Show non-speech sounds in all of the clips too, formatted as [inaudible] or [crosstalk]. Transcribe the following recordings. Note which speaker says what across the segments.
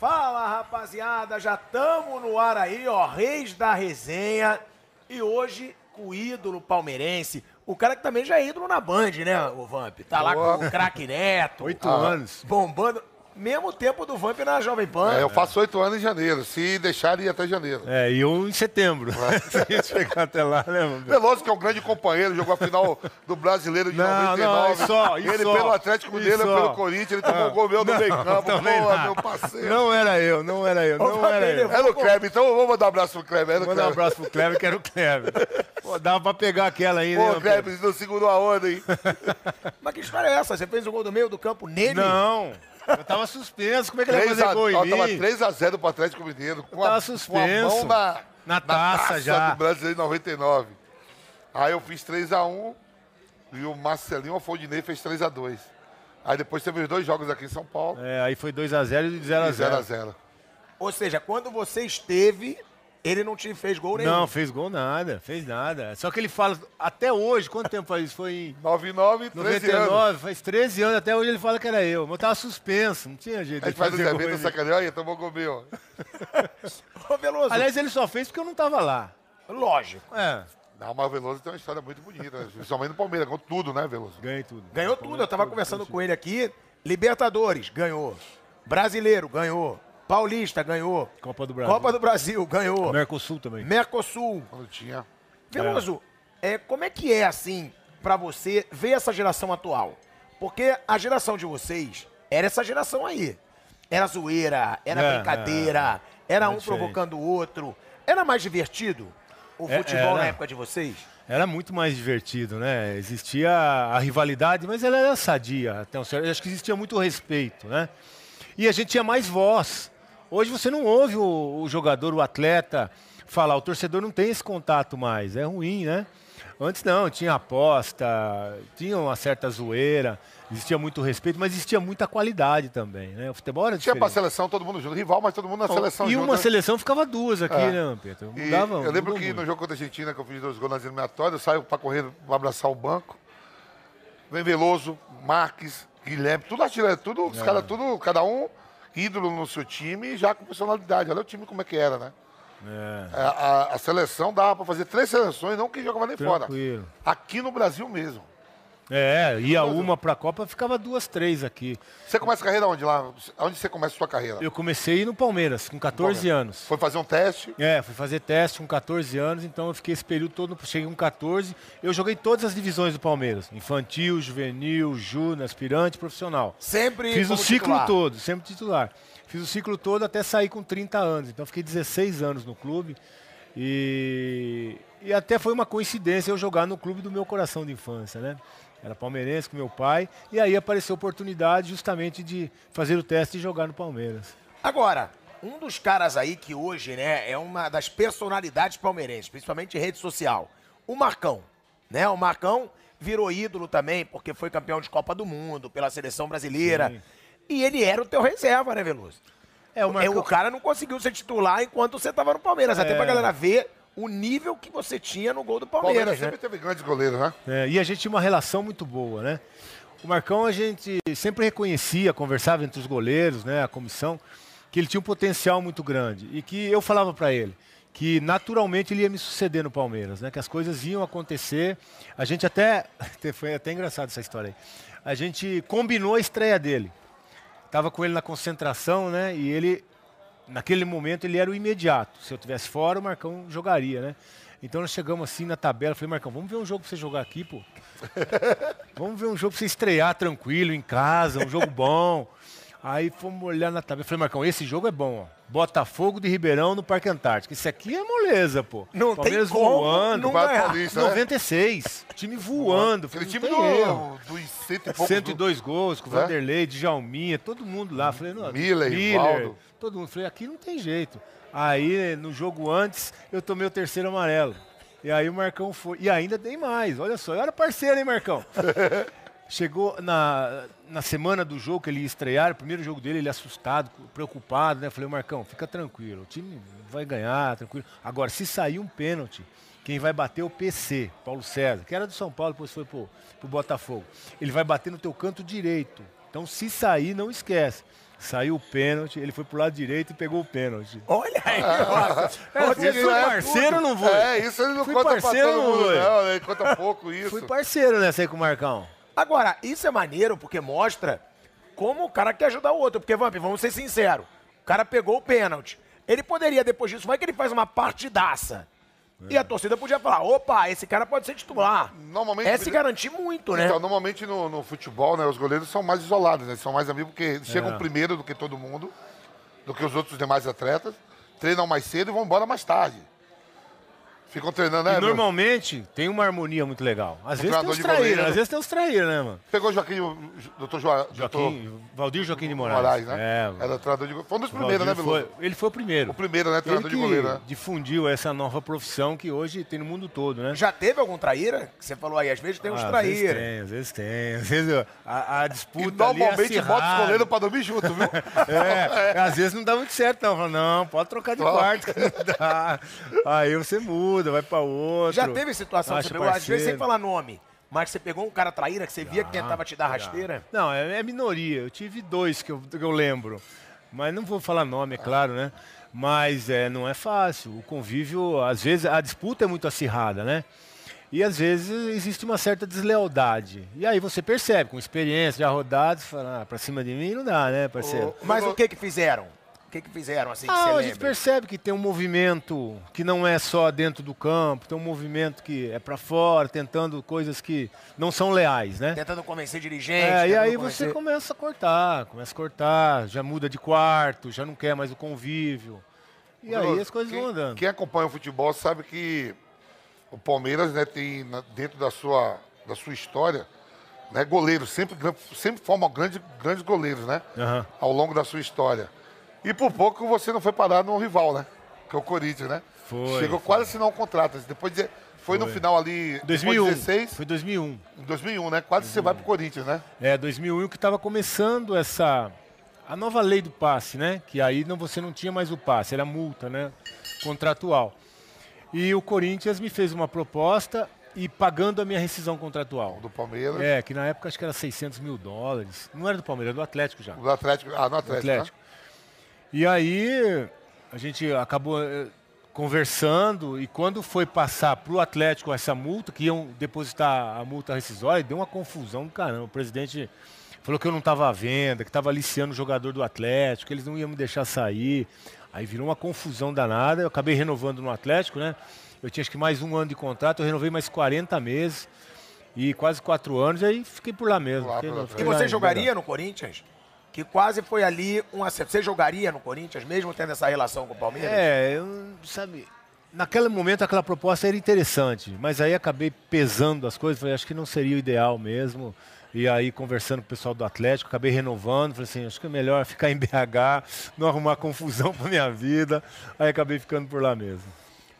Speaker 1: Fala rapaziada, já tamo no ar aí, ó, Reis da Resenha. E hoje com o ídolo palmeirense, o cara que também já é ídolo na Band, né, o Vamp? Tá lá com o craque Neto.
Speaker 2: Oito
Speaker 1: Ah,
Speaker 2: anos.
Speaker 1: Bombando. Mesmo tempo do Vamp na Jovem Pan.
Speaker 3: É, eu faço oito anos em janeiro, se deixarem ir até janeiro.
Speaker 2: É, e um em setembro.
Speaker 3: Ah.
Speaker 2: [laughs] Se chegar até lá, né, mano?
Speaker 3: Veloso, que é um grande companheiro, jogou a final do Brasileiro de
Speaker 2: Não,
Speaker 3: 99.
Speaker 2: não, e só, e
Speaker 3: ele
Speaker 2: só,
Speaker 3: pelo Atlético
Speaker 2: e
Speaker 3: Mineiro, eu
Speaker 2: só.
Speaker 3: pelo Corinthians, ele tomou
Speaker 2: Ah,
Speaker 3: um gol meu no
Speaker 2: não,
Speaker 3: meio campo. Pô,
Speaker 2: também não.
Speaker 3: meu parceiro.
Speaker 2: Não era eu, não era eu, não
Speaker 1: Fabinho,
Speaker 2: era eu.
Speaker 1: levou
Speaker 3: Era o Kleber, então eu vou mandar um abraço pro Kleber. Era o
Speaker 2: Manda um
Speaker 3: Kleber.
Speaker 2: abraço pro Kleber, que era o Kleber. Pô, dava pra pegar aquela aí, né?
Speaker 3: Pô,
Speaker 2: mano?
Speaker 3: Kleber, você não segurou a onda, hein?
Speaker 1: Mas que história é essa? Você fez o gol do meio do campo nele?
Speaker 2: Não, eu tava suspenso. Como é que ele ia
Speaker 3: 3
Speaker 2: fazer
Speaker 3: a,
Speaker 2: gol em
Speaker 3: ó,
Speaker 2: mim?
Speaker 3: tava 3x0 pro Atlético Mineiro. Com
Speaker 2: Tava
Speaker 3: a, com a
Speaker 2: suspenso.
Speaker 3: mão na,
Speaker 2: Na taça já.
Speaker 3: do Brasileiro em 99. Aí eu fiz 3x1 e o Marcelinho Afondinei fez 3x2. Aí depois teve os dois jogos aqui em São Paulo.
Speaker 2: É, aí foi 2x0 e
Speaker 3: 0x0.
Speaker 2: 0x0.
Speaker 1: Ou seja, quando você esteve, ele não te fez gol nenhum.
Speaker 2: Não, fez gol nada, fez nada. Só que ele fala, até hoje, quanto tempo faz isso? Foi em
Speaker 3: 99, 13 anos.
Speaker 2: 99, faz 13 anos, até hoje ele fala que era eu. Mas eu tava suspenso, não tinha jeito de
Speaker 3: A gente faz os
Speaker 2: fazer gol em
Speaker 3: eventos
Speaker 2: mim.
Speaker 3: sacaneio, olha, tomou gol meu.
Speaker 1: Ô, Veloso,
Speaker 2: Aliás, ele só fez porque eu não tava lá.
Speaker 1: lógico.
Speaker 2: É,
Speaker 3: Não, mas o Veloso tem uma história muito bonita, né? principalmente no Palmeiras, com tudo, né, Veloso?
Speaker 2: ganhei tudo.
Speaker 1: Ganhou tudo, eu tava conversando com ele aqui. Libertadores, ganhou. Brasileiro, ganhou. Paulista, ganhou.
Speaker 2: Copa do Brasil.
Speaker 1: Copa do Brasil, ganhou.
Speaker 2: Mercosul também.
Speaker 1: Mercosul.
Speaker 3: Quando tinha.
Speaker 1: Veloso, é, como é que é, assim, pra você ver essa geração atual? Porque a geração de vocês era essa geração aí. Era zoeira, era
Speaker 2: É,
Speaker 1: brincadeira, era
Speaker 2: é
Speaker 1: um
Speaker 2: diferente.
Speaker 1: provocando o outro. Era mais divertido o
Speaker 2: É,
Speaker 1: futebol na
Speaker 2: era.
Speaker 1: época de vocês?
Speaker 2: Era muito mais divertido, né? Existia a rivalidade, mas ela era sadia até um certo. eu Acho que existia muito respeito, né? E a gente tinha mais voz. Hoje você não ouve o, o jogador, o atleta falar. O torcedor não tem esse contato mais. É ruim, né? Antes não, tinha aposta, tinha uma certa zoeira, existia muito respeito, mas existia muita qualidade também, né? O futebol era
Speaker 3: Tinha pra
Speaker 2: diferente.
Speaker 3: seleção, todo mundo junto. Rival, mas todo mundo na seleção
Speaker 2: e
Speaker 3: junto.
Speaker 2: uma
Speaker 3: né?
Speaker 2: seleção ficava duas aqui,
Speaker 3: É.
Speaker 2: né, Pedro?
Speaker 3: E
Speaker 2: Mudava.
Speaker 3: eu lembro
Speaker 2: mudou
Speaker 3: que
Speaker 2: muito.
Speaker 3: no jogo contra a Argentina, que eu fiz dois gols nas eliminatórias, eu saio pra correr, pra abraçar o banco. Vem Veloso, Marques, Guilherme, tudo atirando, tudo,
Speaker 2: É.
Speaker 3: os caras, tudo, cada um ídolo no seu time e já com personalidade. Olha o time como é que era, né?
Speaker 2: É.
Speaker 3: A, a- a seleção dava pra fazer três seleções, não que jogava nem
Speaker 2: Tranquilo.
Speaker 3: fora. Aqui no Brasil mesmo.
Speaker 2: É, ia uma pra Copa, ficava duas, três aqui.
Speaker 3: Você começa a carreira onde lá? Onde você começa a sua carreira?
Speaker 2: Eu comecei no Palmeiras, com 14 anos.
Speaker 3: Tá. Foi fazer um teste,
Speaker 2: É, fui fazer teste com 14 anos, então eu fiquei esse período todo, cheguei com 14. Eu joguei todas as divisões do Palmeiras: infantil, juvenil, júnior, aspirante, profissional.
Speaker 1: Sempre
Speaker 2: Fiz o
Speaker 1: como
Speaker 2: ciclo
Speaker 1: titular.
Speaker 2: todo, sempre titular. Fiz o ciclo todo até sair com 30 anos. Então fiquei 16 anos no clube. E, e até foi uma coincidência eu jogar no clube do meu coração de infância, né? Era palmeirense com meu pai. E aí apareceu a oportunidade justamente de fazer o teste e jogar no Palmeiras.
Speaker 1: Agora, um dos caras aí que hoje, né, é uma das personalidades palmeirenses, principalmente em rede social, o Marcão, né? O Marcão virou ídolo também porque foi campeão de Copa do Mundo pela seleção brasileira. E ele era o teu reserva, né, Veloso?
Speaker 2: É,
Speaker 1: É, O cara não conseguiu ser titular enquanto você tava no Palmeiras, até pra galera ver o nível que você tinha no gol do
Speaker 3: O Palmeiras
Speaker 1: Palmeiras, né?
Speaker 3: sempre teve grandes goleiros, né?
Speaker 2: É, e a gente tinha uma relação muito boa, né? O Marcão a gente sempre reconhecia, conversava entre os goleiros, né, a comissão, que ele tinha um potencial muito grande e que eu falava para ele que naturalmente ele ia me suceder no Palmeiras, né? Que as coisas iam acontecer. A gente até [laughs] foi até engraçado essa história aí. A gente combinou a estreia dele. Tava com ele na concentração, né? E ele naquele momento ele era o imediato. Se eu tivesse fora, o Marcão jogaria, né? Então nós chegamos assim na tabela, falei, Marcão, vamos ver um jogo pra você jogar
Speaker 1: [laughs]
Speaker 2: aqui, pô. Vamos ver um jogo pra você estrear tranquilo, em casa, um jogo bom. Aí fomos olhar na tabela. Falei, Marcão, esse jogo é bom, ó. Botafogo de Ribeirão no Parque Antártico. Isso aqui é moleza, pô.
Speaker 1: Não tem
Speaker 2: Palmeiras
Speaker 1: como
Speaker 2: voando.
Speaker 1: não
Speaker 3: Vai
Speaker 1: ganhar.
Speaker 3: Paulista, né?
Speaker 2: 96. Time voando.
Speaker 3: Aquele
Speaker 2: Falei,
Speaker 3: time
Speaker 2: não tem erro. É
Speaker 3: do, dos cento e poucos.
Speaker 2: 102 gols, com o
Speaker 3: É?
Speaker 2: Vanderlei, Djalminha, todo mundo lá. Falei, não,
Speaker 3: Miller, Valdo.
Speaker 2: todo mundo. Falei, aqui não tem jeito. Aí, no jogo antes, eu tomei o terceiro amarelo. E aí o Marcão foi. E ainda tem mais, olha só. Eu era parceiro, hein,
Speaker 3: [laughs]
Speaker 2: Marcão? Chegou na, na semana do jogo que ele ia estrear, o primeiro jogo dele, ele assustado, preocupado, né? Falei, Marcão, fica tranquilo, o time vai ganhar, tranquilo. Agora, se sair um pênalti, quem vai bater é o PC, Paulo César, que era do São Paulo, depois foi pro, pro Botafogo. Ele vai bater no teu canto direito. Então, se sair, não esquece. Saiu o pênalti, ele foi pro lado direito e pegou o pênalti. Ah.
Speaker 1: Olha aí, nossa.
Speaker 2: Eu
Speaker 3: Isso
Speaker 2: fui
Speaker 3: é
Speaker 2: parceiro,
Speaker 3: tudo.
Speaker 2: não vou.
Speaker 3: É, isso ele não
Speaker 2: Fui
Speaker 3: conta
Speaker 2: parceiro,
Speaker 3: pra todo
Speaker 2: não
Speaker 3: mundo,
Speaker 2: vou.
Speaker 3: não.
Speaker 2: [laughs]
Speaker 3: Ele conta pouco isso.
Speaker 2: Fui parceiro nessa aí com o Marcão.
Speaker 1: Agora, isso é maneiro porque mostra como o cara quer ajudar o outro. Porque, Vamp, vamos ser sinceros. O cara pegou o pênalti. Ele poderia, depois disso, vai que ele faz uma partidaça. E a torcida podia falar: opa, esse cara pode ser titular.
Speaker 3: Normalmente-
Speaker 1: É se garantir muito, né?
Speaker 3: Então, normalmente no, no futebol, né, os goleiros são mais isolados, né? São mais amigos porque eles
Speaker 2: É.
Speaker 3: chegam primeiro do que todo mundo, do que os outros demais atletas, treinam mais cedo e vão embora mais tarde. Ficam treinando, né?
Speaker 2: E
Speaker 3: meu?
Speaker 2: normalmente tem uma harmonia muito legal. Às vezes tem
Speaker 3: treinador
Speaker 2: uns
Speaker 3: de goleiro,
Speaker 2: traíra,
Speaker 3: né?
Speaker 2: às vezes tem uns traíra, né, mano?
Speaker 3: Pegou o Joaquim, o doutor Joa,
Speaker 2: Joaquim,
Speaker 3: doutor
Speaker 2: Valdir Joaquim de Moraes.
Speaker 3: Moraes, né?
Speaker 2: É,
Speaker 3: Era treinador de goleiro. Foi um dos
Speaker 2: o
Speaker 3: primeiros, né,
Speaker 2: Valdir
Speaker 3: Veloso?
Speaker 2: foi- Ele foi o primeiro.
Speaker 3: O primeiro, né,
Speaker 2: ele
Speaker 3: treinador
Speaker 2: que
Speaker 3: de goleiro, né?
Speaker 2: difundiu essa nova profissão que hoje tem no mundo todo, né?
Speaker 1: Já teve algum traíra? Que Você falou aí, às vezes tem uns
Speaker 2: Ah, às vezes
Speaker 1: traíra.
Speaker 2: tem, às vezes tem. Às vezes ó, a, a
Speaker 3: E
Speaker 2: disputa ali é
Speaker 3: normalmente bota os
Speaker 2: acirrada.
Speaker 3: goleiros pra dormir junto, viu?
Speaker 2: [laughs] É, às vezes não dá muito certo, não. Fala, não, pode trocar de
Speaker 3: Troca.
Speaker 2: quarto, que não dá. Aí você muda, vai pra outro.
Speaker 1: Já teve situação, que
Speaker 2: acha
Speaker 1: você pegou, às vezes sem
Speaker 2: parceiro.
Speaker 1: falar nome, mas você pegou um cara traíra que você via que tentava te dar rasteira?
Speaker 2: Ah, Não, é, é minoria. Eu tive dois que eu, que eu lembro. Mas não vou falar nome, é
Speaker 1: Ah.
Speaker 2: claro, né? Mas é, não é fácil. O convívio, às vezes, a disputa é muito acirrada, né? E às vezes existe uma certa deslealdade. E aí você percebe, com experiência, já rodado, você fala, ah, pra cima de mim não dá, né, parceiro?
Speaker 1: Mas o que que fizeram? O que que fizeram assim que você
Speaker 2: Ah, a gente
Speaker 1: lembra?
Speaker 2: percebe que tem um movimento que não é só dentro do campo, tem um movimento que é pra fora, tentando coisas que não são leais, né?
Speaker 1: Tentando convencer dirigente.
Speaker 2: É, e
Speaker 1: tentando
Speaker 2: aí
Speaker 1: convencer-
Speaker 2: você começa a cortar, começa a cortar, já muda de quarto, já não quer mais o convívio. E aí as coisas
Speaker 3: quem,
Speaker 2: vão andando.
Speaker 3: Quem acompanha o futebol sabe que o Palmeiras né, tem na- dentro da sua, da sua história né, goleiros, sempre, gran- sempre formam grande, grandes goleiros né,
Speaker 2: Aham.
Speaker 3: ao longo da sua história. E por pouco você não foi parar no rival, né? Que é o Corinthians, né?
Speaker 2: Foi,
Speaker 3: Chegou
Speaker 2: foi.
Speaker 3: quase a assinar um contrato. Depois de- foi, no final ali, depois de
Speaker 2: 2001.
Speaker 3: 16,
Speaker 2: Foi 2001.
Speaker 3: em 2001, né? Quase você vai pro Corinthians, né?
Speaker 2: É, 2001 que estava começando essa a nova lei do passe, né? Que aí não você não tinha mais o passe, era multa, né? Contratual. E o Corinthians me fez uma proposta e pagando a minha rescisão contratual.
Speaker 3: Do Palmeiras,
Speaker 2: É, que na época acho que era 600 mil dólares. Não era do Palmeiras, era do Atlético já.
Speaker 3: do Atlético. Ah, no
Speaker 2: do
Speaker 3: Atlético,
Speaker 2: Atlético.
Speaker 3: Né?
Speaker 2: E aí a gente acabou eh, conversando e quando foi passar pro Atlético essa multa, que iam depositar a multa rescisória, deu uma confusão do caramba. O presidente falou que eu não estava à venda, que estava aliciando o jogador do Atlético, que eles não iam me deixar sair. Aí virou uma confusão danada. Eu acabei renovando no Atlético, né? Eu tinha acho que mais um ano de contrato, eu renovei mais 40 meses e quase quatro anos, aí fiquei por lá mesmo.
Speaker 3: Lá
Speaker 2: Fiquei-
Speaker 3: pelo
Speaker 1: E
Speaker 2: fiquei
Speaker 3: Atlético.
Speaker 2: lá
Speaker 1: você
Speaker 2: em
Speaker 1: jogaria no Corinthians? Que quase foi ali um acerto. Você jogaria no Corinthians, mesmo tendo essa relação com o Palmeiras?
Speaker 2: É, eu, É, sabe, Naquele momento, aquela proposta era interessante, mas aí acabei pesando as coisas, falei, acho que não seria o ideal mesmo. E aí, conversando com o pessoal do Atlético, acabei renovando, falei assim, acho que é melhor [laughs] ficar em BH, não arrumar confusão pra minha vida. Aí acabei ficando por lá mesmo.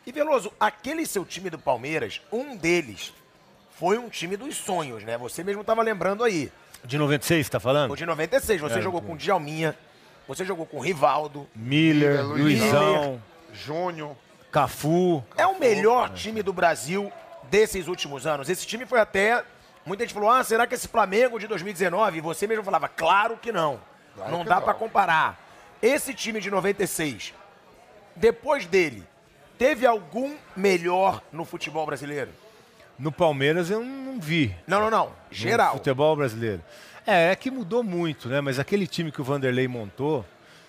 Speaker 1: E Veloso, aquele seu time do Palmeiras, um deles foi um time dos sonhos, né? Você mesmo estava lembrando aí.
Speaker 2: De 96, tá falando?
Speaker 1: O de 96, você
Speaker 2: É,
Speaker 1: jogou
Speaker 2: sim.
Speaker 1: com o Djalminha, você jogou com o Rivaldo.
Speaker 2: é Miller,
Speaker 3: Miller,
Speaker 2: Luizão,
Speaker 1: Miller.
Speaker 3: Júnior.
Speaker 2: Cafu.
Speaker 1: É o melhor time do Brasil desses últimos anos. Esse time foi até. Muita gente falou: ah, será que esse Flamengo de 2019? E você mesmo falava: claro que não.
Speaker 3: Claro
Speaker 1: não
Speaker 3: que
Speaker 1: dá
Speaker 3: não.
Speaker 1: pra comparar. Esse time de 96, depois dele, teve algum melhor no futebol brasileiro?
Speaker 2: No Palmeiras eu não vi.
Speaker 1: Não, não, não.
Speaker 2: no
Speaker 1: Geral.
Speaker 2: Futebol brasileiro. É, é que mudou muito, né? Mas aquele time que o Vanderlei montou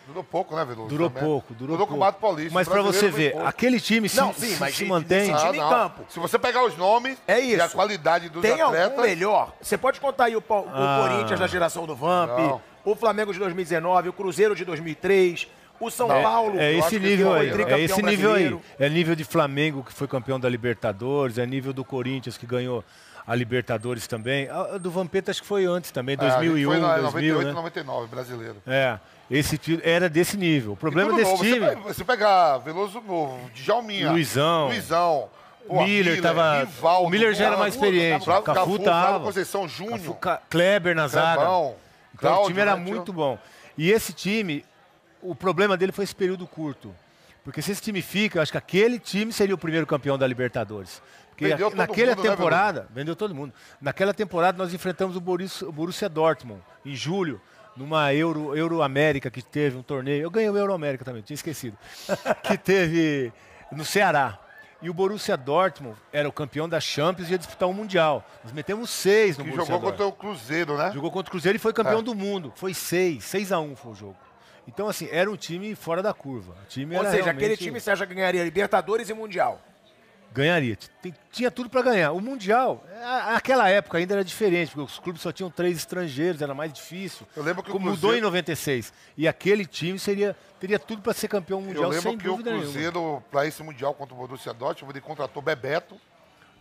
Speaker 3: Durou pouco, né, Veloso?
Speaker 2: durou
Speaker 3: Também.
Speaker 2: pouco, durou,
Speaker 3: Durou com o Mato Paulista.
Speaker 2: Mas
Speaker 3: o
Speaker 2: pra você
Speaker 3: brasileiro foi
Speaker 2: ver,
Speaker 3: pouco.
Speaker 2: aquele time se,
Speaker 1: Não, sim,
Speaker 2: se-
Speaker 1: mas
Speaker 2: se
Speaker 1: de-
Speaker 2: mantém.
Speaker 1: desse time tá em campo.
Speaker 3: Se você pegar os nomes
Speaker 1: É
Speaker 3: e a
Speaker 1: isso.
Speaker 3: qualidade dos
Speaker 1: Tem algum
Speaker 3: atletas...
Speaker 1: melhor? Você pode contar aí o, Pau- o
Speaker 2: Ah.
Speaker 1: Corinthians da geração do Vamp,
Speaker 3: Não.
Speaker 1: o Flamengo de 2019, o Cruzeiro de 2003, o São
Speaker 3: Não.
Speaker 1: Paulo.
Speaker 2: É
Speaker 3: Eu acho
Speaker 2: esse
Speaker 3: que
Speaker 2: nível
Speaker 3: foi
Speaker 2: aí.
Speaker 1: tricampeão
Speaker 2: É esse nível aí.
Speaker 1: brasileiro.
Speaker 2: É nível de Flamengo, que foi campeão da Libertadores, é nível do Corinthians, que ganhou a Libertadores também. A a do Vampeta acho que foi antes também,
Speaker 3: É, a gente
Speaker 2: 2001,
Speaker 3: foi na
Speaker 2: 2000,
Speaker 3: 98,
Speaker 2: né?
Speaker 3: 99, brasileiro.
Speaker 2: É, esse time era desse nível. O problema
Speaker 3: Tudo
Speaker 2: desse
Speaker 3: novo.
Speaker 2: time...
Speaker 3: Você, pe- você pegar Veloso Novo, Djalminha.
Speaker 2: Luizão.
Speaker 3: Luizão.
Speaker 2: Miller tava- o Miller já era mais experiente.
Speaker 3: Cafu,
Speaker 2: Cafu
Speaker 3: Cafu,
Speaker 2: tava.
Speaker 3: Flávio Conceição Júnior.
Speaker 2: Ca- Kleber na zaga.
Speaker 3: Clebão,
Speaker 2: Então, o
Speaker 3: Cláudio,
Speaker 2: time era
Speaker 3: né,
Speaker 2: muito
Speaker 3: tio?
Speaker 2: bom. E esse time, o problema dele foi esse período curto. Porque se esse time fica, eu acho que aquele time seria o primeiro campeão da Libertadores. Porque
Speaker 3: Vendeu
Speaker 2: a-
Speaker 3: todo
Speaker 2: naquela
Speaker 3: mundo, né,
Speaker 2: temporada, vendeu todo mundo. Naquela temporada nós enfrentamos o Borus- o Borussia Dortmund em julho, numa Euro, Euro América que teve um torneio. Eu ganhei o Euro América também,
Speaker 1: [laughs]
Speaker 2: tinha esquecido. que teve no Ceará. E o Borussia Dortmund era o campeão da Champions e ia disputar o Mundial. Nós metemos seis no
Speaker 3: Que
Speaker 2: Borussia
Speaker 3: jogou
Speaker 2: Dortmund.
Speaker 3: contra o Cruzeiro, né?
Speaker 2: Jogou contra o Cruzeiro e foi campeão
Speaker 3: É.
Speaker 2: do mundo. Foi 6, 6 a 1 foi o jogo. Então, assim, era um time fora da curva. O time
Speaker 1: Ou
Speaker 2: era
Speaker 1: seja, aquele
Speaker 2: realmente-
Speaker 1: time você acha que ganharia Libertadores e Mundial?
Speaker 2: Ganharia. Tem- tinha tudo para ganhar. O Mundial, a- naquela época ainda era diferente, porque os clubes só tinham três estrangeiros, era mais difícil.
Speaker 3: Eu lembro que o
Speaker 2: Como Mudou
Speaker 3: Cruzeiro-
Speaker 2: em 96. E aquele time seria, teria tudo para ser campeão mundial,
Speaker 3: Eu lembro
Speaker 2: sem
Speaker 3: que o
Speaker 2: dúvida nenhuma.
Speaker 3: Cruzeiro, para esse Mundial contra o Borussia Dortmund, ele contratou Bebeto,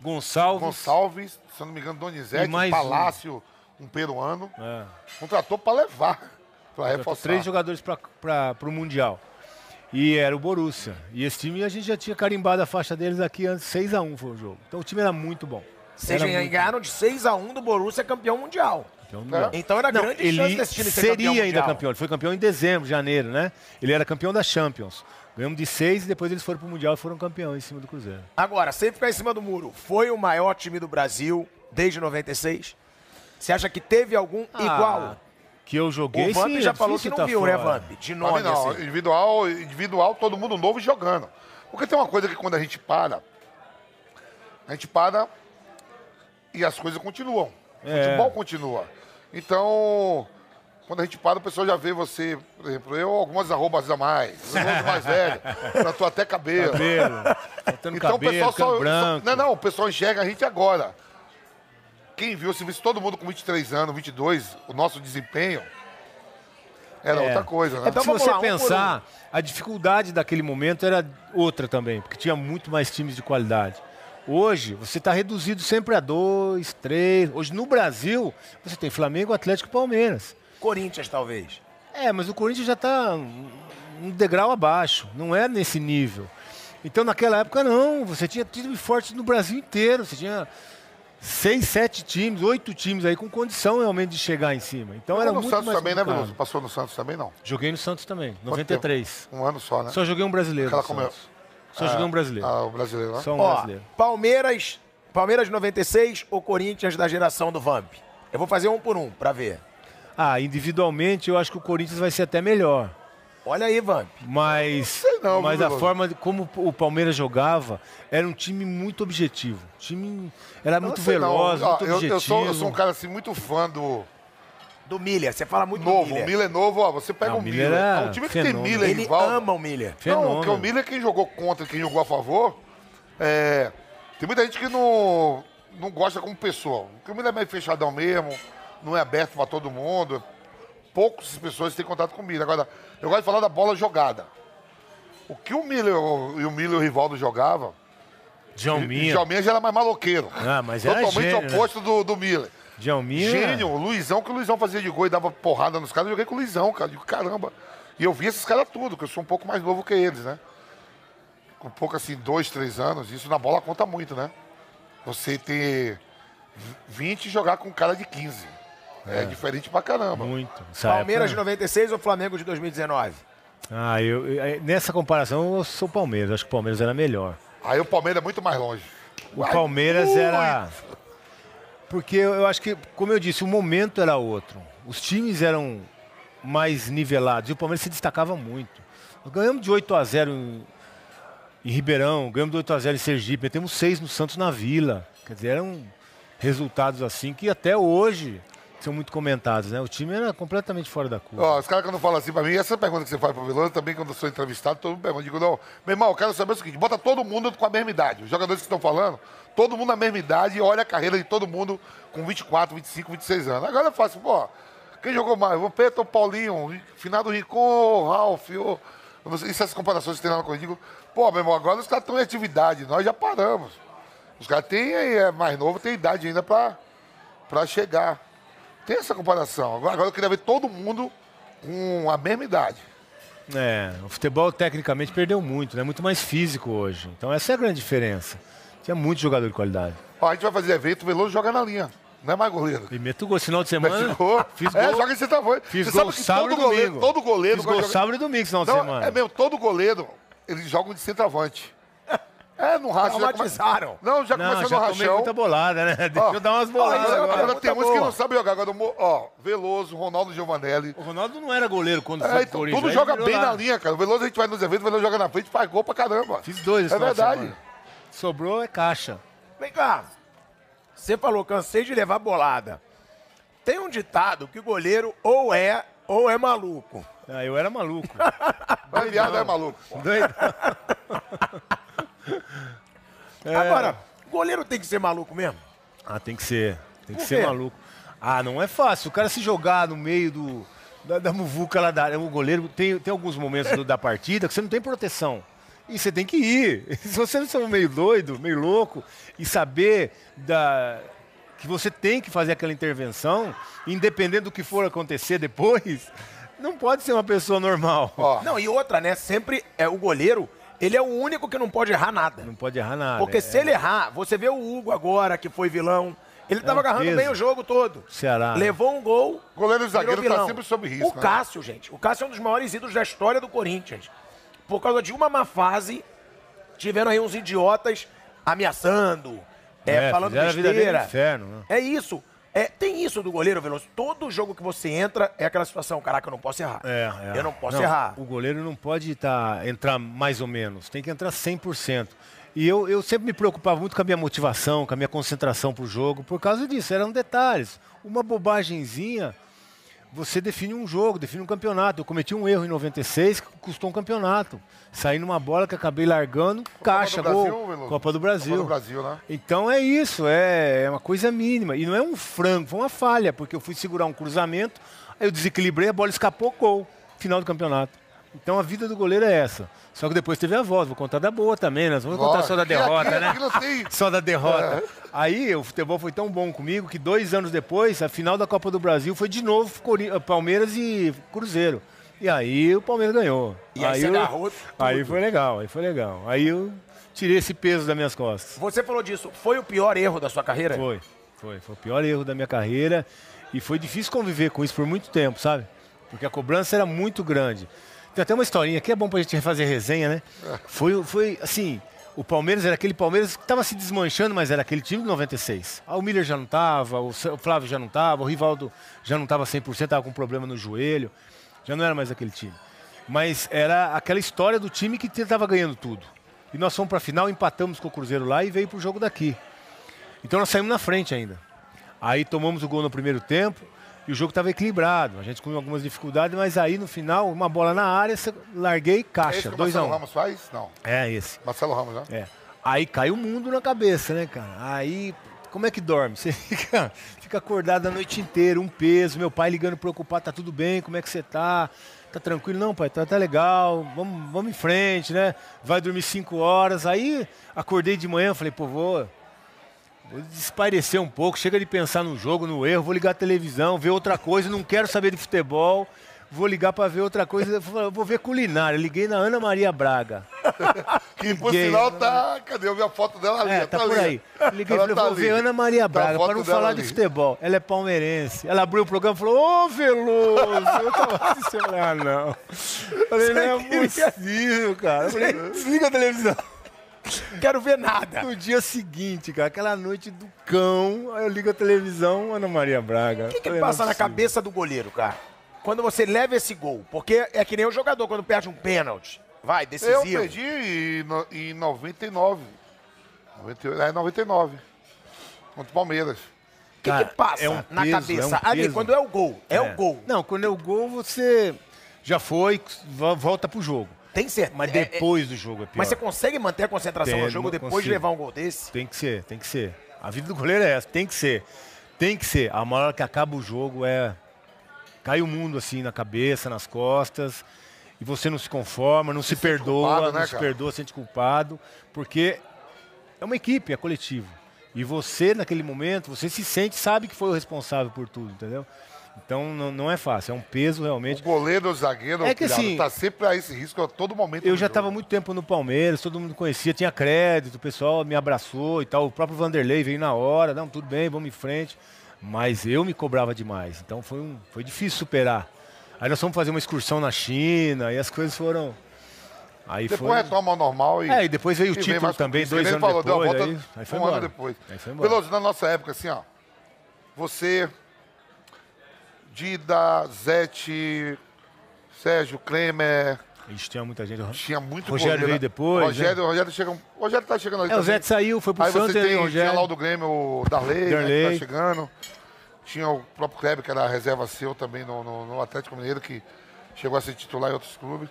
Speaker 2: Gonçalves.
Speaker 3: Gonçalves, se eu não me engano,
Speaker 2: E
Speaker 3: Donizete,
Speaker 2: mais um.
Speaker 3: Palácio, um peruano.
Speaker 2: É.
Speaker 3: Contratou para levar, para
Speaker 2: Contratou
Speaker 3: reforçar.
Speaker 2: Três jogadores para o Mundial. E era o Borussia. E esse time a gente já tinha carimbado a faixa deles aqui antes, 6x1 foi o jogo. Então o time era muito bom.
Speaker 1: Vocês
Speaker 2: Era muito
Speaker 1: ganharam de 6 a 1 do Borussia campeão mundial.
Speaker 2: campeão mundial.
Speaker 1: Então era
Speaker 2: É. Não,
Speaker 1: grande
Speaker 2: ele
Speaker 1: chance desse time ser
Speaker 2: seria
Speaker 1: campeão
Speaker 2: ainda
Speaker 1: mundial.
Speaker 2: campeão. Ele foi campeão em dezembro, janeiro, né? Ele era campeão da Champions. Ganhamos de seis e depois eles foram pro Mundial e foram campeão em cima do Cruzeiro.
Speaker 1: Agora, sem ficar em cima do muro, foi o maior time do Brasil desde 96? Você acha que teve algum Ah. igual?
Speaker 2: Que eu joguei,
Speaker 1: o Vamp
Speaker 2: sim,
Speaker 1: já
Speaker 2: Ah, é
Speaker 1: falou que
Speaker 2: difícil
Speaker 1: não
Speaker 2: tá
Speaker 1: viu, né,
Speaker 2: fora.
Speaker 1: Vamp? De
Speaker 3: Pra mim,
Speaker 1: nome,
Speaker 3: não,
Speaker 1: assim.
Speaker 3: individual, individual, todo mundo novo e jogando. Porque tem uma coisa que quando a gente para, a gente para e as coisas continuam. O
Speaker 2: É.
Speaker 3: futebol continua. Então, quando a gente para, o pessoal já vê você, por exemplo, eu, algumas arrobas a mais, eu sou
Speaker 2: [laughs]
Speaker 3: mais velho, eu tô até cabelo.
Speaker 1: [laughs]
Speaker 2: Cabelo, faltando
Speaker 3: Então o
Speaker 2: cabelo,
Speaker 3: pessoal
Speaker 2: ficando
Speaker 3: só,
Speaker 2: branco.
Speaker 3: só- Não, não, o pessoal enxerga a gente agora. Quem viu, se visse todo mundo com 23 anos, 22, o nosso desempenho era
Speaker 2: É.
Speaker 3: outra coisa, né?
Speaker 2: É porque
Speaker 1: Então, vamos
Speaker 2: se você
Speaker 1: lá, um por
Speaker 2: pensar, a dificuldade daquele momento era outra também, porque tinha muito mais times de qualidade. Hoje, você está reduzido sempre a dois, três. Hoje, no Brasil, você tem Flamengo, Atlético e Palmeiras.
Speaker 1: Corinthians, talvez.
Speaker 2: É, mas o Corinthians já está um degrau abaixo, não é nesse nível. Então, naquela época, não. Você tinha time forte no Brasil inteiro. Você tinha seis, sete times, oito times aí com condição realmente de chegar em cima. Então, era
Speaker 3: no
Speaker 2: muito
Speaker 3: Santos
Speaker 2: mais
Speaker 3: também, né,
Speaker 2: complicado.
Speaker 3: Veloso? Passou no Santos também, não.
Speaker 2: Joguei no Santos também,
Speaker 3: Quanto
Speaker 2: 93.
Speaker 3: tempo? Um ano só, né?
Speaker 2: Só joguei um brasileiro.
Speaker 3: Aquela
Speaker 2: no
Speaker 3: como é-
Speaker 2: Santos. Só joguei um brasileiro.
Speaker 3: Ah, o brasileiro, né?
Speaker 2: Só um
Speaker 1: Ó,
Speaker 2: brasileiro.
Speaker 1: Palmeiras, Palmeiras de 96 ou Corinthians da geração do Vamp? Eu vou fazer um por um pra ver.
Speaker 2: Ah, individualmente eu acho que o Corinthians vai ser até melhor.
Speaker 1: Olha aí, Vamp.
Speaker 2: Mas,
Speaker 3: não,
Speaker 2: mas
Speaker 3: viu,
Speaker 2: a
Speaker 3: Lobo?
Speaker 2: forma de como o Palmeiras jogava era um time muito objetivo. O time era muito
Speaker 3: sei não.
Speaker 2: veloz,
Speaker 3: Ó,
Speaker 2: muito
Speaker 3: eu,
Speaker 2: objetivo.
Speaker 3: eu sou, eu sou um cara assim, muito fã do
Speaker 1: Do Milha, você fala muito
Speaker 3: novo.
Speaker 1: do Milha.
Speaker 3: O Miller é novo, ó. Você pega
Speaker 2: Não,
Speaker 3: o
Speaker 2: o Miller
Speaker 3: Miller.
Speaker 2: é
Speaker 3: é um time que
Speaker 2: fenômeno.
Speaker 3: tem Miller
Speaker 1: Ele
Speaker 3: rival.
Speaker 1: ama o Milha.
Speaker 3: Não, porque o Miller é quem jogou contra, quem jogou a favor. É, tem muita gente que não, não gosta como pessoa. Porque o Miller é meio fechadão mesmo, não é aberto pra todo mundo. Poucas pessoas têm contato com o Miller. Agora, eu gosto de falar da bola jogada. O que o Miller o- e o Miller e o Rivaldo jogava,
Speaker 2: Djalminha.
Speaker 3: o Jalminha já era mais maloqueiro.
Speaker 2: Ah, mas era
Speaker 3: Totalmente
Speaker 2: gênio, né?
Speaker 3: oposto do, do Miller.
Speaker 2: Djalminha.
Speaker 3: Gênio, o Luizão, que o Luizão fazia de gol e dava porrada nos caras, eu joguei com o Luizão, cara. Digo, caramba. E eu vi esses caras tudo, que eu sou um pouco mais novo que eles, né? Com um pouco assim, dois, três anos, isso na bola conta muito, né? Você ter 20 e jogar com um cara de 15. É, diferente pra caramba.
Speaker 2: Muito. Essa
Speaker 1: Palmeiras de
Speaker 2: época- né?
Speaker 1: 96 ou Flamengo de 2019?
Speaker 2: Ah, eu, eu- nessa comparação eu sou Palmeiras. Acho que o Palmeiras era melhor.
Speaker 3: Aí o Palmeiras é muito mais longe.
Speaker 2: O
Speaker 3: Vai
Speaker 2: Palmeiras
Speaker 3: muito.
Speaker 2: era. Porque eu eu acho que, como eu disse, o momento era outro. Os times eram mais nivelados. E o Palmeiras se destacava muito. Nós ganhamos de 8 a 0 em, em Ribeirão, ganhamos de 8 a 0 em Sergipe, metemos 6 no Santos na Vila. Quer dizer, eram resultados assim que até hoje são muito comentados, né? O time era completamente fora da curva.
Speaker 3: Ó, os caras quando falam assim pra mim, essa pergunta que você faz pro Veloso, também quando eu sou entrevistado, todo mundo pergunta. Eu Digo, não, meu irmão, eu quero saber o seguinte, bota todo mundo com a mesma idade. Os jogadores que estão falando, todo mundo na mesma idade, e olha a carreira de todo mundo com 24, 25, 26 anos. Agora eu faço, pô, quem jogou mais? O Peto, o Paulinho, o Finado Ricon, o Ralf, o... eu não sei, Isso essas comparações que tem lá no Corinthians. eu digo, Pô, meu irmão, agora os caras estão em atividade, nós já paramos. Os caras têm, aí, é mais novo, tem idade ainda pra, pra chegar. Tem essa comparação. Agora agora eu queria ver todo mundo com a mesma idade.
Speaker 2: É, o futebol tecnicamente perdeu muito, né? Muito mais físico hoje. Então essa é a grande diferença. Tinha muito jogador de qualidade.
Speaker 3: Ó, a gente vai fazer evento, o Veloso joga na linha. Não é mais goleiro.
Speaker 2: E meto gol, final de
Speaker 3: Mete
Speaker 2: semana.
Speaker 3: gol.
Speaker 2: Fiz gol.
Speaker 3: É, joga em sexta feira
Speaker 2: Fiz
Speaker 3: Você
Speaker 2: gol
Speaker 3: sabe que
Speaker 2: sábado
Speaker 3: todo
Speaker 2: e
Speaker 3: goleiro,
Speaker 2: domingo.
Speaker 3: todo goleiro
Speaker 2: Fiz gol
Speaker 3: vai jogar-
Speaker 2: sábado e domingo, final de
Speaker 3: Não,
Speaker 2: semana.
Speaker 3: é meu, todo goleiro, eles jogam de centroavante. É, não racha. já come-
Speaker 1: Traumatizaram.
Speaker 3: Não, já
Speaker 2: Não,
Speaker 3: começou
Speaker 2: já
Speaker 3: no
Speaker 2: tomei
Speaker 3: rachão.
Speaker 2: muita bolada, né? Deixa
Speaker 3: Ó, É,
Speaker 2: eu dar umas boladas
Speaker 3: Agora,
Speaker 2: agora.
Speaker 3: agora tem
Speaker 1: Muita
Speaker 3: uns que
Speaker 1: boa.
Speaker 3: não sabem jogar. Agora, o Mo- ó, Veloso, Ronaldo Giovanelli.
Speaker 2: O Ronaldo não era goleiro quando foi
Speaker 3: É,
Speaker 2: pro
Speaker 3: então,
Speaker 2: Corinthians.
Speaker 3: tudo
Speaker 2: aí
Speaker 3: joga
Speaker 2: virou
Speaker 3: bem
Speaker 2: lá.
Speaker 3: na linha, cara. O Veloso a gente vai nos eventos, o Veloso joga na frente, faz gol pra caramba.
Speaker 2: Fiz dois esse
Speaker 3: É
Speaker 2: final de
Speaker 3: verdade.
Speaker 2: semana. Sobrou é caixa.
Speaker 1: Vem cá. Você falou, cansei de levar bolada. Tem um ditado que goleiro ou é ou é maluco.
Speaker 2: Ah, eu era
Speaker 3: [laughs]
Speaker 2: maluco.
Speaker 3: Vai viado, é maluco.
Speaker 2: Doido. É.
Speaker 1: Agora, goleiro tem que ser maluco mesmo.
Speaker 2: Ah, tem que ser. Tem que
Speaker 1: Por
Speaker 2: ser
Speaker 1: quê?
Speaker 2: maluco. Ah, não é fácil. O cara se jogar no meio do, da, da muvuca lá da área. O goleiro tem, tem alguns momentos do- da partida que você não tem proteção. E você tem que ir. [laughs] Se você não for meio doido, meio louco, e saber da, que você tem que fazer aquela intervenção, independente do que for acontecer depois, [laughs] não pode ser uma pessoa normal.
Speaker 3: Ó,
Speaker 1: Não, e outra, né? Sempre é o goleiro, ele é o único que não pode errar nada.
Speaker 2: Não pode errar nada.
Speaker 1: Porque
Speaker 2: É,
Speaker 1: se ele errar, você vê o Hugo agora, que foi vilão. Ele tava
Speaker 2: um
Speaker 1: agarrando
Speaker 2: peso.
Speaker 1: bem o jogo todo.
Speaker 2: Ceará. né?
Speaker 1: Levou um gol.
Speaker 3: Goleiro e
Speaker 1: virou
Speaker 3: zagueiro tá
Speaker 1: vilão.
Speaker 3: sempre sob risco,
Speaker 1: O
Speaker 3: né?
Speaker 1: Cássio, gente. O Cássio é um dos maiores ídolos da história do Corinthians. Por causa de uma má fase, tiveram aí uns idiotas ameaçando, é,
Speaker 2: É,
Speaker 1: falando
Speaker 2: fizeram a vida dele
Speaker 1: besteira.
Speaker 2: um inferno, né?
Speaker 1: É isso. É, tem isso do goleiro, Veloso. Todo jogo que você entra é aquela situação, caraca, eu não posso errar.
Speaker 2: É, é.
Speaker 1: Eu não posso errar.
Speaker 2: O goleiro não pode tá, entrar mais ou menos, tem que entrar 100%. E eu, eu sempre me preocupava muito com a minha motivação, com a minha concentração pro jogo, por causa disso, eram detalhes. Uma bobagenzinha, você define um jogo, define um campeonato. Eu cometi um erro em 96 que custou um campeonato. Saí numa bola que acabei largando, caixa,
Speaker 3: do Brasil,
Speaker 2: gol,
Speaker 3: Veloso?
Speaker 2: Copa do Brasil.
Speaker 3: Copa do Brasil, né?
Speaker 2: Então é isso, é, é uma coisa mínima. E não é um frango, foi uma falha, porque eu fui segurar um cruzamento, aí eu desequilibrei, a bola escapou, gol. Final do campeonato. Então a vida do goleiro é essa. Só que depois teve a volta, vou contar da boa também, né? nós vamos contar
Speaker 3: Ó,
Speaker 2: só da
Speaker 3: aqui- é
Speaker 2: derrota,
Speaker 3: aqui-
Speaker 2: né?
Speaker 3: aqui não tem-
Speaker 2: [laughs] Só da derrota.
Speaker 1: É.
Speaker 2: Aí o futebol foi tão bom comigo que dois anos depois, a final da Copa do Brasil foi de novo Cori- eh, Palmeiras e Cruzeiro. E aí o Palmeiras ganhou.
Speaker 1: E aí você
Speaker 2: eu-
Speaker 1: agarrou
Speaker 2: Aí
Speaker 1: tudo.
Speaker 2: foi legal, aí foi legal. Aí eu tirei esse peso das minhas costas.
Speaker 1: Você falou disso. Foi o pior erro da sua carreira?
Speaker 2: Foi, foi. Foi o pior erro da minha carreira. E foi difícil conviver com isso por muito tempo, sabe? Porque a cobrança era muito grande. Tem até uma historinha que é bom pra gente fazer resenha, né? Foi, foi assim, o Palmeiras era aquele Palmeiras que tava se desmanchando, mas era aquele time de 96. Ah, O Miller já não tava, o Sa- o Flávio já não tava, o Rivaldo já não tava 100%, tava com problema no joelho. Já não era mais aquele time. Mas era aquela história do time que tava ganhando tudo. E nós fomos pra final, empatamos com o Cruzeiro lá e veio pro jogo daqui. Então nós saímos na frente ainda. Aí tomamos o gol no primeiro tempo e o jogo estava equilibrado. A gente com algumas dificuldades, mas aí no final, uma bola na área, cê- larguei e
Speaker 3: É
Speaker 2: caixa.
Speaker 3: isso que o
Speaker 2: 2 a
Speaker 3: Marcelo
Speaker 2: 1 um.
Speaker 3: Ramos faz? Não.
Speaker 2: É esse.
Speaker 3: Marcelo Ramos, né?
Speaker 2: É. Aí cai o mundo na cabeça, né, cara? Aí, como é que dorme? [laughs] Você fica, fica acordado a noite inteira, um peso, meu pai ligando preocupado, tá tudo bem, como é que você tá? tá tranquilo, não, pai, tá, tá legal, vamos, vamos em frente, né? Vai dormir cinco horas. Aí acordei de manhã, falei, pô, vou, vou desaparecer um pouco, chega de pensar no jogo, no erro, vou ligar a televisão, ver outra coisa, não quero saber de futebol. Vou ligar pra ver outra coisa, vou vou ver culinária. Liguei na Ana Maria Braga.
Speaker 3: Que por
Speaker 2: Ninguém.
Speaker 3: sinal tá. Cadê? Eu vi a foto dela ali.
Speaker 2: É, tá,
Speaker 3: ali.
Speaker 2: por aí. Liguei e
Speaker 3: Ela
Speaker 2: falei,
Speaker 3: tá
Speaker 2: vou
Speaker 3: ali.
Speaker 2: ver Ana Maria
Speaker 3: Tá a
Speaker 2: Braga,
Speaker 3: foto
Speaker 2: para não
Speaker 3: dela
Speaker 2: falar
Speaker 3: ali.
Speaker 2: de futebol. Ela é palmeirense. Ela abriu o programa e falou, ô Veloso! Eu tava assistindo, eu falei, ah, não. Eu Falei, não é possível, cara. Eu falei, desliga a televisão.
Speaker 1: Quero ver nada.
Speaker 2: No dia seguinte, cara, aquela noite do cão, aí eu ligo a televisão, Ana Maria Braga. é
Speaker 1: O que, que passa na cabeça do goleiro, cara? Quando você leva esse gol. Porque é que nem o jogador quando perde um pênalti. Vai,
Speaker 3: Eu
Speaker 1: decisivo.
Speaker 3: perdi em, no- em 99. 98, é 99. Contra o Palmeiras.
Speaker 1: O que,
Speaker 2: Cara,
Speaker 1: que passa
Speaker 2: é um
Speaker 1: na
Speaker 2: peso,
Speaker 1: cabeça?
Speaker 2: é um
Speaker 1: Ali,
Speaker 2: peso.
Speaker 1: quando é o gol. É, o gol.
Speaker 2: Não, quando é o gol, você já foi, vo- volta pro jogo.
Speaker 1: Tem certeza.
Speaker 2: Mas depois do jogo é pior.
Speaker 1: Mas você consegue manter a concentração
Speaker 2: Tem,
Speaker 1: no jogo
Speaker 2: não
Speaker 1: depois de
Speaker 2: consigo.
Speaker 1: levar um gol desse?
Speaker 2: Tem que ser, tem que ser. A vida do goleiro é essa, tem que ser. Tem que ser. A maior hora que acaba o jogo é. Cai o mundo assim na cabeça, nas costas. E você não se conforma, não se, perdoa,
Speaker 3: culpado,
Speaker 2: não
Speaker 3: né,
Speaker 2: se
Speaker 3: cara?
Speaker 2: perdoa, sente culpado, porque é uma equipe, é coletivo. E você, naquele momento, você se sente, sabe que foi o responsável por tudo, entendeu? Então não, não é fácil, é um peso realmente.
Speaker 3: O goleiro, o zagueiro,
Speaker 2: É que
Speaker 3: pilhado,
Speaker 2: assim-
Speaker 3: tá sempre a esse risco a todo momento.
Speaker 2: Eu
Speaker 3: do
Speaker 2: já
Speaker 3: jogo.
Speaker 2: estava muito tempo no Palmeiras, todo mundo conhecia, tinha crédito, o pessoal me abraçou e tal. O próprio Vanderlei veio na hora, não, tudo bem, vamos em frente. Mas eu me cobrava demais, então foi, um, foi difícil superar. Aí nós fomos fazer uma excursão na China e as coisas foram. Aí
Speaker 3: Depois
Speaker 2: foi.
Speaker 3: retoma ao normal e.
Speaker 2: É, e depois veio o
Speaker 3: vem
Speaker 2: título
Speaker 3: mais com
Speaker 2: também,
Speaker 3: isso. Que
Speaker 2: dois
Speaker 3: nem
Speaker 2: anos
Speaker 3: falou, deu uma
Speaker 2: depois,
Speaker 3: volta
Speaker 2: aí- aí foi
Speaker 3: um
Speaker 2: embora.
Speaker 3: ano depois.
Speaker 2: Aí foi embora.
Speaker 3: Veloso, na nossa época, assim, ó. Você, Dida, Zete, Sérgio Klemer.
Speaker 2: Ixi, tinha muita gente.
Speaker 3: Tinha muito
Speaker 2: Rogério
Speaker 3: goleiro,
Speaker 2: veio
Speaker 3: né?
Speaker 2: depois,
Speaker 3: Rogério, Rogério, chega, um- Rogério tá chegando ali.
Speaker 2: É, o
Speaker 3: também.
Speaker 2: Zé saiu, foi pro
Speaker 3: Aí
Speaker 2: Santos,
Speaker 3: você
Speaker 2: aí
Speaker 3: tem,
Speaker 2: o Rogério.
Speaker 3: tinha lá o do Grêmio, o Darley, né,
Speaker 2: Darley.
Speaker 3: que tá chegando. Tinha o próprio Kleber, que era a reserva seu também no, no- no Atlético Mineiro, que chegou a ser titular em outros clubes.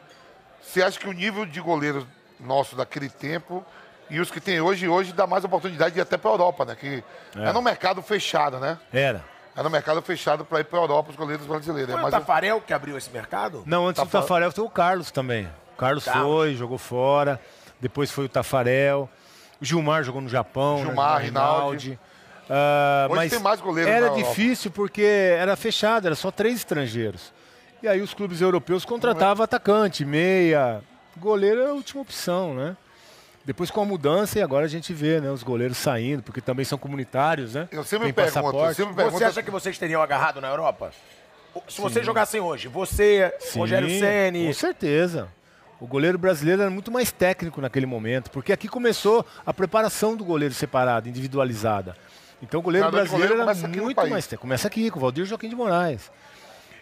Speaker 3: Você acha que o nível de goleiro nosso daquele tempo e os que tem hoje, hoje dá mais oportunidade de ir até para Europa, né? Que é. no mercado fechado, né?
Speaker 2: Era.
Speaker 3: É no mercado fechado para ir para Europa os goleiros brasileiros.
Speaker 1: Foi
Speaker 3: É
Speaker 1: o
Speaker 2: tá
Speaker 3: mais
Speaker 1: Tafarel que abriu esse mercado?
Speaker 2: Não, antes
Speaker 3: Tafarel.
Speaker 2: do Tafarel foi o Carlos também. O Carlos
Speaker 1: Carlos.
Speaker 2: foi, jogou fora. Depois foi o Tafarel. O Gilmar jogou no Japão. né?
Speaker 3: Gilmar, Rinaldi.
Speaker 2: Ah,
Speaker 3: Hoje
Speaker 2: mas
Speaker 3: tem mais né, goleiros
Speaker 2: Era
Speaker 3: na Europa.
Speaker 2: difícil porque era fechado, era só três estrangeiros. E aí os clubes europeus contratavam
Speaker 3: é?
Speaker 2: atacante, meia. Goleiro era a última opção, né? Depois com a mudança, e agora a gente vê, né? Os goleiros saindo, porque também são comunitários, né?
Speaker 3: Eu sempre
Speaker 2: Tem
Speaker 3: pergunto, eu
Speaker 2: passaporte.
Speaker 3: sempre pergunto-
Speaker 1: Você acha que vocês teriam agarrado na Europa? Se vocês jogassem hoje, você, Rogério Ceni,
Speaker 2: Com certeza. O goleiro brasileiro era muito mais técnico naquele momento, porque aqui começou a preparação do goleiro separado, individualizada. Então o goleiro
Speaker 3: Treinador de
Speaker 2: brasileiro
Speaker 3: goleiro começa
Speaker 2: era
Speaker 3: aqui no
Speaker 2: muito
Speaker 3: país.
Speaker 2: mais técnico. Começa aqui, com o Valdir Joaquim de Moraes.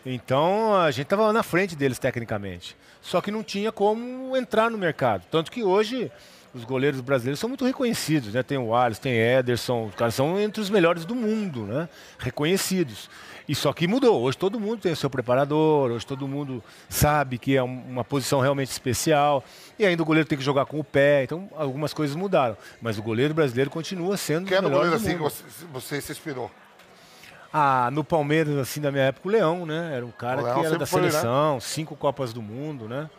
Speaker 2: Então a gente estava na frente deles tecnicamente. Só que não tinha como entrar no mercado. Tanto que hoje os goleiros brasileiros são muito reconhecidos, né? Tem o Alisson, tem Ederson, os caras são entre os melhores do mundo, né? Reconhecidos. E só que mudou. Hoje todo mundo tem o seu preparador, hoje todo mundo sabe que é um- uma posição realmente especial. E ainda o goleiro tem que jogar com o pé. Então algumas coisas mudaram. Mas o goleiro brasileiro continua sendo
Speaker 3: Quem
Speaker 2: o
Speaker 3: era o
Speaker 2: melhor
Speaker 3: goleiro
Speaker 2: do
Speaker 3: assim que
Speaker 2: mundo.
Speaker 3: você, você se inspirou?
Speaker 2: Ah, no Palmeiras, assim, da minha época, o Leão, né? Era um cara
Speaker 3: O Leão
Speaker 2: que era
Speaker 3: sempre
Speaker 2: da
Speaker 3: foi, né?
Speaker 2: seleção, cinco Copas do Mundo, né?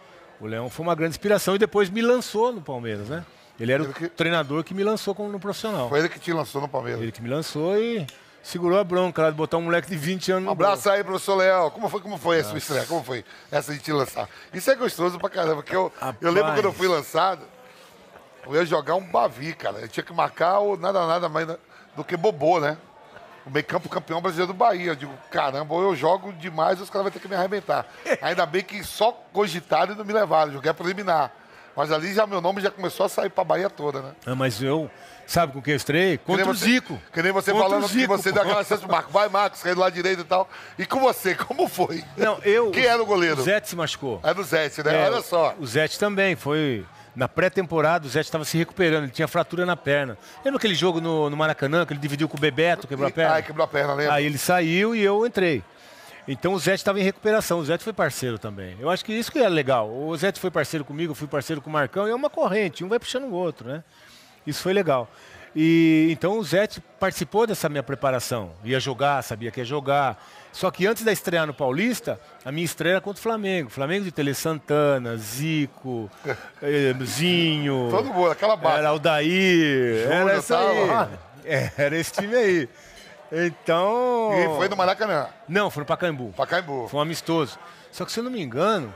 Speaker 2: O Leão foi uma grande inspiração e depois me lançou no Palmeiras, né? Ele era o
Speaker 3: Ele que-
Speaker 2: treinador que me lançou como no profissional.
Speaker 3: Foi ele que te lançou no Palmeiras.
Speaker 2: Ele que me lançou e segurou a bronca lá de botar um moleque de 20 anos
Speaker 3: Um
Speaker 2: no
Speaker 3: abraço aí, professor Leal. Como foi, como foi a sua estreia? Como foi essa de te lançar? Isso é gostoso pra caramba, porque eu, eu
Speaker 2: Rapaz.
Speaker 3: lembro quando eu fui lançado, eu ia jogar um Bavi, cara. Eu tinha que marcar o nada, nada mais na- do que Bobô, né? O meio campo campeão brasileiro do Bahia. Eu digo, caramba, ou eu jogo demais, os caras vão ter que
Speaker 2: [laughs]
Speaker 3: me arrebentar. Ainda bem que só cogitaram e não me levaram. Joguei a preliminar. Mas ali já meu nome já começou a sair pra Bahia toda, né?
Speaker 2: Ah, mas eu, sabe com quem eu estrei?
Speaker 3: Que nem
Speaker 2: Contra o
Speaker 3: você-
Speaker 2: Zico.
Speaker 3: Que nem você
Speaker 2: Contra o
Speaker 3: falando que
Speaker 2: Zico,
Speaker 3: você é
Speaker 2: pô.
Speaker 3: deu aquela chance pro Marco. Vai, Marcos, caiu do lado direito e tal. E com você, como foi?
Speaker 2: Não, eu...
Speaker 3: Quem era o goleiro?
Speaker 2: O Zete se machucou.
Speaker 3: Era o Zete, né?
Speaker 2: É,
Speaker 3: Olha só.
Speaker 2: O Zete também foi. Na pré-temporada, o Zete estava se recuperando, ele tinha fratura na perna. Lembra aquele jogo no, no Maracanã, que ele dividiu com o Bebeto, quebrou a
Speaker 3: E-
Speaker 2: perna?
Speaker 3: Ai, quebrou a perna, lembra?
Speaker 2: Aí ele saiu e eu entrei. Então o Zete estava em recuperação, o Zete foi parceiro também. Eu acho que isso que era legal. O Zete é foi parceiro comigo, eu fui parceiro com o Marcão, e é uma corrente, um vai puxando o outro, né? Isso foi legal. E então o Zete participou dessa minha preparação. Ia jogar, sabia que ia jogar. Só que antes da estreia no Paulista, a minha estreia era contra o Flamengo. Flamengo de Tele Santana,
Speaker 3: [laughs]
Speaker 2: Zico, eh, Zinho.
Speaker 3: Todo mundo, aquela base.
Speaker 2: Era Aldair.
Speaker 3: Júnior,
Speaker 2: era essa
Speaker 3: tal.
Speaker 2: aí. É, Era esse time aí. Então.
Speaker 3: E foi no Maracanã,
Speaker 2: Não, foi no Pacaembu.
Speaker 3: Pacaembu.
Speaker 2: Foi um amistoso. Só que se eu não me engano,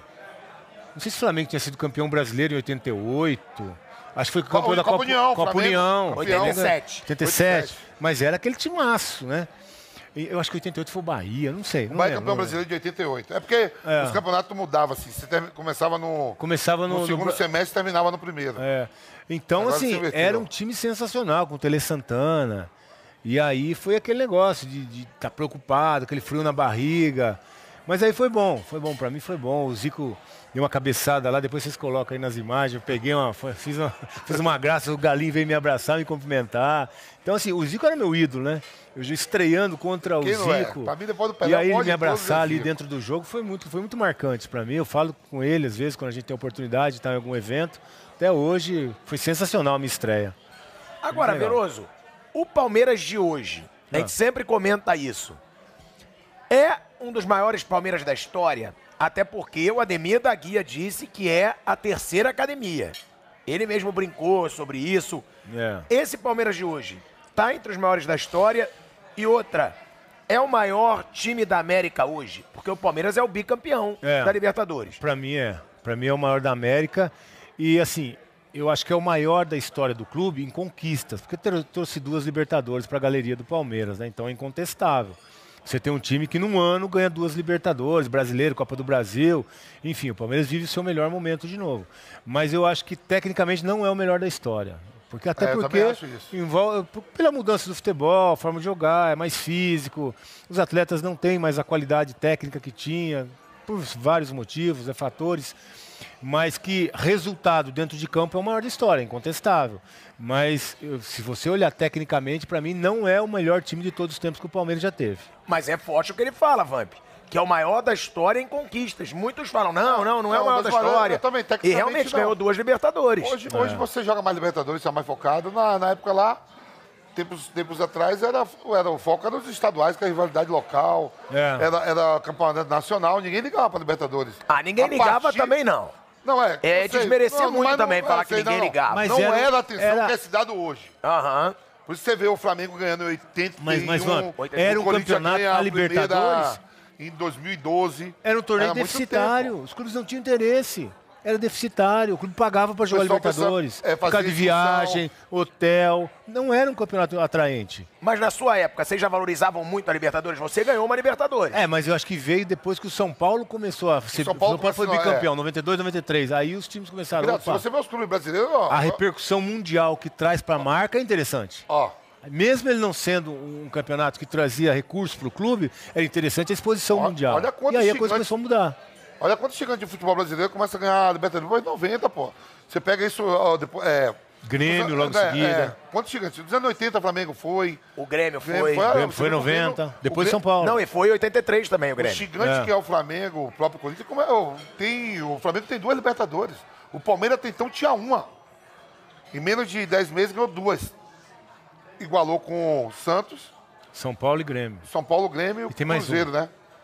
Speaker 2: não sei se o Flamengo tinha sido campeão brasileiro em 88. Acho que foi campeão
Speaker 3: Copa
Speaker 2: da Copa,
Speaker 3: União,
Speaker 2: Copa
Speaker 3: Flamengo,
Speaker 2: União.
Speaker 3: campeão.
Speaker 1: 87.
Speaker 2: 87.
Speaker 3: 87.
Speaker 2: Mas era aquele timaço, né? E Eu acho que 88 foi o Bahia, não sei. Não
Speaker 3: Vai
Speaker 2: lembro,
Speaker 3: é campeão
Speaker 2: não lembro.
Speaker 3: brasileiro de 88. É porque os campeonatos mudavam assim. Você termi- começava no,
Speaker 2: Começava no,
Speaker 3: no segundo
Speaker 2: no-
Speaker 3: semestre e terminava no primeiro.
Speaker 2: É. Então,
Speaker 3: Agora se
Speaker 2: assim,
Speaker 3: inverteu.
Speaker 2: era um time sensacional, com o Tele Santana. E aí foi aquele negócio de estar preocupado, aquele frio na barriga. Mas aí foi bom, foi bom, pra mim foi bom. O Zico deu uma cabeçada lá, depois vocês colocam aí nas imagens. Eu peguei uma, foi- fiz uma, [laughs] fiz uma graça, o Galinho veio me abraçar, me cumprimentar. Então, assim, o Zico era meu ídolo, né? Eu já estreando contra
Speaker 3: Quem
Speaker 2: o
Speaker 3: não é?
Speaker 2: Zico.
Speaker 3: Pra mim, depois do Pelé,
Speaker 2: e aí
Speaker 3: o
Speaker 2: ele me
Speaker 3: maior de todos é o
Speaker 2: abraçar ali
Speaker 3: Zico.
Speaker 2: dentro dentro do jogo foi muito, foi muito marcante para mim. Eu falo com ele, às vezes, quando a gente tem oportunidade de estar em algum evento. Até hoje, foi sensacional a minha estreia.
Speaker 1: Agora,
Speaker 2: Legal. Ah.
Speaker 1: Veloso, o Palmeiras de hoje, a gente sempre comenta isso, é um dos maiores Palmeiras da história, até porque o Ademir da Guia disse que é a terceira academia. Ele mesmo brincou sobre isso.
Speaker 2: É.
Speaker 1: Esse Palmeiras de hoje tá entre os maiores da história e outra, é o maior time da América hoje, porque o Palmeiras é o bicampeão
Speaker 2: É.
Speaker 1: da Libertadores.
Speaker 2: Para mim é. Para mim é o maior da América. E assim, eu acho que é o maior da história do clube em conquistas, porque tro- trouxe duas Libertadores para a galeria do Palmeiras, né? Então é incontestável. Você tem um time que num ano ganha duas Libertadores, Brasileiro, Copa do Brasil, enfim, o Palmeiras vive o seu melhor momento de novo. Mas eu acho que tecnicamente não é o melhor da história. Porque até
Speaker 3: É, eu
Speaker 2: porque
Speaker 3: também acho isso.
Speaker 2: envolve, p- pela mudança do futebol, a forma de jogar, é mais físico, os atletas não têm mais a qualidade técnica que tinha, por vários motivos, é, fatores, mas que resultado dentro de campo é o maior da história, é incontestável. Mas eu- se você olhar tecnicamente, para mim não é o melhor time de todos os tempos que o Palmeiras já teve.
Speaker 1: Mas é forte o que ele fala, Vamp. Que é o maior da história em conquistas. Muitos falam, não, não, não é
Speaker 3: Não,
Speaker 1: o maior
Speaker 3: mas
Speaker 1: da
Speaker 3: valeu,
Speaker 1: história.
Speaker 3: eu também,
Speaker 1: e
Speaker 3: tecnicamente,
Speaker 1: realmente
Speaker 3: não.
Speaker 1: ganhou duas Libertadores.
Speaker 3: Hoje,
Speaker 2: né?
Speaker 3: hoje você joga mais Libertadores, está mais focado. Na, na época lá, tempos, tempos atrás, era, era o foco era os estaduais, com a rivalidade local.
Speaker 2: É.
Speaker 3: Era, era campeonato nacional, ninguém ligava para Libertadores.
Speaker 1: Ah, ninguém
Speaker 3: A
Speaker 1: ligava
Speaker 3: partir-
Speaker 1: também, não.
Speaker 3: Não, é.
Speaker 1: É
Speaker 3: eu sei.
Speaker 1: desmerecer muito
Speaker 3: mas
Speaker 1: também
Speaker 3: eu
Speaker 1: falar que ninguém ligava.
Speaker 2: Mas
Speaker 3: não
Speaker 2: era-
Speaker 3: era, a atenção
Speaker 2: era-
Speaker 3: que é se dado hoje.
Speaker 1: Aham.
Speaker 3: Por isso você vê o Flamengo ganhando 81.
Speaker 2: Mas- mas, mano,
Speaker 3: o
Speaker 2: era um
Speaker 3: Corinthians
Speaker 2: campeonato
Speaker 3: ganha
Speaker 2: a Libertadores?
Speaker 3: primeira Em 2012.
Speaker 2: Era um torneio
Speaker 3: muito
Speaker 2: deficitário, os clubes não tinham interesse. Era deficitário, o clube pagava para jogar
Speaker 3: pessoal
Speaker 2: Libertadores,
Speaker 3: pensava, é,
Speaker 2: por
Speaker 3: fazer
Speaker 2: causa de
Speaker 3: excursão.
Speaker 2: viagem, hotel. Não era um campeonato atraente.
Speaker 1: Mas na sua época, vocês já valorizavam muito a Libertadores? Você ganhou uma Libertadores.
Speaker 2: É, mas eu acho que veio depois que o São Paulo começou a ser.
Speaker 3: São Paulo
Speaker 2: foi
Speaker 3: começou,
Speaker 2: bicampeão, 92, 93. Aí os times começaram.
Speaker 3: Tempo. Se
Speaker 2: opa,
Speaker 3: você vê os clubes brasileiros, ó,
Speaker 2: a repercussão mundial que traz para a marca é interessante.
Speaker 3: ó,
Speaker 2: Mesmo ele não sendo um campeonato que trazia recursos para o clube, era interessante a exposição
Speaker 3: Olha-
Speaker 2: mundial.
Speaker 3: olha quantos
Speaker 2: e aí a coisa
Speaker 3: gigantes-
Speaker 2: começou a mudar.
Speaker 3: olha quantos gigantes de futebol brasileiro começa a ganhar a Libertadores depois de 90, pô. Você pega isso, ó, depois, é,
Speaker 2: Grêmio,
Speaker 3: dos-
Speaker 2: logo em
Speaker 3: é,
Speaker 2: seguida.
Speaker 3: é, quantos gigantes? Dos anos 80 o Flamengo foi.
Speaker 1: O Grêmio foi.
Speaker 3: Grêmio foi- Ah,
Speaker 2: Grêmio
Speaker 3: você
Speaker 2: foi
Speaker 3: viu o Grêmio-
Speaker 2: 90,
Speaker 3: o
Speaker 2: depois
Speaker 3: Grêmio-
Speaker 2: São Paulo.
Speaker 1: Não, e foi em 83 também o
Speaker 3: O
Speaker 1: Grêmio.
Speaker 3: gigante
Speaker 2: É.
Speaker 3: que é o Flamengo, o próprio Corinthians, como é, o- tem, o Flamengo tem duas Libertadores. O Palmeiras até então tinha uma. Em menos de 10 meses ganhou duas. Igualou com o Santos,
Speaker 2: São Paulo e Grêmio.
Speaker 3: São Paulo, Grêmio
Speaker 2: E
Speaker 3: e
Speaker 2: tem
Speaker 3: tem
Speaker 2: mais
Speaker 3: Cruzeiro,
Speaker 2: um.
Speaker 3: né?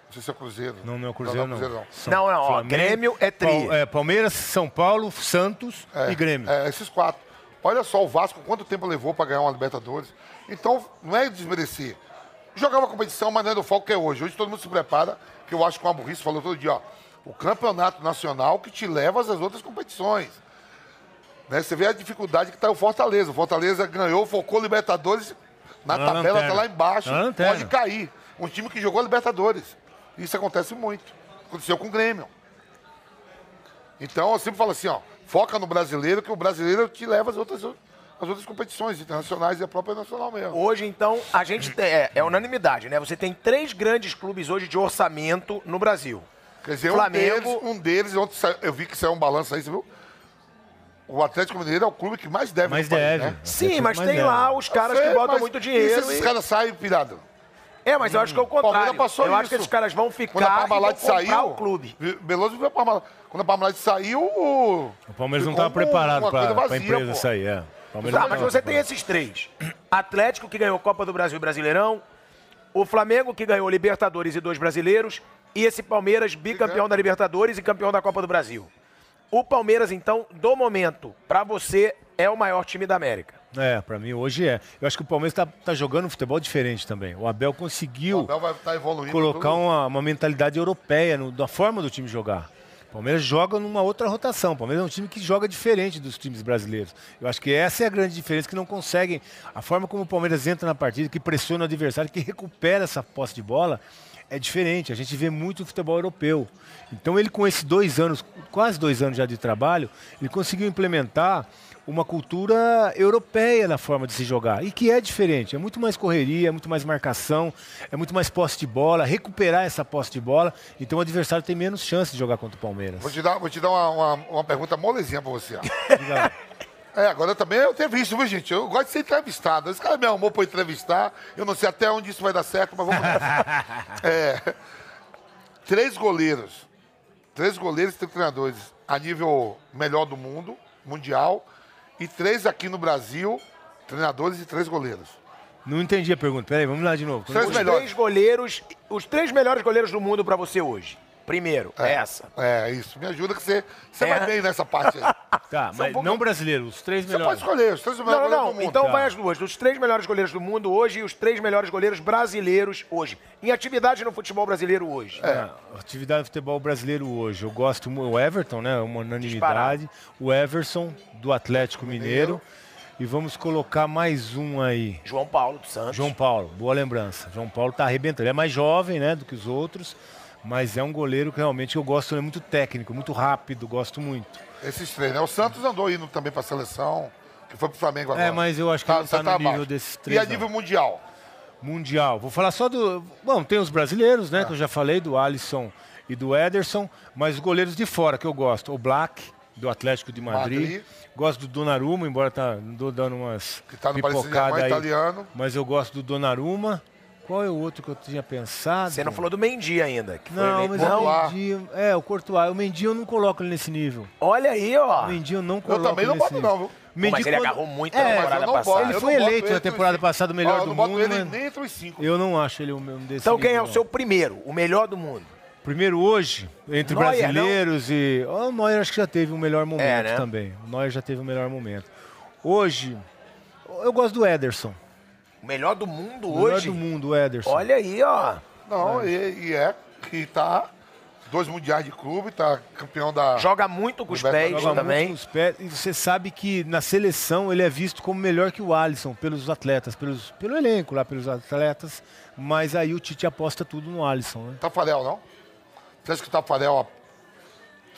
Speaker 3: Não sei se é o Cruzeiro.
Speaker 2: Não, não é o Cruzeiro, não. São-
Speaker 1: Não, não, ó, Grêmio é tri.
Speaker 2: Pal- é, Palmeiras, São Paulo, Santos
Speaker 3: É,
Speaker 2: e Grêmio.
Speaker 3: é, esses quatro. Olha só o Vasco, quanto tempo levou para ganhar uma Libertadores. Então, não é desmerecer. Jogava competição, mas não é do foco que é hoje. Hoje todo mundo se prepara, que eu acho que o Amorrice falou todo dia, ó. O campeonato nacional que te leva às outras competições. Né, Você vê a dificuldade que está o Fortaleza. O Fortaleza ganhou, focou Libertadores na
Speaker 2: Na
Speaker 3: tabela,
Speaker 2: lanterna.
Speaker 3: está lá embaixo.
Speaker 2: Na lanterna.
Speaker 3: Pode cair. Um time que jogou Libertadores. Isso acontece muito. Aconteceu com o Grêmio. Então eu sempre falo assim, ó, foca no brasileiro, que o brasileiro te leva às outras, às outras competições internacionais e a própria nacional mesmo.
Speaker 1: Hoje, então, a gente tem, é, é unanimidade, né? Você tem três grandes clubes hoje de orçamento no Brasil.
Speaker 3: Quer dizer,
Speaker 1: Flamengo-
Speaker 3: um, deles, um deles, ontem saiu- eu vi que saiu um balanço aí, você viu? O Atlético Mineiro é o clube que mais deve
Speaker 2: Mas
Speaker 3: no
Speaker 2: deve.
Speaker 3: país, né?
Speaker 1: Sim, mas tem
Speaker 2: deve.
Speaker 1: lá os caras que
Speaker 3: Sei,
Speaker 1: botam
Speaker 3: mas é
Speaker 1: muito
Speaker 3: E se
Speaker 1: dinheiro.
Speaker 3: esses
Speaker 1: e-
Speaker 3: caras saem, pirado?
Speaker 1: É, mas eu acho que é o contrário.
Speaker 3: Palmeiras passou
Speaker 1: eu acho que
Speaker 3: isso.
Speaker 1: esses caras vão
Speaker 3: Quando a
Speaker 1: ficar e vão
Speaker 3: Parmalat
Speaker 1: comprar
Speaker 3: saiu,
Speaker 1: o clube.
Speaker 3: Vi- Veloso viu a Parmalat. Quando a Parmalat saiu, o...
Speaker 2: O Palmeiras não
Speaker 3: ficou
Speaker 2: estava
Speaker 3: uma-
Speaker 2: preparado
Speaker 3: uma coisa
Speaker 2: para a
Speaker 3: vazia,
Speaker 2: empresa
Speaker 3: pô.
Speaker 2: sair. É. Palmeiras
Speaker 1: Tá,
Speaker 2: não
Speaker 1: mas
Speaker 2: ganhou
Speaker 1: você
Speaker 3: um
Speaker 2: a Copa.
Speaker 1: tem esses três. Atlético, que ganhou Copa do Brasil e Brasileirão. O Flamengo, que ganhou Libertadores e dois brasileiros. E esse Palmeiras, bicampeão da Libertadores e campeão da Copa do Brasil. O Palmeiras, então, do momento, pra você, é o maior time da América.
Speaker 2: É, pra mim hoje é. Eu acho que o Palmeiras tá, tá jogando um futebol diferente também. O Abel conseguiu
Speaker 3: O Abel vai estar evoluindo.
Speaker 2: colocar um-
Speaker 3: tudo.
Speaker 2: uma, uma mentalidade europeia no- na forma do time jogar. O Palmeiras joga numa outra rotação. O Palmeiras é um time que joga diferente dos times brasileiros. Eu acho que essa é a grande diferença, que não conseguem. A forma como o Palmeiras entra na partida, que pressiona o adversário, que recupera essa posse de bola, é diferente. A gente vê muito o futebol europeu. Então ele com esses dois anos, quase dois anos já de trabalho, ele conseguiu implementar uma cultura europeia na forma de se jogar e que é diferente. É muito mais correria, é muito mais marcação, é muito mais posse de bola, recuperar essa posse de bola. Então o adversário tem menos chance de jogar contra o Palmeiras.
Speaker 3: Vou te dar, vou te dar uma, uma, uma pergunta molezinha pra você. ó. é, agora também eu tenho visto, viu, gente? Eu gosto de ser entrevistado. Esse cara me arrumou pra entrevistar. Eu não sei até onde isso vai dar certo, mas vamos lá. É, três goleiros. Três goleiros e três treinadores a nível melhor do mundo, mundial. E três aqui no Brasil, treinadores e três goleiros.
Speaker 2: Não entendi a pergunta. Peraí, vamos lá de novo.
Speaker 3: Três
Speaker 1: Os
Speaker 3: melhores.
Speaker 1: três goleiros, os três melhores goleiros do mundo pra você hoje. Primeiro, essa.
Speaker 3: É, isso. Me ajuda que você, você
Speaker 1: É.
Speaker 3: vai bem nessa parte aí.
Speaker 2: Tá,
Speaker 3: São
Speaker 2: mas
Speaker 3: poucas-
Speaker 2: não brasileiro, os três
Speaker 3: Você pode
Speaker 2: melhores.
Speaker 3: escolher os três melhores
Speaker 1: Não,
Speaker 3: goleiros
Speaker 1: não,
Speaker 3: do
Speaker 1: não.
Speaker 3: mundo.
Speaker 1: Então
Speaker 2: Tá.
Speaker 1: vai as duas. Os três melhores goleiros do mundo hoje e os três melhores goleiros brasileiros hoje. Em atividade no futebol brasileiro hoje.
Speaker 2: É, atividade do futebol brasileiro hoje. Eu gosto muito. O Everton, né? Uma unanimidade. O Everson, do Atlético Mineiro. E vamos colocar mais um aí.
Speaker 1: João Paulo dos Santos.
Speaker 2: João Paulo, boa lembrança. João Paulo tá arrebentando. Ele é mais jovem, né, do que os outros, mas é um goleiro que realmente eu gosto, ele é muito técnico, muito rápido, gosto muito.
Speaker 3: Esses três, né? O Santos andou indo também pra seleção, que foi pro Flamengo agora.
Speaker 2: É, mas eu acho que não tá no nível desses três,
Speaker 3: E a
Speaker 2: não.
Speaker 3: nível mundial?
Speaker 2: Mundial. Vou falar só do, bom, tem os brasileiros,
Speaker 3: Ah.
Speaker 2: né, que eu já falei do Alisson e do Ederson, mas os goleiros de fora que eu gosto, o Black do Atlético de Madrid.
Speaker 3: Madrid.
Speaker 2: Gosto do Donnarumma, embora tá tô dando umas
Speaker 3: Que tá no Paris
Speaker 2: pipocadas
Speaker 3: Saint-Germain,
Speaker 2: aí.
Speaker 3: italiano.
Speaker 2: Mas eu gosto do Donnarumma. Qual é o outro que eu tinha pensado?
Speaker 1: Você não falou do Mendy ainda. Que foi
Speaker 2: Não,
Speaker 1: eleito-
Speaker 2: mas
Speaker 3: Courtois.
Speaker 2: o Mendy... É, o Courtois. O Mendy eu não coloco ele nesse nível.
Speaker 1: Olha aí, ó.
Speaker 2: O Mendy eu é- não coloco
Speaker 3: também não
Speaker 2: nesse
Speaker 3: boto
Speaker 2: nível.
Speaker 3: não, viu?
Speaker 2: O Mendy
Speaker 1: Pô, mas ele
Speaker 2: quando-
Speaker 1: agarrou muito
Speaker 2: é,
Speaker 1: na
Speaker 3: Mas
Speaker 1: temporada
Speaker 3: eu não
Speaker 1: passada.
Speaker 3: boto,
Speaker 2: Ele
Speaker 3: eu
Speaker 2: foi
Speaker 3: não boto
Speaker 2: eleito
Speaker 3: ele
Speaker 2: na
Speaker 3: entre os
Speaker 2: temporada
Speaker 3: cinco.
Speaker 2: passada o melhor
Speaker 3: Ó, eu
Speaker 2: do
Speaker 3: não boto
Speaker 2: mundo,
Speaker 3: ele
Speaker 2: mas-
Speaker 3: nem entre os cinco.
Speaker 2: Eu não acho ele um um desse
Speaker 1: Então quem é
Speaker 2: nível,
Speaker 1: o
Speaker 2: não.
Speaker 1: seu primeiro, o melhor do mundo?
Speaker 2: Primeiro hoje, entre
Speaker 1: Neuer,
Speaker 2: brasileiros e... Ó, o Neuer acho que já teve um melhor momento
Speaker 1: né?
Speaker 2: também. O Neuer já teve um melhor momento. Hoje, eu gosto do Ederson.
Speaker 1: O melhor do mundo
Speaker 2: O melhor
Speaker 1: hoje?
Speaker 2: do mundo, o Ederson.
Speaker 1: Olha aí, ó.
Speaker 3: Não, e, e é. E tá dois mundiais de clube, tá campeão da...
Speaker 1: Joga muito com os
Speaker 3: Roberto
Speaker 1: pés
Speaker 3: joga
Speaker 2: Joga
Speaker 1: também.
Speaker 2: muito nos pés. E você sabe que na seleção ele é visto como melhor que o Alisson pelos atletas, pelos, pelo elenco lá, pelos atletas. Mas aí o Tite aposta tudo no Alisson, né?
Speaker 3: Tafarel, não? Você acha que o Tafarel...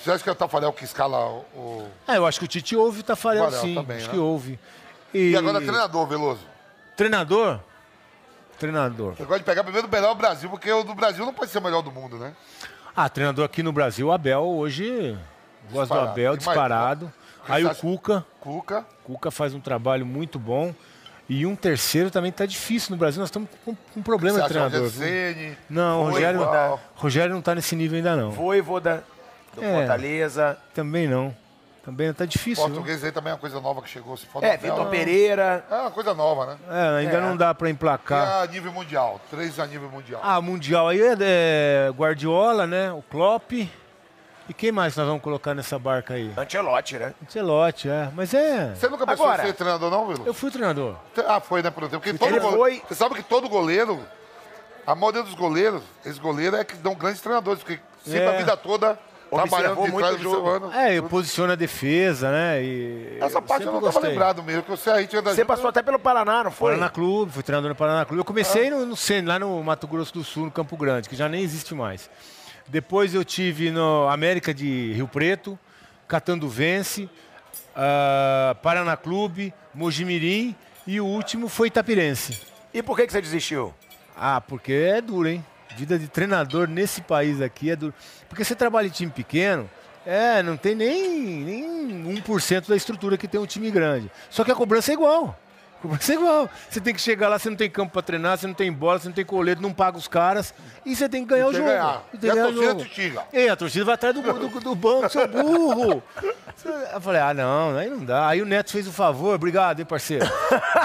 Speaker 3: Você acha que é o Tafarel que escala o... o-
Speaker 2: Ah, eu acho que o Tite ouve o Tafarel,
Speaker 3: Tafarel
Speaker 2: sim.
Speaker 3: também,
Speaker 2: acho
Speaker 3: né?
Speaker 2: que ouve.
Speaker 3: E agora treinador, Veloso.
Speaker 2: Treinador? Treinador.
Speaker 3: Eu gosto de pegar primeiro o melhor do Brasil, porque o do Brasil não pode ser o melhor do mundo, né?
Speaker 2: Ah, treinador aqui no Brasil, o Abel hoje. Gosto do
Speaker 3: Disparado.
Speaker 2: Abel,
Speaker 3: Tem mais,
Speaker 2: disparado.
Speaker 3: né?
Speaker 2: Aí o
Speaker 3: Você acha-
Speaker 2: Cuca.
Speaker 3: Cuca...
Speaker 2: Cuca faz um trabalho muito bom. E um terceiro também tá difícil no Brasil. Nós estamos com com um problema
Speaker 3: Você
Speaker 2: de
Speaker 3: acha é o
Speaker 2: treinador. viu?
Speaker 3: Gezene?
Speaker 2: Não, o
Speaker 3: Foi
Speaker 2: Rogério,
Speaker 3: igual.
Speaker 2: Rogério não tá nesse nível ainda, não.
Speaker 1: Voivoda do
Speaker 2: É.
Speaker 1: Fortaleza.
Speaker 2: Também não. Também tá difícil. viu?
Speaker 3: Português aí também é uma coisa nova que chegou. Se for
Speaker 1: É,
Speaker 3: novela,
Speaker 1: Vitor Pereira.
Speaker 3: É uma coisa nova, né?
Speaker 2: É, ainda não dá pra emplacar.
Speaker 3: E a nível mundial. Três a nível mundial.
Speaker 2: Ah, Mundial aí é, é Guardiola, né? O Klopp. E quem mais nós vamos colocar nessa barca aí?
Speaker 1: Ancelotti, né?
Speaker 2: Ancelote, é. Mas é.
Speaker 3: Você nunca pensou
Speaker 1: Agora-
Speaker 3: em ser treinador, não, Vilo?
Speaker 2: Eu fui treinador.
Speaker 3: Ah, foi, né, por exemplo. Porque todo
Speaker 1: Ele
Speaker 3: goleiro...
Speaker 1: foi-
Speaker 3: Você sabe que todo goleiro, a maioria dos goleiros, esses goleiros é que dão grandes treinadores, porque sempre
Speaker 2: É.
Speaker 3: a vida toda trabalhando de
Speaker 1: muito
Speaker 3: trás,
Speaker 1: o jogo.
Speaker 3: observando.
Speaker 2: É, eu posiciono a defesa, né? E
Speaker 3: Essa parte eu não
Speaker 2: tava
Speaker 3: estava lembrado mesmo, que você aí tinha da
Speaker 1: Você passou até pelo Paraná, não foi?
Speaker 2: Paraná Clube, fui treinador no Paraná Clube. Eu comecei no, no centro, lá no Mato Grosso do Sul, no Campo Grande, que já nem existe mais. Depois eu tive no América de Rio Preto, Catanduvense, ah, Paraná Clube, Mojimirim e o último foi Itapirense.
Speaker 1: E por que, que você desistiu?
Speaker 2: Ah, porque é duro, hein? Vida de treinador nesse país aqui é duro. Porque você trabalha em time pequeno, é, não tem nem, nem 1% da estrutura que tem um time grande. Só que a cobrança é igual. A cobrança é igual. Você tem que chegar lá, você não tem campo pra treinar, você não tem bola, você não tem colete, não paga os caras. E você tem que ganhar
Speaker 3: E
Speaker 2: o
Speaker 3: tem
Speaker 2: jogo. É, tem
Speaker 3: que ganhar. E a
Speaker 2: que ganhar o
Speaker 3: torcida
Speaker 2: jogo.
Speaker 3: te tira.
Speaker 2: E a torcida vai atrás do, do, do banco, seu burro. Eu falei, ah, não, aí não dá. Aí o Neto fez o favor, obrigado, hein, parceiro,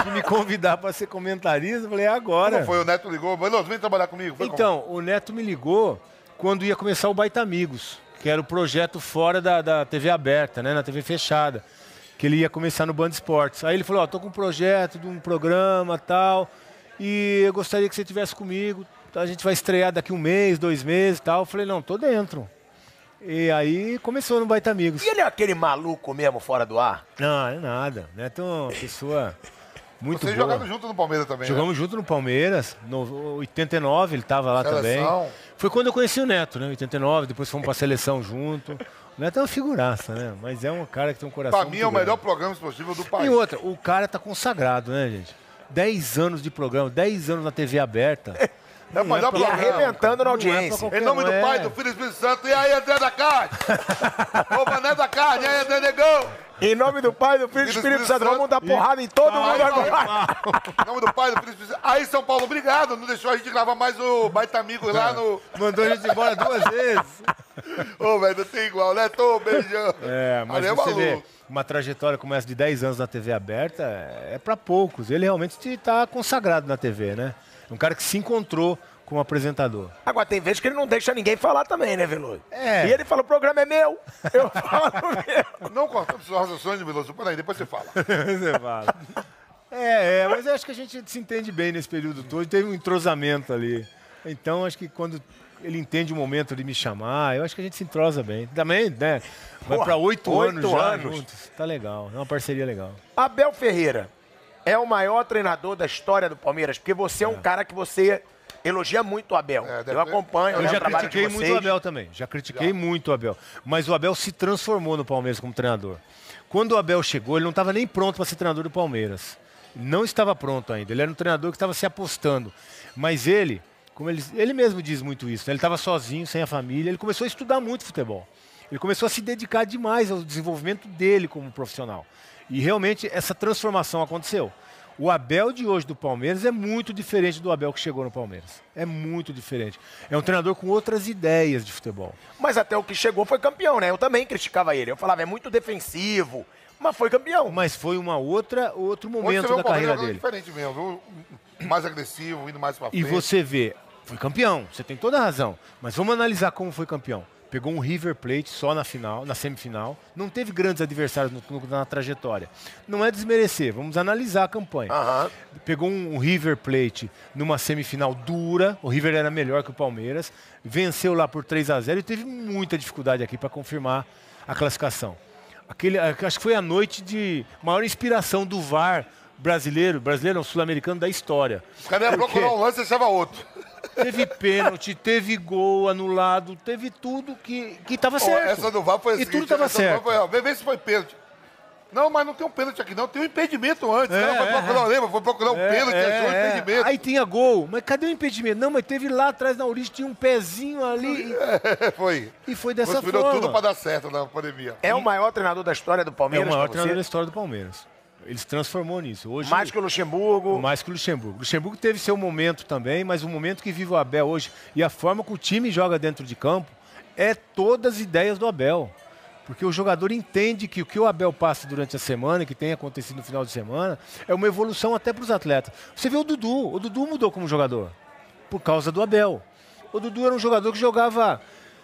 Speaker 2: de me convidar para ser comentarista. Eu falei, é agora.
Speaker 3: Como foi? O Neto ligou, Veloso, vem trabalhar comigo. Foi
Speaker 2: Então, o Neto me ligou quando ia começar o Baita Amigos, que era o projeto fora da, da TV aberta, né, na TV fechada, que ele ia começar no Band Esportes. Aí ele falou, ó, tô com um projeto de um programa tal, e eu gostaria que você estivesse comigo, a gente vai estrear daqui um mês, dois meses tal. Eu falei, não, tô dentro. E aí começou no Baita Amigos.
Speaker 1: E ele é aquele maluco mesmo fora do ar?
Speaker 2: Não, é nada. Neto é uma pessoa muito
Speaker 3: Vocês
Speaker 2: boa.
Speaker 3: jogaram junto no Palmeiras também, né?
Speaker 2: É. Jogamos junto no Palmeiras, no 89 ele estava lá
Speaker 3: Seleção.
Speaker 2: também. Foi quando eu conheci o Neto, né? 89, depois fomos pra seleção junto. O Neto é uma figuraça, né? Mas é um cara que tem um coração.
Speaker 3: Pra mim
Speaker 2: muito
Speaker 3: é o
Speaker 2: grande.
Speaker 3: melhor programa esportivo do país.
Speaker 2: E outra, o cara tá consagrado, né, gente? 10 anos de programa, 10 anos na TV aberta.
Speaker 3: É
Speaker 2: Não
Speaker 3: o melhor
Speaker 2: pra-
Speaker 1: E
Speaker 3: programa.
Speaker 1: arrebentando na
Speaker 2: Não é pra
Speaker 1: audiência.
Speaker 2: qualquer
Speaker 3: Em nome
Speaker 2: um,
Speaker 3: do
Speaker 2: é.
Speaker 3: Pai, do Filho e do Espírito Santo. E aí, André da
Speaker 2: [laughs]
Speaker 3: Carne? Ô, Mané da Carne, e aí, André Negão?
Speaker 1: Em nome do Pai, do Filho e do Espírito Santo, vamos dar porrada em todo
Speaker 3: Aí,
Speaker 1: mundo
Speaker 3: vai,
Speaker 1: agora.
Speaker 3: vai. Em nome do Pai, do Filho e do Espírito Santo. Aí, São Paulo, obrigado. Não deixou a gente gravar mais o Baita Amigo lá no...
Speaker 2: Mandou a gente embora duas vezes.
Speaker 3: Ô, velho, não tem igual, né? Tô beijão.
Speaker 2: É, mas
Speaker 3: Ali é
Speaker 2: você
Speaker 3: maluco.
Speaker 2: vê, uma trajetória como essa de 10 anos na TV aberta é pra poucos. Ele realmente está consagrado na TV, né? É um cara que se encontrou como apresentador.
Speaker 1: Agora, tem vezes que ele não deixa ninguém falar também, né, Veloso?
Speaker 2: É.
Speaker 1: E ele fala, o programa é meu, eu [laughs] falo meu.
Speaker 3: Não cortamos os raciocínios, Veloso. Peraí, depois você fala.
Speaker 2: [laughs] Você fala. É, é, mas eu acho que a gente se entende bem nesse período todo, teve um entrosamento ali. Então, acho que quando ele entende o momento de me chamar, eu acho que a gente se entrosa bem. Também, né? Vai
Speaker 1: Pô,
Speaker 2: pra oito
Speaker 1: oito
Speaker 2: anos já
Speaker 1: anos.
Speaker 2: juntos. Tá legal, é uma parceria legal.
Speaker 1: Abel Ferreira é o maior treinador da história do Palmeiras, porque você é, um cara que você elogia muito o Abel.
Speaker 3: É, deve-
Speaker 1: eu acompanho,
Speaker 2: Eu
Speaker 1: né,
Speaker 2: já
Speaker 1: o trabalho
Speaker 2: critiquei
Speaker 1: de
Speaker 2: muito o
Speaker 1: vocês.
Speaker 2: Abel também. Já critiquei muito o Abel. Mas o Abel se transformou no Palmeiras como treinador. Quando o Abel chegou, ele não estava nem pronto para ser treinador do Palmeiras. Não estava pronto ainda. Ele era um treinador que estava se apostando. Mas ele, como ele, ele mesmo diz muito isso, né? ele estava sozinho, sem a família, ele começou a estudar muito futebol. Ele começou a se dedicar demais ao desenvolvimento dele como profissional. E realmente essa transformação aconteceu. O Abel de hoje do Palmeiras é muito diferente do Abel que chegou no Palmeiras. É muito diferente. É um treinador com outras ideias de futebol.
Speaker 1: Mas até o que chegou foi campeão, né? Eu também criticava ele. Eu falava, é muito defensivo, mas foi campeão.
Speaker 2: Mas foi uma outra, outro
Speaker 3: Hoje você vê
Speaker 2: momento
Speaker 3: o
Speaker 2: da
Speaker 3: Palmeiras
Speaker 2: carreira
Speaker 3: jogando
Speaker 2: dele.
Speaker 3: diferente mesmo. viu? Mais agressivo, indo mais pra frente.
Speaker 2: E você vê, foi campeão, você tem toda a razão. Mas vamos analisar como foi campeão. Pegou um River Plate só na final, na semifinal. Não teve grandes adversários no- no- na trajetória. Não é desmerecer, vamos analisar a campanha.
Speaker 1: Aham.
Speaker 2: Pegou um River Plate numa semifinal dura. O River era melhor que o Palmeiras. Venceu lá por 3 a 0 e teve muita dificuldade aqui para confirmar a classificação. Aquele, a- acho que foi a noite de maior inspiração do VAR brasileiro, brasileiro não, sul-americano da história.
Speaker 3: Os caras iam procurar um lance e achava outro.
Speaker 2: Teve pênalti, teve gol anulado, teve tudo que, que tava
Speaker 3: Ó,
Speaker 2: Tá certo.
Speaker 3: Essa do VAR foi assim.
Speaker 2: E tudo tava
Speaker 3: essa do VAR
Speaker 2: certo.
Speaker 3: Foi, ó, vê, vê se foi pênalti. Não, mas não tem um pênalti aqui, não. Tem um impedimento antes.
Speaker 2: É,
Speaker 3: não, foi
Speaker 2: é,
Speaker 3: procurar, lembra? Foi procurar um
Speaker 2: É,
Speaker 3: pênalti,
Speaker 2: é,
Speaker 3: achou um
Speaker 2: é.
Speaker 3: impedimento.
Speaker 2: Aí tinha gol, mas cadê o impedimento? Não, mas teve lá atrás na origem, tinha um pezinho ali.
Speaker 3: É, foi.
Speaker 2: E foi dessa
Speaker 3: Conspirou
Speaker 2: forma.
Speaker 3: tudo pra dar certo na pandemia.
Speaker 1: É o maior treinador da história do
Speaker 2: É o
Speaker 1: Palmeiras
Speaker 2: maior
Speaker 1: pra
Speaker 2: treinador da
Speaker 1: você?
Speaker 2: história do Palmeiras. Ele se transformou nisso. Hoje,
Speaker 1: Mais que o Luxemburgo.
Speaker 2: mais que o Luxemburgo. O Luxemburgo teve seu momento também, mas o momento que vive o Abel hoje e a forma que o time joga dentro de campo é todas as ideias do Abel. Porque o jogador entende que o que o Abel passa durante a semana, que tem acontecido no final de semana, é uma evolução até para os atletas. Você vê o Dudu, o Dudu mudou como jogador por causa do Abel. O Dudu era um jogador que jogava.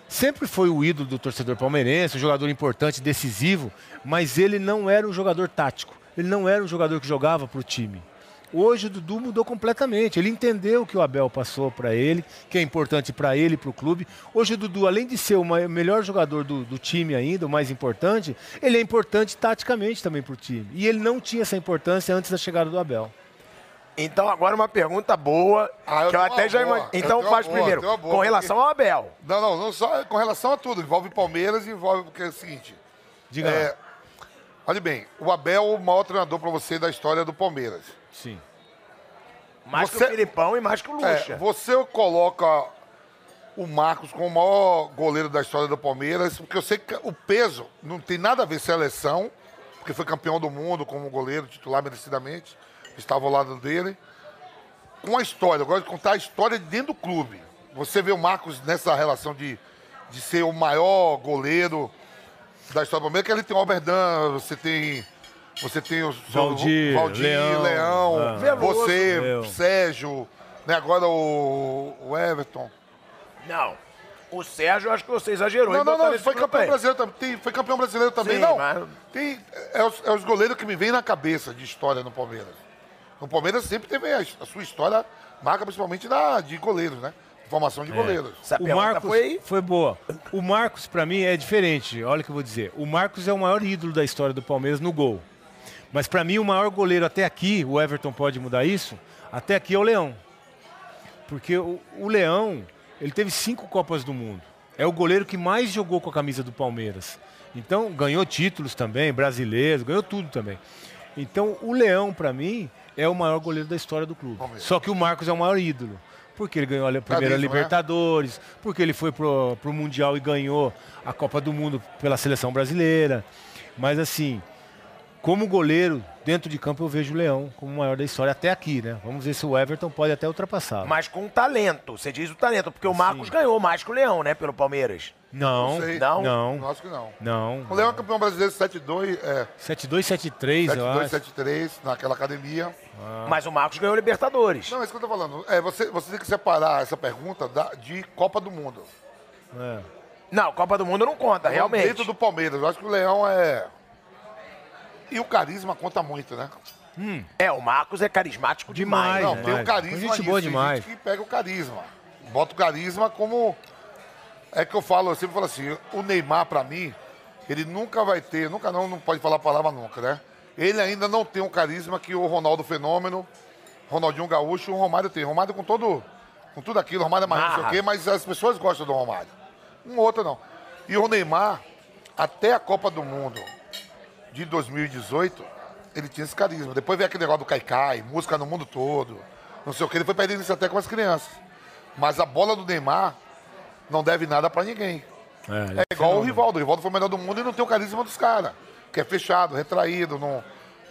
Speaker 2: Sempre foi o ídolo do torcedor palmeirense, um jogador importante, decisivo, mas ele não era um jogador tático. Ele não era um jogador que jogava para o time. Hoje o Dudu mudou completamente. Ele entendeu o que o Abel passou para ele, que é importante para ele e para o clube. Hoje o Dudu, além de ser o ma- melhor jogador do, do time ainda, o mais importante, ele é importante taticamente também para o time. E ele não tinha essa importância antes da chegada do Abel.
Speaker 1: Então, agora uma pergunta boa,
Speaker 3: Ah, eu
Speaker 1: que eu
Speaker 3: tenho
Speaker 1: até
Speaker 3: uma
Speaker 1: já
Speaker 3: boa,
Speaker 1: imagino.
Speaker 3: eu
Speaker 1: Então
Speaker 3: tenho
Speaker 1: faz
Speaker 3: uma boa,
Speaker 1: primeiro,
Speaker 3: eu tenho uma boa,
Speaker 1: com relação ao Abel.
Speaker 3: Não, não, não só com relação a tudo. Envolve Palmeiras, envolve. Porque é o seguinte.
Speaker 2: Diga lá.
Speaker 3: é, olha bem, o Abel é o maior treinador pra você da história do Palmeiras.
Speaker 2: Sim.
Speaker 1: Mais que
Speaker 3: Você-
Speaker 1: o Filipão e mais que o Luxa.
Speaker 3: É, você coloca o Marcos como o maior goleiro da história do Palmeiras, porque eu sei que o peso não tem nada a ver seleção, porque foi campeão do mundo como goleiro titular merecidamente, estava ao lado dele. Com a história, eu gosto de contar a história de dentro do clube. Você vê o Marcos nessa relação de, de ser o maior goleiro, da história do Palmeiras, que ali tem o Alberdan, você tem. Você tem o seu-
Speaker 2: Valdir, Leão,
Speaker 3: Leão,
Speaker 1: ah.
Speaker 3: você,
Speaker 2: Veloso.
Speaker 3: Sérgio, né, agora o, o Everton.
Speaker 1: Não. O Sérgio, eu acho que você exagerou.
Speaker 3: Não,
Speaker 1: em
Speaker 3: não,
Speaker 1: botar
Speaker 3: não,
Speaker 1: nesse
Speaker 3: foi
Speaker 1: grupo
Speaker 3: campeão
Speaker 1: aí.
Speaker 3: brasileiro também. tem- foi campeão brasileiro também,
Speaker 1: Sim,
Speaker 3: não.
Speaker 1: mas-
Speaker 3: Tem, é, os, é os goleiros que me vêm na cabeça de história no Palmeiras. No Palmeiras sempre teve a, a sua história, marca principalmente da, de goleiros, né? Formação de goleiros.
Speaker 1: Essa
Speaker 2: O
Speaker 1: pergunta
Speaker 2: Marcos
Speaker 1: foi...
Speaker 2: foi... boa. O Marcos, pra mim, é diferente. Olha o que eu vou dizer. O Marcos é o maior ídolo da história do Palmeiras no gol. Mas pra mim, o maior goleiro até aqui, o Everton pode mudar isso, até aqui é o Leão. Porque o, o Leão, ele teve cinco Copas do Mundo. É o goleiro que mais jogou com a camisa do Palmeiras. Então, ganhou títulos também, brasileiros, ganhou tudo também. Então, o Leão, pra mim, é o maior goleiro da história do clube. Só que o Marcos é o maior ídolo. Porque ele ganhou a primeira
Speaker 3: Camisa, né?
Speaker 2: Libertadores, porque ele foi pro, pro Mundial e ganhou a Copa do Mundo pela seleção brasileira. Mas assim, como goleiro, dentro de campo eu vejo o Leão como o maior da história até aqui, né? Vamos ver se o Everton pode até ultrapassar.
Speaker 1: Mas com talento. Você diz o talento, porque o Marcos ganhou mais que o Leão, né? Pelo Palmeiras.
Speaker 2: Não,
Speaker 3: sei.
Speaker 2: não,
Speaker 3: Eu
Speaker 2: não.
Speaker 3: acho que não. O
Speaker 2: não.
Speaker 3: Leão é campeão brasileiro 7-2, é,
Speaker 2: 72, 73, eu acho.
Speaker 3: 7-2-7-3, naquela academia.
Speaker 1: Mas o Marcos ganhou Libertadores.
Speaker 3: Ah. Não, é isso que eu tô falando. É, você, você tem que separar essa pergunta da- de Copa do Mundo.
Speaker 2: É.
Speaker 1: Não, Copa do Mundo não conta, realmente.
Speaker 3: Dentro É um do Palmeiras. Eu acho que o Leão é. E o carisma conta muito, né?
Speaker 1: É, o Marcos é carismático demais.
Speaker 2: Demais,
Speaker 3: Não,
Speaker 2: né?
Speaker 3: tem o carisma
Speaker 2: Tem gente boa
Speaker 3: tem
Speaker 2: demais.
Speaker 3: gente que pega o carisma. Bota o carisma como. É que eu falo, eu sempre falo assim, o Neymar, pra mim, ele nunca vai ter, nunca não, não pode falar a palavra nunca, né? Ele ainda não tem o carisma que o Ronaldo Fenômeno, Ronaldinho Gaúcho e o Romário tem. Romário com todo. Com tudo aquilo, Romário é mais não sei o
Speaker 1: Marra.
Speaker 3: quê, mas as pessoas gostam do Romário. Um outro não. E o Neymar, até a Copa do Mundo de 2018, ele tinha esse carisma. Depois veio aquele negócio do Caicai, música no mundo todo, não sei o que. Ele foi perdendo isso até com as crianças. Mas a bola do Neymar não deve nada pra ninguém.
Speaker 2: É,
Speaker 3: É igual o Rivaldo. O Rivaldo foi o melhor do mundo e não tem o carisma dos caras. Que é fechado, retraído, não,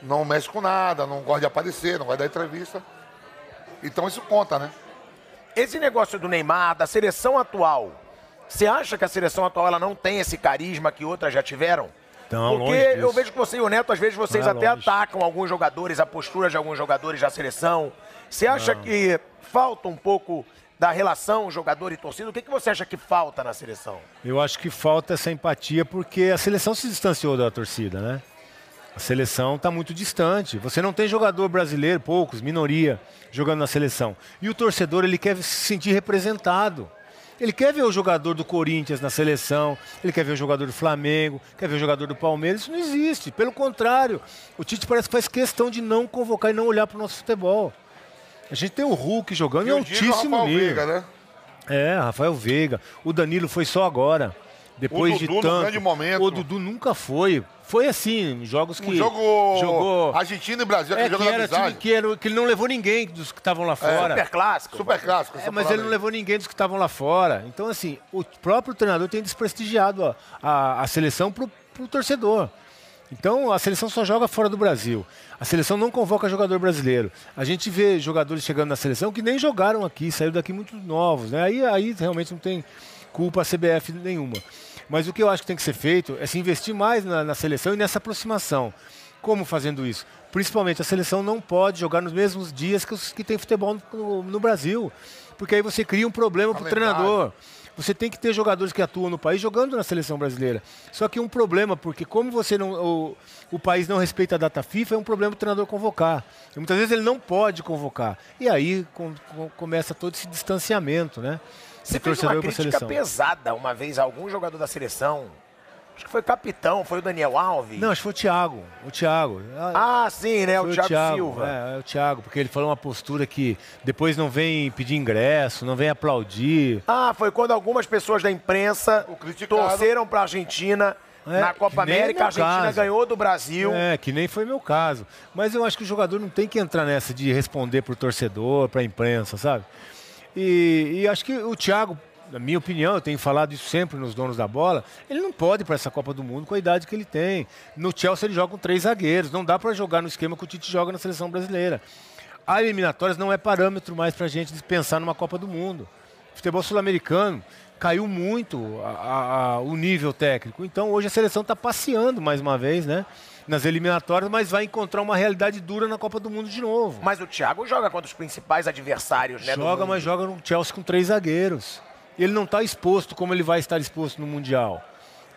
Speaker 3: não mexe com nada, não gosta de aparecer, não vai dar entrevista. Então isso conta, né?
Speaker 1: Esse negócio do Neymar, da seleção atual, você acha que a seleção atual ela não tem esse carisma que outras já tiveram?
Speaker 2: Não,
Speaker 1: Porque
Speaker 2: longe disso.
Speaker 1: eu vejo que você e o Neto, às vezes, vocês
Speaker 2: Não é
Speaker 1: até
Speaker 2: longe.
Speaker 1: atacam alguns jogadores, a postura de alguns jogadores da seleção. Você acha que falta um pouco da relação jogador e torcida? O que, que você acha que falta na seleção?
Speaker 2: Eu acho que falta essa empatia porque a seleção se distanciou da torcida, né? A seleção está muito distante. Você não tem jogador brasileiro, poucos, minoria, jogando na seleção. E o torcedor, ele quer se sentir representado. Ele quer ver o jogador do Corinthians na seleção, ele quer ver o jogador do Flamengo, quer ver o jogador do Palmeiras. Isso não existe. Pelo contrário, o Tite parece que faz questão de não convocar e não olhar para o nosso futebol. A gente tem o Hulk jogando em
Speaker 3: eu digo
Speaker 2: altíssimo
Speaker 3: Rafael
Speaker 2: nível.
Speaker 3: Veiga, né?
Speaker 2: É, Rafael Veiga. O Danilo foi só agora. Depois
Speaker 3: O Dudu
Speaker 2: de
Speaker 3: no
Speaker 2: tanto.
Speaker 3: grande momento.
Speaker 2: O Dudu nunca foi. Foi assim, em jogos que
Speaker 3: Um jogo
Speaker 2: jogou.
Speaker 3: Argentina e Brasil, aquele
Speaker 2: É,
Speaker 3: jogo
Speaker 2: que
Speaker 3: da
Speaker 2: era time
Speaker 3: amizade. É.
Speaker 2: que, era- que ele não levou ninguém dos que estavam lá fora.
Speaker 1: Super clássico.
Speaker 3: Super clássico.
Speaker 2: É, mas ele não levou ninguém dos que estavam lá fora. Então, assim, o próprio treinador tem desprestigiado a, a, a seleção pro, pro torcedor. Então, a seleção só joga fora do Brasil. A seleção não convoca jogador brasileiro. A gente vê jogadores chegando na seleção que nem jogaram aqui, saíram daqui muito novos. Né? Aí, aí realmente não tem culpa a CBF nenhuma. Mas o que eu acho que tem que ser feito é se investir mais na, na seleção e nessa aproximação. Como fazendo isso? Principalmente a seleção não pode jogar nos mesmos dias que, os, que tem futebol no, no Brasil. Porque aí você cria um problema para o
Speaker 3: Calendário.
Speaker 2: treinador. Você tem que ter jogadores que atuam no país jogando na seleção brasileira. Só que um problema, porque como você não. O, o país não respeita a data FIFA, é um problema o treinador convocar. E muitas vezes ele não pode convocar. E aí com- com- começa todo esse distanciamento, né?
Speaker 1: Você
Speaker 2: do
Speaker 1: fez uma
Speaker 2: torcedor pra
Speaker 1: crítica
Speaker 2: seleção.
Speaker 1: pesada uma vez a algum jogador da seleção. Acho que foi capitão, foi o Daniel Alves.
Speaker 2: Não, acho que foi o Thiago. O Thiago.
Speaker 1: Ah, sim, né? O
Speaker 2: Foi
Speaker 1: Thiago, Silva.
Speaker 2: É, é o Thiago, porque ele falou uma postura que depois não vem pedir ingresso, não vem aplaudir.
Speaker 1: Ah, foi quando algumas pessoas da imprensa
Speaker 3: O criticaram.
Speaker 1: torceram pra Argentina
Speaker 2: É,
Speaker 1: na Copa
Speaker 2: que nem
Speaker 1: América. A
Speaker 2: no
Speaker 1: Argentina
Speaker 2: caso.
Speaker 1: ganhou do Brasil.
Speaker 2: É, que nem foi meu caso. Mas eu acho que o jogador não tem que entrar nessa de responder pro torcedor, pra imprensa, sabe? E, e acho que o Thiago, na minha opinião, eu tenho falado isso sempre nos donos da bola, ele não pode ir pra essa Copa do Mundo com a idade que ele tem. No Chelsea ele joga com três zagueiros, não dá pra jogar no esquema que o Tite joga na seleção brasileira. A eliminatórias não é parâmetro mais pra gente de pensar numa Copa do Mundo. Futebol sul-americano, caiu muito a- a- a- o nível técnico. Então hoje a seleção está passeando mais uma vez, né? Nas eliminatórias, mas vai encontrar uma realidade dura na Copa do Mundo de novo.
Speaker 1: Mas o Thiago joga contra os principais adversários, né? do
Speaker 2: Joga,
Speaker 1: mundo.
Speaker 2: mas joga no Chelsea com três zagueiros. Ele não está exposto como ele vai estar exposto no Mundial.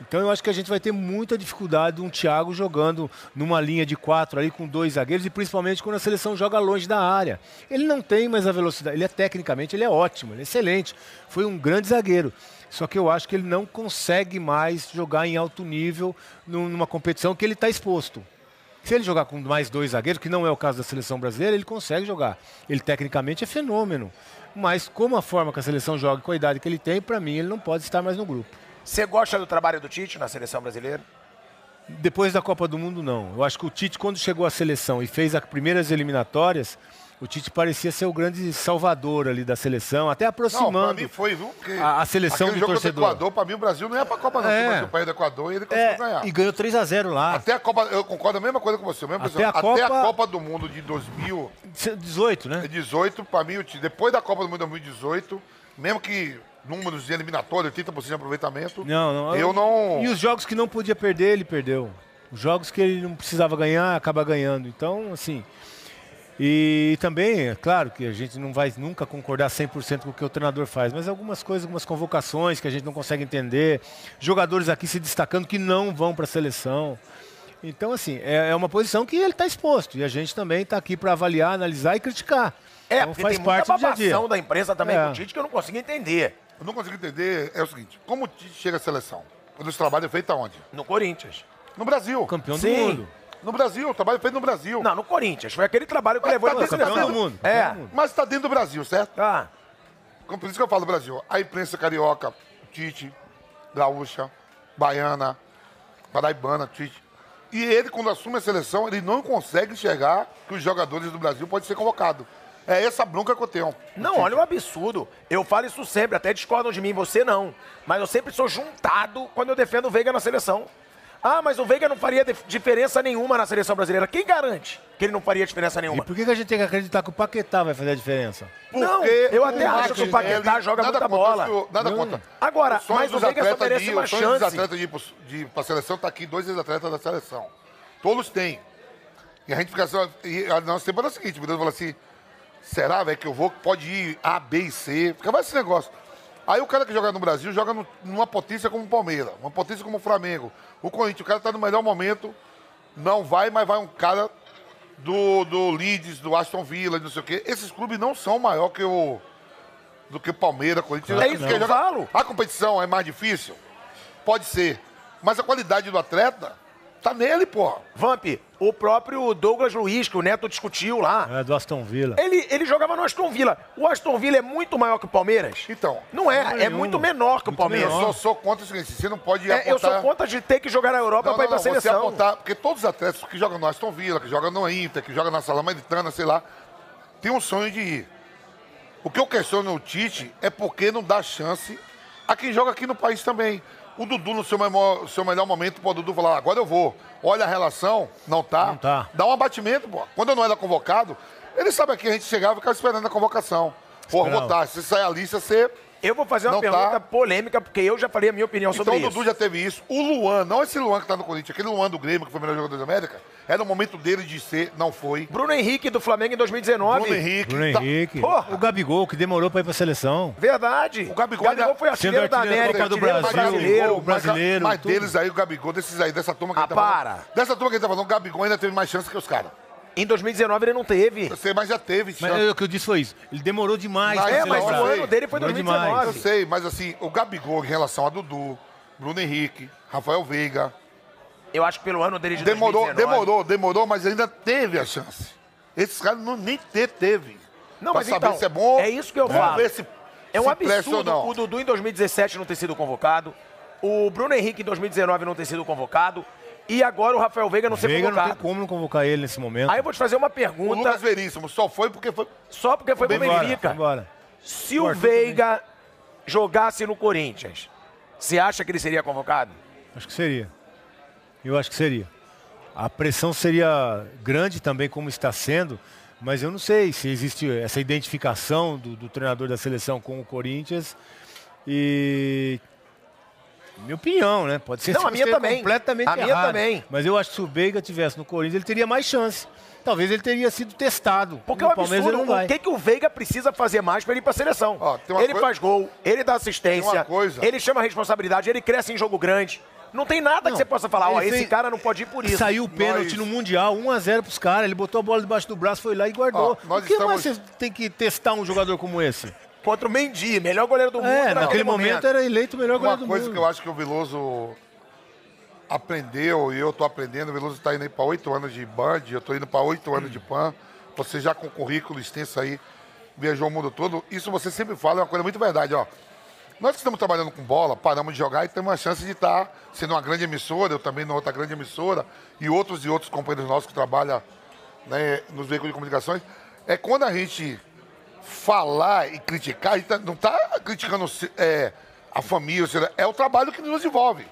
Speaker 2: Então eu acho que a gente vai ter muita dificuldade de um Thiago jogando numa linha de quatro ali com dois zagueiros e principalmente quando a seleção joga longe da área. Ele não tem mais a velocidade. Ele é tecnicamente, ele é ótimo, ele é excelente. Foi um grande zagueiro. Só que eu acho que ele não consegue mais jogar em alto nível num- numa competição que ele está exposto. Se ele jogar com mais dois zagueiros, que não é o caso da seleção brasileira, ele consegue jogar. Ele tecnicamente é fenômeno. Mas como a forma que a seleção joga e com a idade que ele tem, para mim ele não pode estar mais no grupo.
Speaker 1: Você gosta do trabalho do Tite na seleção brasileira?
Speaker 2: Depois da Copa do Mundo, não. Eu acho que o Tite, quando chegou à seleção e fez as primeiras eliminatórias, o Tite parecia ser o grande salvador ali da seleção, até
Speaker 3: Não,
Speaker 2: aproximando.
Speaker 3: pra mim foi, viu? Porque
Speaker 2: A- a seleção do
Speaker 3: aquele jogo
Speaker 2: torcedor.
Speaker 3: contra o Equador, pra mim o Brasil não ia pra Copa não.
Speaker 2: É.
Speaker 3: Porque o país do Equador e ele conseguiu
Speaker 2: É,
Speaker 3: ganhar.
Speaker 2: e ganhou 3 a 0 lá.
Speaker 3: Até a Copa, eu concordo a mesma coisa com você. o mesmo
Speaker 2: Até
Speaker 3: pensamento.
Speaker 2: a
Speaker 3: até
Speaker 2: Copa-
Speaker 3: a Copa do Mundo de 2000...
Speaker 2: 18, né?
Speaker 3: 18, para mim, o Ti- depois da Copa do Mundo de 2018, mesmo que números de eliminatório, 30% de aproveitamento.
Speaker 2: Não, não.
Speaker 3: Eu não.
Speaker 2: E os jogos que não podia perder, ele perdeu. Os jogos que ele não precisava ganhar, acaba ganhando. Então, assim. E também, é claro que a gente não vai nunca concordar 100% com o que o treinador faz, mas algumas coisas, algumas convocações que a gente não consegue entender, jogadores aqui se destacando que não vão para a seleção. Então, assim, é é uma posição que ele está exposto e a gente também está aqui para avaliar, analisar e criticar.
Speaker 1: É,
Speaker 2: então
Speaker 1: porque
Speaker 2: faz
Speaker 1: tem
Speaker 2: parte do
Speaker 1: muita
Speaker 2: dia a dia.
Speaker 1: babação da imprensa também
Speaker 2: É.
Speaker 1: com o Tite que eu não consigo entender.
Speaker 3: Eu não consigo entender é o seguinte: como o Tite chega à seleção? Quando esse trabalho é feito aonde?
Speaker 1: No Corinthians.
Speaker 3: No Brasil.
Speaker 2: Campeão
Speaker 1: Sim.
Speaker 2: do mundo.
Speaker 3: No Brasil, o trabalho é feito no Brasil.
Speaker 1: Não, no Corinthians. Foi aquele trabalho que levou
Speaker 3: tá
Speaker 1: ele pra
Speaker 3: dentro da
Speaker 1: seleção.
Speaker 3: Copa do
Speaker 2: Mundo,
Speaker 1: É.
Speaker 2: Copa do Mundo.
Speaker 3: Mas está dentro do Brasil, certo?
Speaker 1: Tá.
Speaker 3: Por isso que eu falo Brasil. A imprensa carioca, Tite, gaúcha, baiana, paraibana, Tite. E ele, quando assume a seleção, ele não consegue enxergar que os jogadores do Brasil podem ser convocados. É essa bronca que eu tenho.
Speaker 1: Não, olha o absurdo. Eu falo isso sempre, até discordam de mim, você não. Mas eu sempre sou juntado quando eu defendo o Veiga na seleção. Ah, mas o Veiga não faria dif- diferença nenhuma na seleção brasileira. Quem garante que ele não faria diferença
Speaker 2: E
Speaker 1: nenhuma?
Speaker 2: por que que a gente tem que acreditar que o Paquetá vai fazer a diferença?
Speaker 1: Não, eu até
Speaker 3: o
Speaker 1: acho que o
Speaker 3: Marquinhos,
Speaker 1: Paquetá
Speaker 3: ele-
Speaker 1: joga
Speaker 3: nada
Speaker 1: muita
Speaker 3: contra,
Speaker 1: bola.
Speaker 3: isso- Nada contra.
Speaker 1: Agora,
Speaker 3: O sonho
Speaker 1: mas o
Speaker 3: dos
Speaker 1: Veiga só
Speaker 3: atletas
Speaker 1: merece
Speaker 3: de-
Speaker 1: uma
Speaker 3: o sonho dos
Speaker 1: chance.
Speaker 3: atletas de ir pros- de ir pra seleção tá aqui, dois ex-atletas da seleção. Todos têm. E a gente fica só... E a nossa semana é o seguinte, o Deus fala assim, será, velho, que eu vou... Pode ir A, B e C. Fica mais esse negócio. Aí o cara que joga no Brasil joga no- numa potência como o Palmeiras, uma potência como o Flamengo. O Corinthians, o cara tá no melhor momento, não vai, mas vai um cara do, do Leeds, do Aston Villa, não sei o quê. Esses clubes não são maior que o do que o Palmeiras, Corinthians. É
Speaker 1: Claro que
Speaker 3: Porque
Speaker 1: não. Falo.
Speaker 3: A competição é mais difícil? Pode ser. Mas a qualidade do atleta tá nele, porra.
Speaker 1: Vamp, o próprio Douglas Luiz, que o Neto discutiu lá,
Speaker 2: É, do Aston Villa.
Speaker 1: ele, ele jogava no Aston Villa. O Aston Villa é muito maior que o Palmeiras?
Speaker 3: Então,
Speaker 1: Não é, é
Speaker 2: nenhuma.
Speaker 1: muito menor que o
Speaker 2: Muito
Speaker 3: eu
Speaker 1: Palmeiras.
Speaker 2: menor.
Speaker 3: só sou contra o seguinte, você não pode
Speaker 1: É,
Speaker 3: apontar...
Speaker 1: eu sou contra de ter que jogar na Europa
Speaker 3: Não,
Speaker 1: pra ir
Speaker 3: não,
Speaker 1: pra
Speaker 3: não, você
Speaker 1: seleção.
Speaker 3: apontar, porque todos os atletas que jogam no Aston Villa, que jogam no Inter, que jogam na Salamanitana, sei lá, tem um sonho de ir. O que eu questiono o Tite é porque não dá chance a quem joga aqui no país também. O Dudu, no seu, memo- seu melhor momento, pô, o Dudu falar, "Ah, agora eu vou. Olha a relação, não tá.
Speaker 2: Não tá.
Speaker 3: Dá um abatimento, pô. Quando eu não era convocado, ele sabe que a gente chegava e ficava esperando a convocação. Pô,
Speaker 2: Esperava.
Speaker 3: votar, se sair a lista, você...
Speaker 1: Eu vou fazer uma
Speaker 3: Não tá.
Speaker 1: pergunta polêmica, porque eu já falei a minha opinião
Speaker 3: Então
Speaker 1: sobre
Speaker 3: o Dudu
Speaker 1: isso.
Speaker 3: já teve isso. O Luan, não esse Luan que tá no Corinthians, aquele Luan do Grêmio, que foi o melhor jogador da América, era o momento dele de ser, não foi.
Speaker 1: Bruno Henrique do Flamengo em 2019.
Speaker 3: Bruno Henrique.
Speaker 2: Bruno
Speaker 3: tá-
Speaker 2: Henrique.
Speaker 1: Porra!
Speaker 2: O Gabigol, que demorou pra ir pra seleção.
Speaker 1: Verdade.
Speaker 3: O Gabigol ainda-
Speaker 1: foi artilheiro,
Speaker 2: Sendo artilheiro
Speaker 1: da América,
Speaker 2: da Copa do
Speaker 1: artilheiro
Speaker 3: mas
Speaker 2: Brasil,
Speaker 1: brasileiro.
Speaker 2: gol, brasileiro,
Speaker 3: Mas, mas
Speaker 2: tudo.
Speaker 3: deles aí, o Gabigol, desses aí, dessa turma que
Speaker 1: Ah,
Speaker 3: ele tá falando-
Speaker 1: para.
Speaker 3: Dessa turma que ele tá falando, o Gabigol ainda teve mais chance que os caras.
Speaker 1: Em 2019 ele não teve.
Speaker 3: Eu sei, mas já teve
Speaker 2: Mas Ah,
Speaker 3: chance.
Speaker 2: é, o que eu disse foi isso. Ele demorou demais.
Speaker 3: Mas
Speaker 2: pra
Speaker 3: é,
Speaker 2: se
Speaker 3: mas
Speaker 2: lembrar.
Speaker 3: o ano
Speaker 1: dele foi
Speaker 2: Demorou
Speaker 1: 2019.
Speaker 3: Eu sei, mas assim, o Gabigol em relação a Dudu, Bruno Henrique, Rafael Veiga,
Speaker 1: Eu acho que pelo ano dele de
Speaker 3: demorou,
Speaker 1: 2019.
Speaker 3: demorou, demorou, mas ainda teve a chance. Esses caras não, nem ter teve.
Speaker 1: Não,
Speaker 3: pra
Speaker 1: mas
Speaker 3: saber
Speaker 1: então,
Speaker 3: se é bom.
Speaker 1: é isso que eu
Speaker 3: vamos
Speaker 1: falo.
Speaker 3: ver se-
Speaker 1: É um
Speaker 3: se presta ou
Speaker 1: absurdo
Speaker 3: não.
Speaker 1: o Dudu em 2017 não ter sido convocado, o Bruno Henrique em 2019 não ter sido convocado e agora o Rafael Veiga não ser
Speaker 2: Veiga não tem
Speaker 1: convocado.
Speaker 2: como não convocar ele nesse momento.
Speaker 1: Aí eu vou te fazer uma
Speaker 3: O
Speaker 1: pergunta
Speaker 3: Lucas Veríssimo só foi porque foi.
Speaker 1: só porque foi pro
Speaker 2: Vambora,
Speaker 1: Benfica.
Speaker 2: vambora.
Speaker 1: Se o
Speaker 2: Arthur também.
Speaker 1: Veiga jogasse no Corinthians, você acha que ele seria convocado?
Speaker 2: Acho que seria. Eu acho que seria. A pressão seria grande também, como está sendo, mas eu não sei se existe essa identificação do, do treinador da seleção com o Corinthians E. Minha opinião, né? Pode ser
Speaker 1: Não,
Speaker 2: que
Speaker 1: a minha
Speaker 2: esteja
Speaker 1: também.
Speaker 2: completamente
Speaker 1: A minha
Speaker 2: errado.
Speaker 1: também.
Speaker 2: Mas eu acho que se o Veiga tivesse no Corinthians, ele teria mais chance. Talvez ele teria sido testado.
Speaker 1: Porque
Speaker 2: no
Speaker 1: é um
Speaker 2: Palmeiras
Speaker 1: absurdo.
Speaker 2: ele não vai.
Speaker 1: O que, que o Veiga precisa fazer mais pra ele ir pra seleção?
Speaker 3: Ó, tem uma
Speaker 1: ele
Speaker 3: coi-
Speaker 1: faz gol, ele dá assistência,
Speaker 3: Tem uma coisa.
Speaker 1: ele chama a responsabilidade, ele cresce em jogo grande. Não tem nada que você possa falar, ó,
Speaker 2: ele
Speaker 1: esse
Speaker 2: fez-
Speaker 1: cara não pode ir por isso.
Speaker 2: Saiu o pênalti no
Speaker 3: Nós-
Speaker 2: Mundial, 1x0 pros caras. Ele botou a bola debaixo do braço, foi lá e guardou.
Speaker 3: Ó, nós
Speaker 2: Por que mais
Speaker 3: estamos-
Speaker 2: você tem que testar um jogador como esse?
Speaker 1: Contra o Mendy, melhor goleiro do mundo
Speaker 2: É,
Speaker 1: naquele,
Speaker 2: naquele
Speaker 1: momento.
Speaker 2: momento, era eleito o melhor
Speaker 3: Uma
Speaker 2: goleiro do
Speaker 3: coisa
Speaker 2: mundo.
Speaker 3: que eu acho que o Veloso aprendeu, e eu tô aprendendo, o Veloso está indo para oito anos de Band, eu tô indo para oito anos de PAN, você já com currículo extenso aí, viajou o mundo todo, isso você sempre fala, é uma coisa muito verdade, ó. Nós que estamos trabalhando com bola, paramos de jogar e temos a chance de estar sendo uma grande emissora, eu também numa outra grande emissora, e outros e outros companheiros nossos que trabalham né, nos veículos de comunicações. É quando a gente falar e criticar, a gente tá- não está criticando é, a família, ou seja, é o trabalho que nos envolve.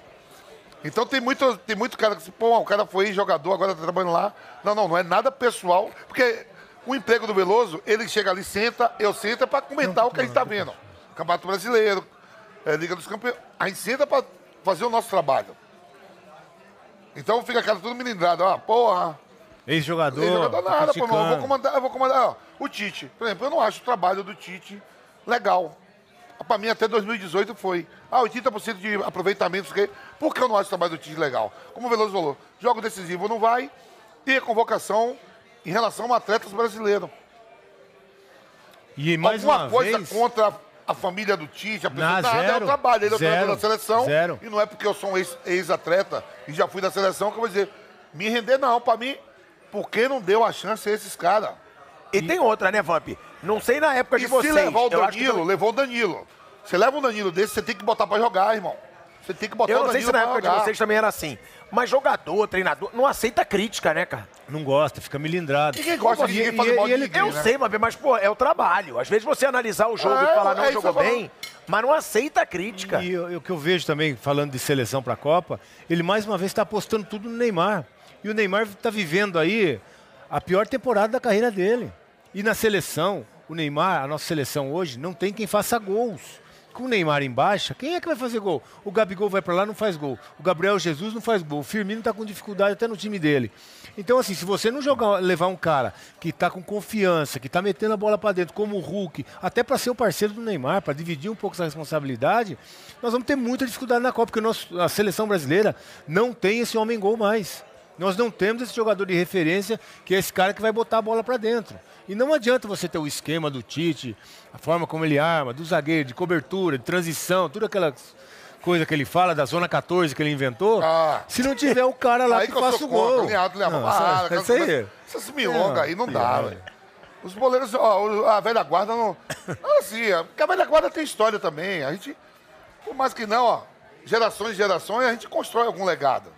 Speaker 3: Então tem muito, tem muito cara que se pô, o cara foi jogador, agora tá trabalhando lá. Não, não, não é nada pessoal, porque o emprego do Veloso, ele chega ali, senta, eu sento para comentar o que a gente tá vendo. Campeonato Brasileiro, é, Liga dos Campeões. A gente senta para fazer o nosso trabalho. Então fica a cara tudo melindrado, ó, porra,
Speaker 2: Ex-jogador.
Speaker 3: ele não dá
Speaker 2: tá
Speaker 3: nada, pô, irmão. Eu vou
Speaker 2: criticando.
Speaker 3: comandar, eu vou comandar. Ó, o Tite, por exemplo, eu não acho o trabalho do Tite legal. Pra mim, até 2018 foi. Ah, 80% de aproveitamento, não sei o quê. por que eu não acho o trabalho do Tite legal? Como o Veloso falou, jogo decisivo não vai, e a convocação em relação a um atletas brasileiros.
Speaker 2: E mais
Speaker 3: Alguma
Speaker 2: uma
Speaker 3: coisa
Speaker 2: vez,
Speaker 3: contra a família do Tite, a pessoa
Speaker 2: Na,
Speaker 3: nada, é
Speaker 2: zero.
Speaker 3: o trabalho, ele é o
Speaker 2: Zero.
Speaker 3: treinador da seleção.
Speaker 2: Zero.
Speaker 3: E não é porque eu sou um ex- ex-atleta e já fui da seleção que eu vou dizer, me render não, pra mim, por que não deu a chance a esses caras?
Speaker 2: é
Speaker 1: E tem outra, né, Vamp? Não sei na época
Speaker 3: E
Speaker 1: de
Speaker 3: se
Speaker 1: vocês.
Speaker 3: levar o
Speaker 1: eu acho que
Speaker 3: Danilo, levou o Danilo. Você leva um Danilo desse, você tem que botar pra jogar, irmão. Você tem que botar
Speaker 1: Eu
Speaker 3: o
Speaker 1: não sei
Speaker 3: Danilo
Speaker 1: se na
Speaker 3: pra
Speaker 1: época de
Speaker 3: jogar.
Speaker 1: vocês também era assim. Mas jogador, treinador, não aceita crítica, né, cara?
Speaker 2: não gosta, fica melindrado.
Speaker 3: Ninguém gosta de
Speaker 2: E-
Speaker 3: ninguém
Speaker 2: e-
Speaker 3: fazer mal
Speaker 2: e
Speaker 3: de
Speaker 2: ele-
Speaker 3: ninguém,
Speaker 1: Eu
Speaker 3: né?
Speaker 1: sei, mas, mas, pô, é o trabalho. Às vezes você analisar o jogo
Speaker 3: É,
Speaker 1: e falar, não,
Speaker 3: é isso que
Speaker 1: jogou
Speaker 3: eu falo.
Speaker 1: bem, mas não aceita a crítica.
Speaker 2: E eu- o que eu vejo também, falando de seleção para a Copa, ele mais uma vez está apostando tudo no Neymar. E o Neymar está vivendo aí a pior temporada da carreira dele. E na seleção, o Neymar, a nossa seleção hoje, não tem quem faça gols. Com o Neymar em baixa, quem é que vai fazer gol? O Gabigol vai para lá não faz gol. O Gabriel Jesus não faz gol. O Firmino está com dificuldade até no time dele. Então, assim, se você não jogar, levar um cara que está com confiança, que está metendo a bola para dentro, como o Hulk, até para ser o parceiro do Neymar, para dividir um pouco essa responsabilidade, nós vamos ter muita dificuldade na Copa, porque o nosso- a seleção brasileira não tem esse homem gol mais. Nós não temos esse jogador de referência, que é esse cara que vai botar a bola para dentro. E não adianta você ter o esquema do Tite, a forma como ele arma, do zagueiro, de cobertura, de transição, tudo aquela coisa que ele fala da zona 14 que ele inventou,
Speaker 3: Ah.
Speaker 2: se não tiver o cara lá
Speaker 3: aí
Speaker 2: que,
Speaker 3: que eu
Speaker 2: faça
Speaker 3: sou
Speaker 2: o gol.
Speaker 3: contra, Leandro leva
Speaker 2: Não,
Speaker 1: é-
Speaker 3: ah,
Speaker 2: essa- essa aí.
Speaker 3: Essas milongas
Speaker 2: É,
Speaker 3: aí não
Speaker 2: sim,
Speaker 3: dá,
Speaker 2: é.
Speaker 3: velho. Os boleiros, ó, o- a velha guarda não... não assim, ó, porque a velha guarda tem história também. A gente, por mais que não, ó, gerações e gerações, a gente constrói algum legado.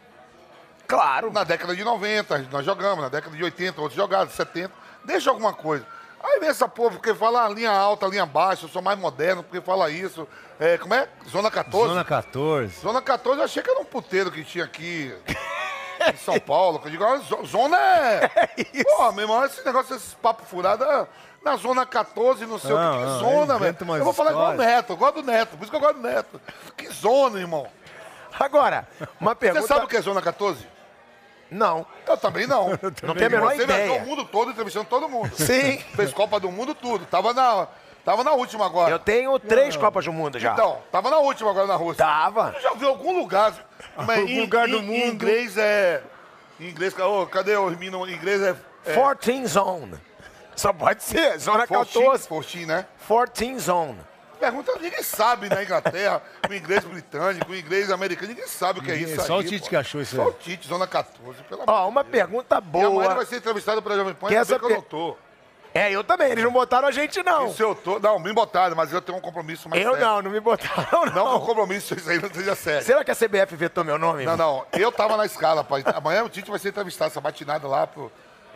Speaker 1: Claro.
Speaker 3: Na década de 90, nós jogamos, na década de 80, outros jogados, 70. Deixa alguma coisa. Aí vem essa povo porque fala ah, linha alta, linha baixa, eu sou mais moderno, porque fala isso. É, como é? Zona 14?
Speaker 2: Zona 14.
Speaker 3: Zona 14, eu achei que era um puteiro que tinha aqui em São Paulo. que Eu digo, ah, zo- zona
Speaker 2: [laughs]
Speaker 3: é. Pô, meu irmão, esse negócio, esses papos furados. ah, Na zona 14, não sei o
Speaker 2: Não,
Speaker 3: que, que
Speaker 2: não,
Speaker 3: zona,
Speaker 2: Ah, inventa
Speaker 3: velho. Eu vou
Speaker 2: umas
Speaker 3: falar igual o
Speaker 2: histórias.
Speaker 3: Neto, eu gosto do Neto, por isso que eu gosto do Neto. Que zona, irmão.
Speaker 1: Agora, uma pergunta.
Speaker 3: Você sabe o que é zona 14?
Speaker 1: Não.
Speaker 3: Eu
Speaker 1: [laughs]
Speaker 3: também não.
Speaker 1: Não tem a menor
Speaker 3: Você viajou
Speaker 1: ideia.
Speaker 3: o mundo todo entrevistando todo mundo.
Speaker 1: Sim.
Speaker 3: Fez Copa do Mundo, tudo. Tava na, tava na última agora.
Speaker 1: Eu
Speaker 2: tá.
Speaker 1: tenho três Copas do Mundo já.
Speaker 3: Então, tava na última agora na Rússia.
Speaker 2: Tá.
Speaker 1: Tava.
Speaker 3: Eu já vi algum lugar. Mas
Speaker 2: Algum
Speaker 3: em,
Speaker 2: lugar do
Speaker 3: em-
Speaker 2: mundo.
Speaker 3: Em inglês é. Em inglês, ca- ô, cadê o menino? Em inglês é. é
Speaker 1: 14 Zone. Só pode ser. Zona
Speaker 3: 14,
Speaker 1: 14.
Speaker 3: 14, né?
Speaker 1: 14 Zone.
Speaker 3: Pergunta, ninguém sabe na Inglaterra, o inglês britânico, o inglês americano, ninguém sabe o que é
Speaker 2: Ninguém,
Speaker 3: isso
Speaker 2: só
Speaker 3: aí,
Speaker 2: o Tite
Speaker 3: pô.
Speaker 2: que achou isso
Speaker 3: Só
Speaker 2: aí.
Speaker 3: o Tite, zona 14, pelo amor
Speaker 1: Ó, uma pergunta
Speaker 3: de Deus. Minha mãe
Speaker 1: boa.
Speaker 3: vai ser entrevistada pela Jovem Pan,
Speaker 1: Que
Speaker 3: ainda
Speaker 1: essa
Speaker 3: bem que eu
Speaker 1: pe-
Speaker 3: não tô.
Speaker 1: É, eu também. Eles não botaram a gente, não.
Speaker 3: Isso eu tô. Não, me botaram, mas eu tenho um compromisso mais
Speaker 1: Eu
Speaker 3: sério.
Speaker 1: não, não me botaram,
Speaker 3: Não que o
Speaker 1: não. é
Speaker 3: compromisso isso aí não seja sério.
Speaker 1: Será que a CBF vetou meu nome?
Speaker 3: Não, não. Eu tava na escala, pai. Amanhã o Tite vai ser entrevistado, essa matinada lá pro-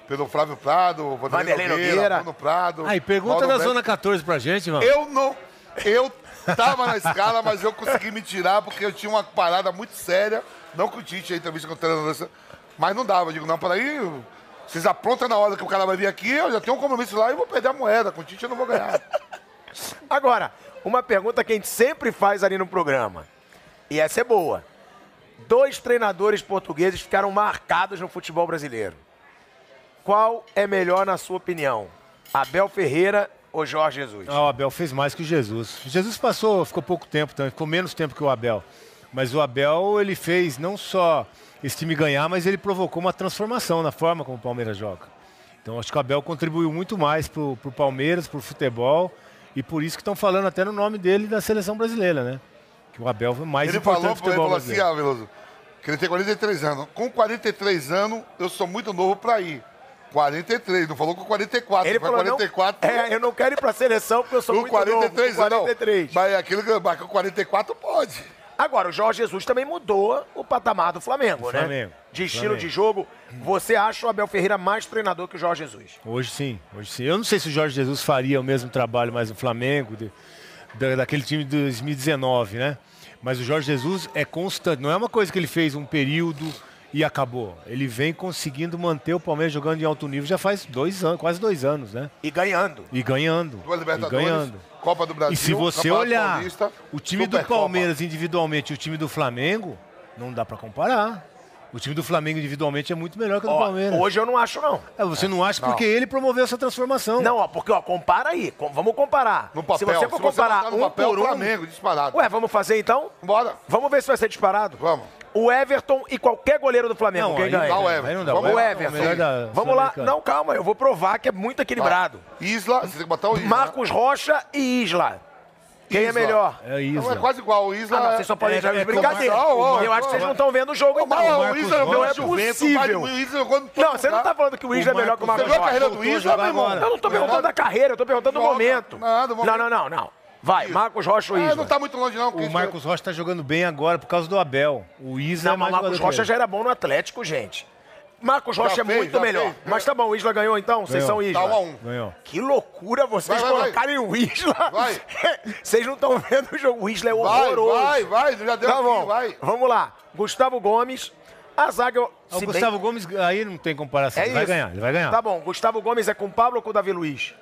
Speaker 3: pelo Flávio Prado, Vanderlei
Speaker 1: Vanderlei
Speaker 3: Nogueira,
Speaker 1: Nogueira.
Speaker 3: Bruno Prado.
Speaker 2: Aí, pergunta
Speaker 3: Mauro
Speaker 2: da
Speaker 3: Betti.
Speaker 2: Zona 14 pra gente, mano.
Speaker 3: Eu não. Eu tava na escala, mas eu consegui me tirar porque eu tinha uma parada muito séria. Não que o Tite a entrevista com o treinador. Mas não dava. Eu digo, não, peraí. Vocês aprontam na hora que o cara vai vir aqui, eu já tenho um compromisso lá e vou perder a moeda. Com o Tite eu não vou ganhar.
Speaker 1: Agora, Uma pergunta que a gente sempre faz ali no programa. E essa é boa. Dois treinadores portugueses ficaram marcados no futebol brasileiro. Qual é melhor na sua opinião? Abel Ferreira ou Jorge Jesus?
Speaker 2: Ah, o Abel fez mais que o Jesus. O Jesus passou, ficou pouco tempo também, ficou menos tempo que o Abel. Mas o Abel, ele fez não só esse time ganhar, mas ele provocou uma transformação na forma como o Palmeiras joga. Então acho que o Abel contribuiu muito mais para o Palmeiras, para o futebol, e por isso que estão falando até no nome dele da seleção brasileira, né? Que o Abel foi
Speaker 1: É
Speaker 2: mais
Speaker 3: Ele
Speaker 2: importante
Speaker 3: falou,
Speaker 2: do
Speaker 3: ele
Speaker 2: futebol
Speaker 3: falou assim,
Speaker 2: brasileiro.
Speaker 3: ah, Veloso, que ele tem 43 anos. Com 43 anos, eu sou muito novo pra ir. 43, não falou com 44.
Speaker 1: Ele
Speaker 3: foi
Speaker 1: falou,
Speaker 3: 44.
Speaker 1: não, é, eu não quero ir pra seleção porque eu sou
Speaker 3: com
Speaker 1: muito novo, um com
Speaker 3: 43 anos,
Speaker 1: 43.
Speaker 3: não. então. Mas aquilo que marca 44 pode.
Speaker 1: Agora, o Jorge Jesus também mudou o patamar do Flamengo,
Speaker 2: Do
Speaker 1: né?
Speaker 2: Flamengo,
Speaker 1: De
Speaker 2: do
Speaker 1: estilo
Speaker 2: Flamengo.
Speaker 1: de jogo. Você acha o Abel Ferreira mais treinador que o Jorge Jesus?
Speaker 2: Hoje sim, hoje sim. Eu não sei se o Jorge Jesus faria o mesmo trabalho mais no Flamengo, de- da- daquele time de 2019, né? Mas o Jorge Jesus é constante, não é uma coisa que ele fez um período e acabou. Ele vem conseguindo manter o Palmeiras jogando em alto nível já faz dois anos, quase dois anos, né?
Speaker 1: E ganhando.
Speaker 2: E ganhando.
Speaker 3: Duas
Speaker 2: e
Speaker 3: Libertadores,
Speaker 2: ganhando.
Speaker 3: Copa do Brasil,
Speaker 2: E se você
Speaker 3: Campeonato
Speaker 2: olhar
Speaker 3: Paulista,
Speaker 2: o time do
Speaker 3: Supercopa.
Speaker 2: Palmeiras individualmente e o time do Flamengo, não dá pra comparar. O time do Flamengo individualmente é muito melhor que o do
Speaker 1: Ó,
Speaker 2: Palmeiras.
Speaker 1: hoje eu não acho, não.
Speaker 2: É, Você não acha porque ele promoveu essa transformação.
Speaker 1: Não, ó, porque, ó, compara aí. Com- vamos comparar.
Speaker 3: No papel.
Speaker 1: se você for
Speaker 3: Se você
Speaker 1: comparar
Speaker 3: botar no
Speaker 1: um
Speaker 3: papel, é
Speaker 1: por um...
Speaker 3: Flamengo, disparado.
Speaker 1: Ué, vamos fazer então?
Speaker 3: Bora.
Speaker 1: Vamos ver se vai ser disparado?
Speaker 3: Vamos.
Speaker 1: O Everton e qualquer goleiro do Flamengo, quem
Speaker 2: aí
Speaker 1: ganha?
Speaker 3: dá o
Speaker 2: aí
Speaker 3: Everton.
Speaker 2: não dá.
Speaker 3: Vamos
Speaker 1: O
Speaker 3: o
Speaker 1: Everton.
Speaker 2: melhor da
Speaker 1: Vamos lá.
Speaker 2: Sul-Americana.
Speaker 1: Não, calma, eu vou provar que é muito equilibrado.
Speaker 3: Isla, você tem que botar o Isla. né?
Speaker 1: Marcos Rocha e Isla. Quem é
Speaker 3: é. Isla.
Speaker 1: melhor?
Speaker 2: É
Speaker 3: Não,
Speaker 2: isso.
Speaker 3: é quase igual o Isla.
Speaker 1: Ah, não, vocês só podem
Speaker 2: É,
Speaker 1: entrar de
Speaker 2: é,
Speaker 1: brincadeira.
Speaker 3: como- Não, ó,
Speaker 1: eu acho que vocês
Speaker 3: ó,
Speaker 1: não estão vendo o jogo,
Speaker 3: Ô,
Speaker 1: então.
Speaker 3: Mas o
Speaker 2: Marcos
Speaker 3: Isla jogou
Speaker 2: Rocha,
Speaker 3: na Juventus,
Speaker 1: possível.
Speaker 3: mas o Isla jogou no todo
Speaker 1: Não, você não
Speaker 3: lugar.
Speaker 1: tá falando que o Isla é melhor que o
Speaker 3: Você
Speaker 1: Marcos
Speaker 3: viu a carreira
Speaker 1: Rocha.
Speaker 3: do
Speaker 2: voltou a
Speaker 3: Isla, meu
Speaker 2: jogar
Speaker 3: irmão?
Speaker 2: agora.
Speaker 1: Eu não tô perguntando da carreira, eu tô perguntando do
Speaker 3: Joga.
Speaker 1: momento.
Speaker 3: Não,
Speaker 1: Não,
Speaker 3: do momento.
Speaker 1: não, não, não. Vai, Marcos Rocha ou
Speaker 3: Ah, não
Speaker 1: Isla?
Speaker 3: tá muito longe, não. porque
Speaker 2: O Marcos Rocha está jogando bem agora por causa do Abel. O Isa
Speaker 1: Não,
Speaker 2: é
Speaker 1: mas
Speaker 2: mais
Speaker 1: Marcos
Speaker 2: jogador que
Speaker 1: Rocha
Speaker 2: ele.
Speaker 1: já era bom no Atlético, gente. Marcos Rocha é
Speaker 3: fez,
Speaker 1: muito
Speaker 3: já
Speaker 1: melhor.
Speaker 3: fez.
Speaker 1: Mas tá bom, o Isla ganhou então? Vocês
Speaker 2: Ganhou.
Speaker 1: são Isla.
Speaker 3: Tá um a um.
Speaker 2: Ganhou.
Speaker 1: Que loucura vocês
Speaker 3: Vai, vai, vai.
Speaker 1: colocarem o Isla.
Speaker 3: Vai.
Speaker 1: [laughs] Vocês não estão vendo o jogo. O Isla é
Speaker 3: Vai,
Speaker 1: horroroso.
Speaker 3: vai, vai. Já deu
Speaker 1: Tá
Speaker 3: aqui,
Speaker 1: bom,
Speaker 3: vai.
Speaker 1: vamos lá. Gustavo Gomes, a zaga... eu-
Speaker 2: O
Speaker 1: se bem-
Speaker 2: Gustavo Gomes, aí não tem comparação.
Speaker 1: É
Speaker 2: ele vai
Speaker 1: isso.
Speaker 2: ganhar, ele vai ganhar.
Speaker 1: Tá bom, Gustavo Gomes é com o Pablo ou com o Davi Luiz?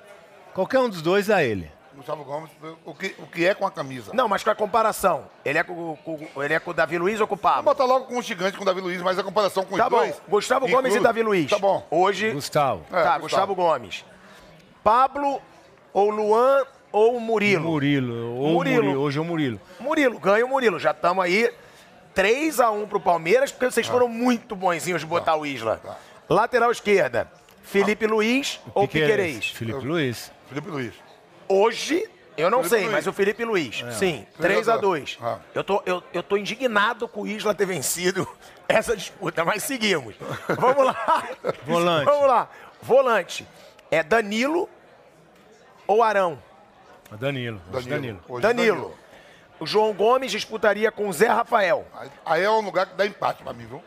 Speaker 2: Qualquer um dos dois dá ele.
Speaker 3: Gustavo Gomes, o que, o que é com a camisa?
Speaker 1: Não, mas com a comparação. Ele é com, com- ele é com o Davi Luiz ou com o
Speaker 3: Vamos
Speaker 1: Pablo?
Speaker 3: botar logo com o gigante, com o Davi Luiz, mas a comparação com
Speaker 1: Tá
Speaker 3: os
Speaker 1: bom,
Speaker 3: dois...
Speaker 1: Gustavo Gomes e
Speaker 3: inclui.
Speaker 1: Davi Luiz.
Speaker 3: Tá bom.
Speaker 1: Hoje...
Speaker 2: Gustavo.
Speaker 3: É,
Speaker 1: tá,
Speaker 3: Gustavo.
Speaker 1: Gustavo Gomes. Pablo ou Luan ou Murilo?
Speaker 2: Murilo. Ou
Speaker 1: Murilo.
Speaker 2: Murilo. Hoje é o Murilo.
Speaker 1: Murilo, ganha o Murilo. Já estamos aí 3x1 pro Palmeiras, porque vocês
Speaker 3: Tá.
Speaker 1: foram muito bonzinhos de botar o Isla. Lateral esquerda, Felipe Luiz ou Piquerez?
Speaker 2: é Felipe Luiz.
Speaker 3: Felipe Luiz.
Speaker 1: Hoje, eu não
Speaker 3: Felipe
Speaker 1: sei,
Speaker 3: Luiz. É.
Speaker 1: mas o Felipe Luiz. Sim, 3x2.
Speaker 3: Ah.
Speaker 1: Eu, tô, eu, eu tô indignado com o Isla ter vencido [laughs] essa disputa, mas seguimos. Vamos lá.
Speaker 2: Volante.
Speaker 1: Vamos lá. Volante. É Danilo ou Arão?
Speaker 2: Danilo. Hoje Danilo.
Speaker 3: Hoje
Speaker 1: Danilo. O João Gomes disputaria com o Zé Rafael.
Speaker 3: Aí- Aí é um lugar que dá empate pra mim, viu?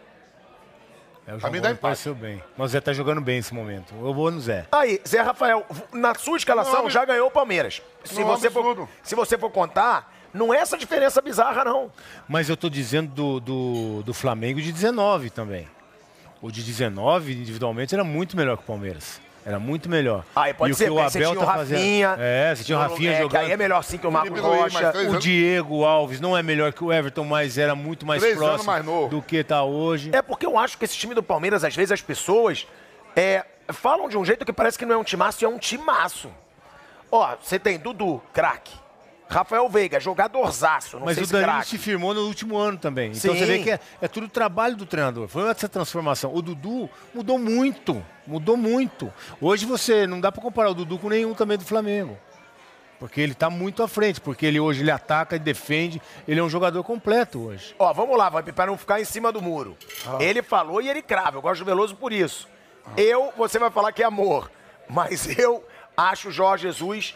Speaker 2: É, o
Speaker 3: Pra mim
Speaker 2: João
Speaker 3: dá
Speaker 2: Gomes
Speaker 3: empate.
Speaker 2: pareceu bem. Mas o Zé tá jogando bem nesse momento. Eu vou no Zé.
Speaker 1: Aí, Zé Rafael, v- na sua escalação
Speaker 3: Não,
Speaker 1: já ganhou o Palmeiras. Se
Speaker 3: Não,
Speaker 1: você, for,
Speaker 3: absurdo.
Speaker 1: se você for contar, não é essa diferença bizarra, não.
Speaker 2: Mas eu tô dizendo do, do, do Flamengo de 19 também. O de 19, individualmente, era muito melhor que o Palmeiras. Era muito melhor.
Speaker 1: Aí Ah, pode
Speaker 2: e o
Speaker 1: ser,
Speaker 2: que o
Speaker 1: porque você
Speaker 2: Abel
Speaker 1: tinha o
Speaker 2: tá fazendo.
Speaker 1: Rafinha.
Speaker 2: É, você tinha o Rafinha
Speaker 1: é, Que
Speaker 2: jogando.
Speaker 1: aí é melhor sim que o Marcos
Speaker 3: Felipe Luiz, mas
Speaker 1: Rocha.
Speaker 3: três
Speaker 2: O Diego Alves não é melhor que o Everton, mas era muito mais
Speaker 3: Três anos
Speaker 2: próximo
Speaker 3: mais novo.
Speaker 2: do que tá hoje.
Speaker 1: É porque eu acho que esse time do Palmeiras, às vezes, as pessoas é, falam de um jeito que parece que não é um timaço, e é um timaço. Ó, você tem Dudu, craque. Rafael Veiga, jogadorzaço. Não
Speaker 2: Mas
Speaker 1: sei
Speaker 2: o
Speaker 1: se
Speaker 2: Danilo
Speaker 1: craque.
Speaker 2: se firmou no último ano também. Então
Speaker 1: Sim.
Speaker 2: você vê que é, é tudo trabalho do treinador. Foi essa transformação. O Dudu mudou muito. Mudou muito. Hoje você não dá pra comparar o Dudu com nenhum também do Flamengo. Porque ele tá muito à frente. Porque ele hoje ele ataca, ele defende. Ele é um jogador completo hoje.
Speaker 1: Ó, vamos lá, Vamp, pra não ficar em cima do muro.
Speaker 3: Ah.
Speaker 1: Ele falou e ele crava. Eu gosto do Veloso por isso. Eu, você vai falar que é amor. Mas [laughs] eu acho o Jorge Jesus.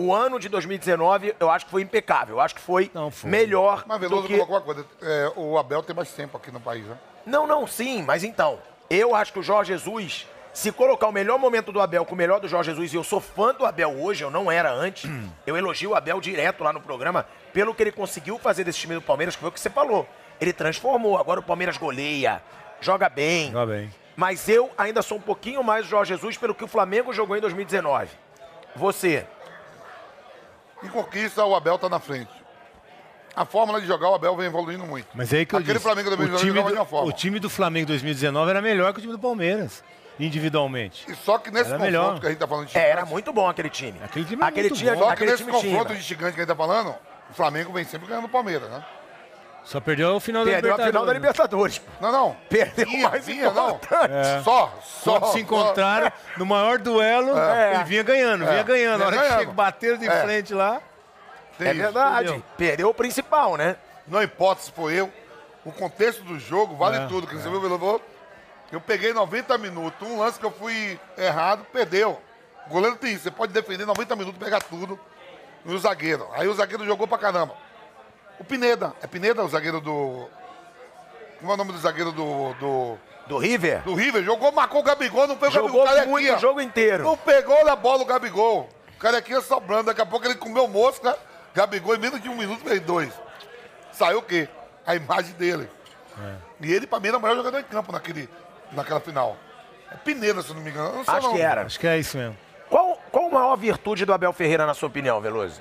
Speaker 1: O ano de 2019, eu acho que foi impecável. Eu acho que foi,
Speaker 2: Não, foi.
Speaker 1: melhor
Speaker 3: Mas
Speaker 1: do
Speaker 3: Veloso
Speaker 1: que...
Speaker 3: colocou uma coisa. é, o Abel tem mais tempo aqui no país, né?
Speaker 1: Não, não, sim, mas então, eu acho que o Jorge Jesus, se colocar o melhor momento do Abel com o melhor do Jorge Jesus, e eu sou fã do Abel hoje, eu não era antes, eu elogio o Abel direto lá no programa, pelo que ele conseguiu fazer desse time do Palmeiras, que foi o que você falou. Ele transformou, agora o Palmeiras goleia, joga bem.
Speaker 2: Tá bem.
Speaker 1: Mas eu ainda sou um pouquinho mais o Jorge Jesus pelo que o Flamengo jogou em 2019. Você.
Speaker 3: e conquista, o Abel tá na frente. A fórmula de jogar, o Abel vem evoluindo muito.
Speaker 2: Mas é aí que eu
Speaker 3: Aquele
Speaker 2: disse,
Speaker 3: Flamengo também
Speaker 2: o
Speaker 3: jogava
Speaker 2: time,
Speaker 3: da mesma
Speaker 2: do,
Speaker 3: forma.
Speaker 2: o time do Flamengo 2019 era melhor que o time do Palmeiras, individualmente.
Speaker 3: E só que nesse
Speaker 2: Era
Speaker 3: confronto
Speaker 2: melhor.
Speaker 3: que a gente tá falando de
Speaker 1: É, era muito bom aquele time.
Speaker 2: Aquele time é muito bom.
Speaker 3: Só que
Speaker 1: aquele
Speaker 3: nesse
Speaker 1: time tinha. né?
Speaker 3: confronto de gigante que a gente tá falando, o Flamengo vem sempre ganhando o Palmeiras, né?
Speaker 2: Só perdeu o final
Speaker 1: Perdeu
Speaker 2: da
Speaker 1: a final da
Speaker 2: Libertadores. né?
Speaker 1: Libertadores.
Speaker 3: Não, não.
Speaker 1: Perdeu o mais importante.
Speaker 3: Não. Só, só.
Speaker 2: Quando se
Speaker 3: só. [laughs]
Speaker 2: encontraram no maior duelo
Speaker 1: É.
Speaker 2: e vinha ganhando, vinha
Speaker 3: É.
Speaker 2: ganhando. A hora
Speaker 3: Ganhava.
Speaker 2: que chega, bateram de
Speaker 3: É.
Speaker 2: frente lá.
Speaker 3: Tem
Speaker 1: É
Speaker 3: isso.
Speaker 1: verdade.
Speaker 2: entendeu?
Speaker 1: Perdeu o principal, né?
Speaker 3: Não importa se foi eu. O contexto do jogo vale
Speaker 2: É,
Speaker 3: tudo. Que você viu, Veloso? Eu peguei 90 minutos. Um lance que eu fui errado, perdeu. O goleiro tem isso. Você pode defender 90 minutos, pegar tudo. E o zagueiro. Aí o zagueiro jogou pra caramba. O Pineda. É Pineda o zagueiro do... Como é o nome do zagueiro do... do...
Speaker 1: Do River.
Speaker 3: Do River, jogou, marcou o Gabigol, não pegou
Speaker 1: Jogou
Speaker 3: o é Gabigol.
Speaker 1: muito
Speaker 3: carequinha.
Speaker 1: o jogo inteiro.
Speaker 3: Não pegou na bola o Gabigol. O carequinha sobrando, daqui a pouco ele comeu mosca. Gabigol em menos de um minuto fez dois. Saiu o quê? A imagem dele.
Speaker 2: É.
Speaker 3: E ele, pra mim, era o melhor jogador em campo naquele, naquela final. É Pineda, se eu não me engano. Eu não sei o
Speaker 1: Acho
Speaker 3: nome.
Speaker 1: que era.
Speaker 2: Acho que é isso mesmo.
Speaker 1: Qual, qual a maior virtude do Abel Ferreira, na sua opinião, Veloso?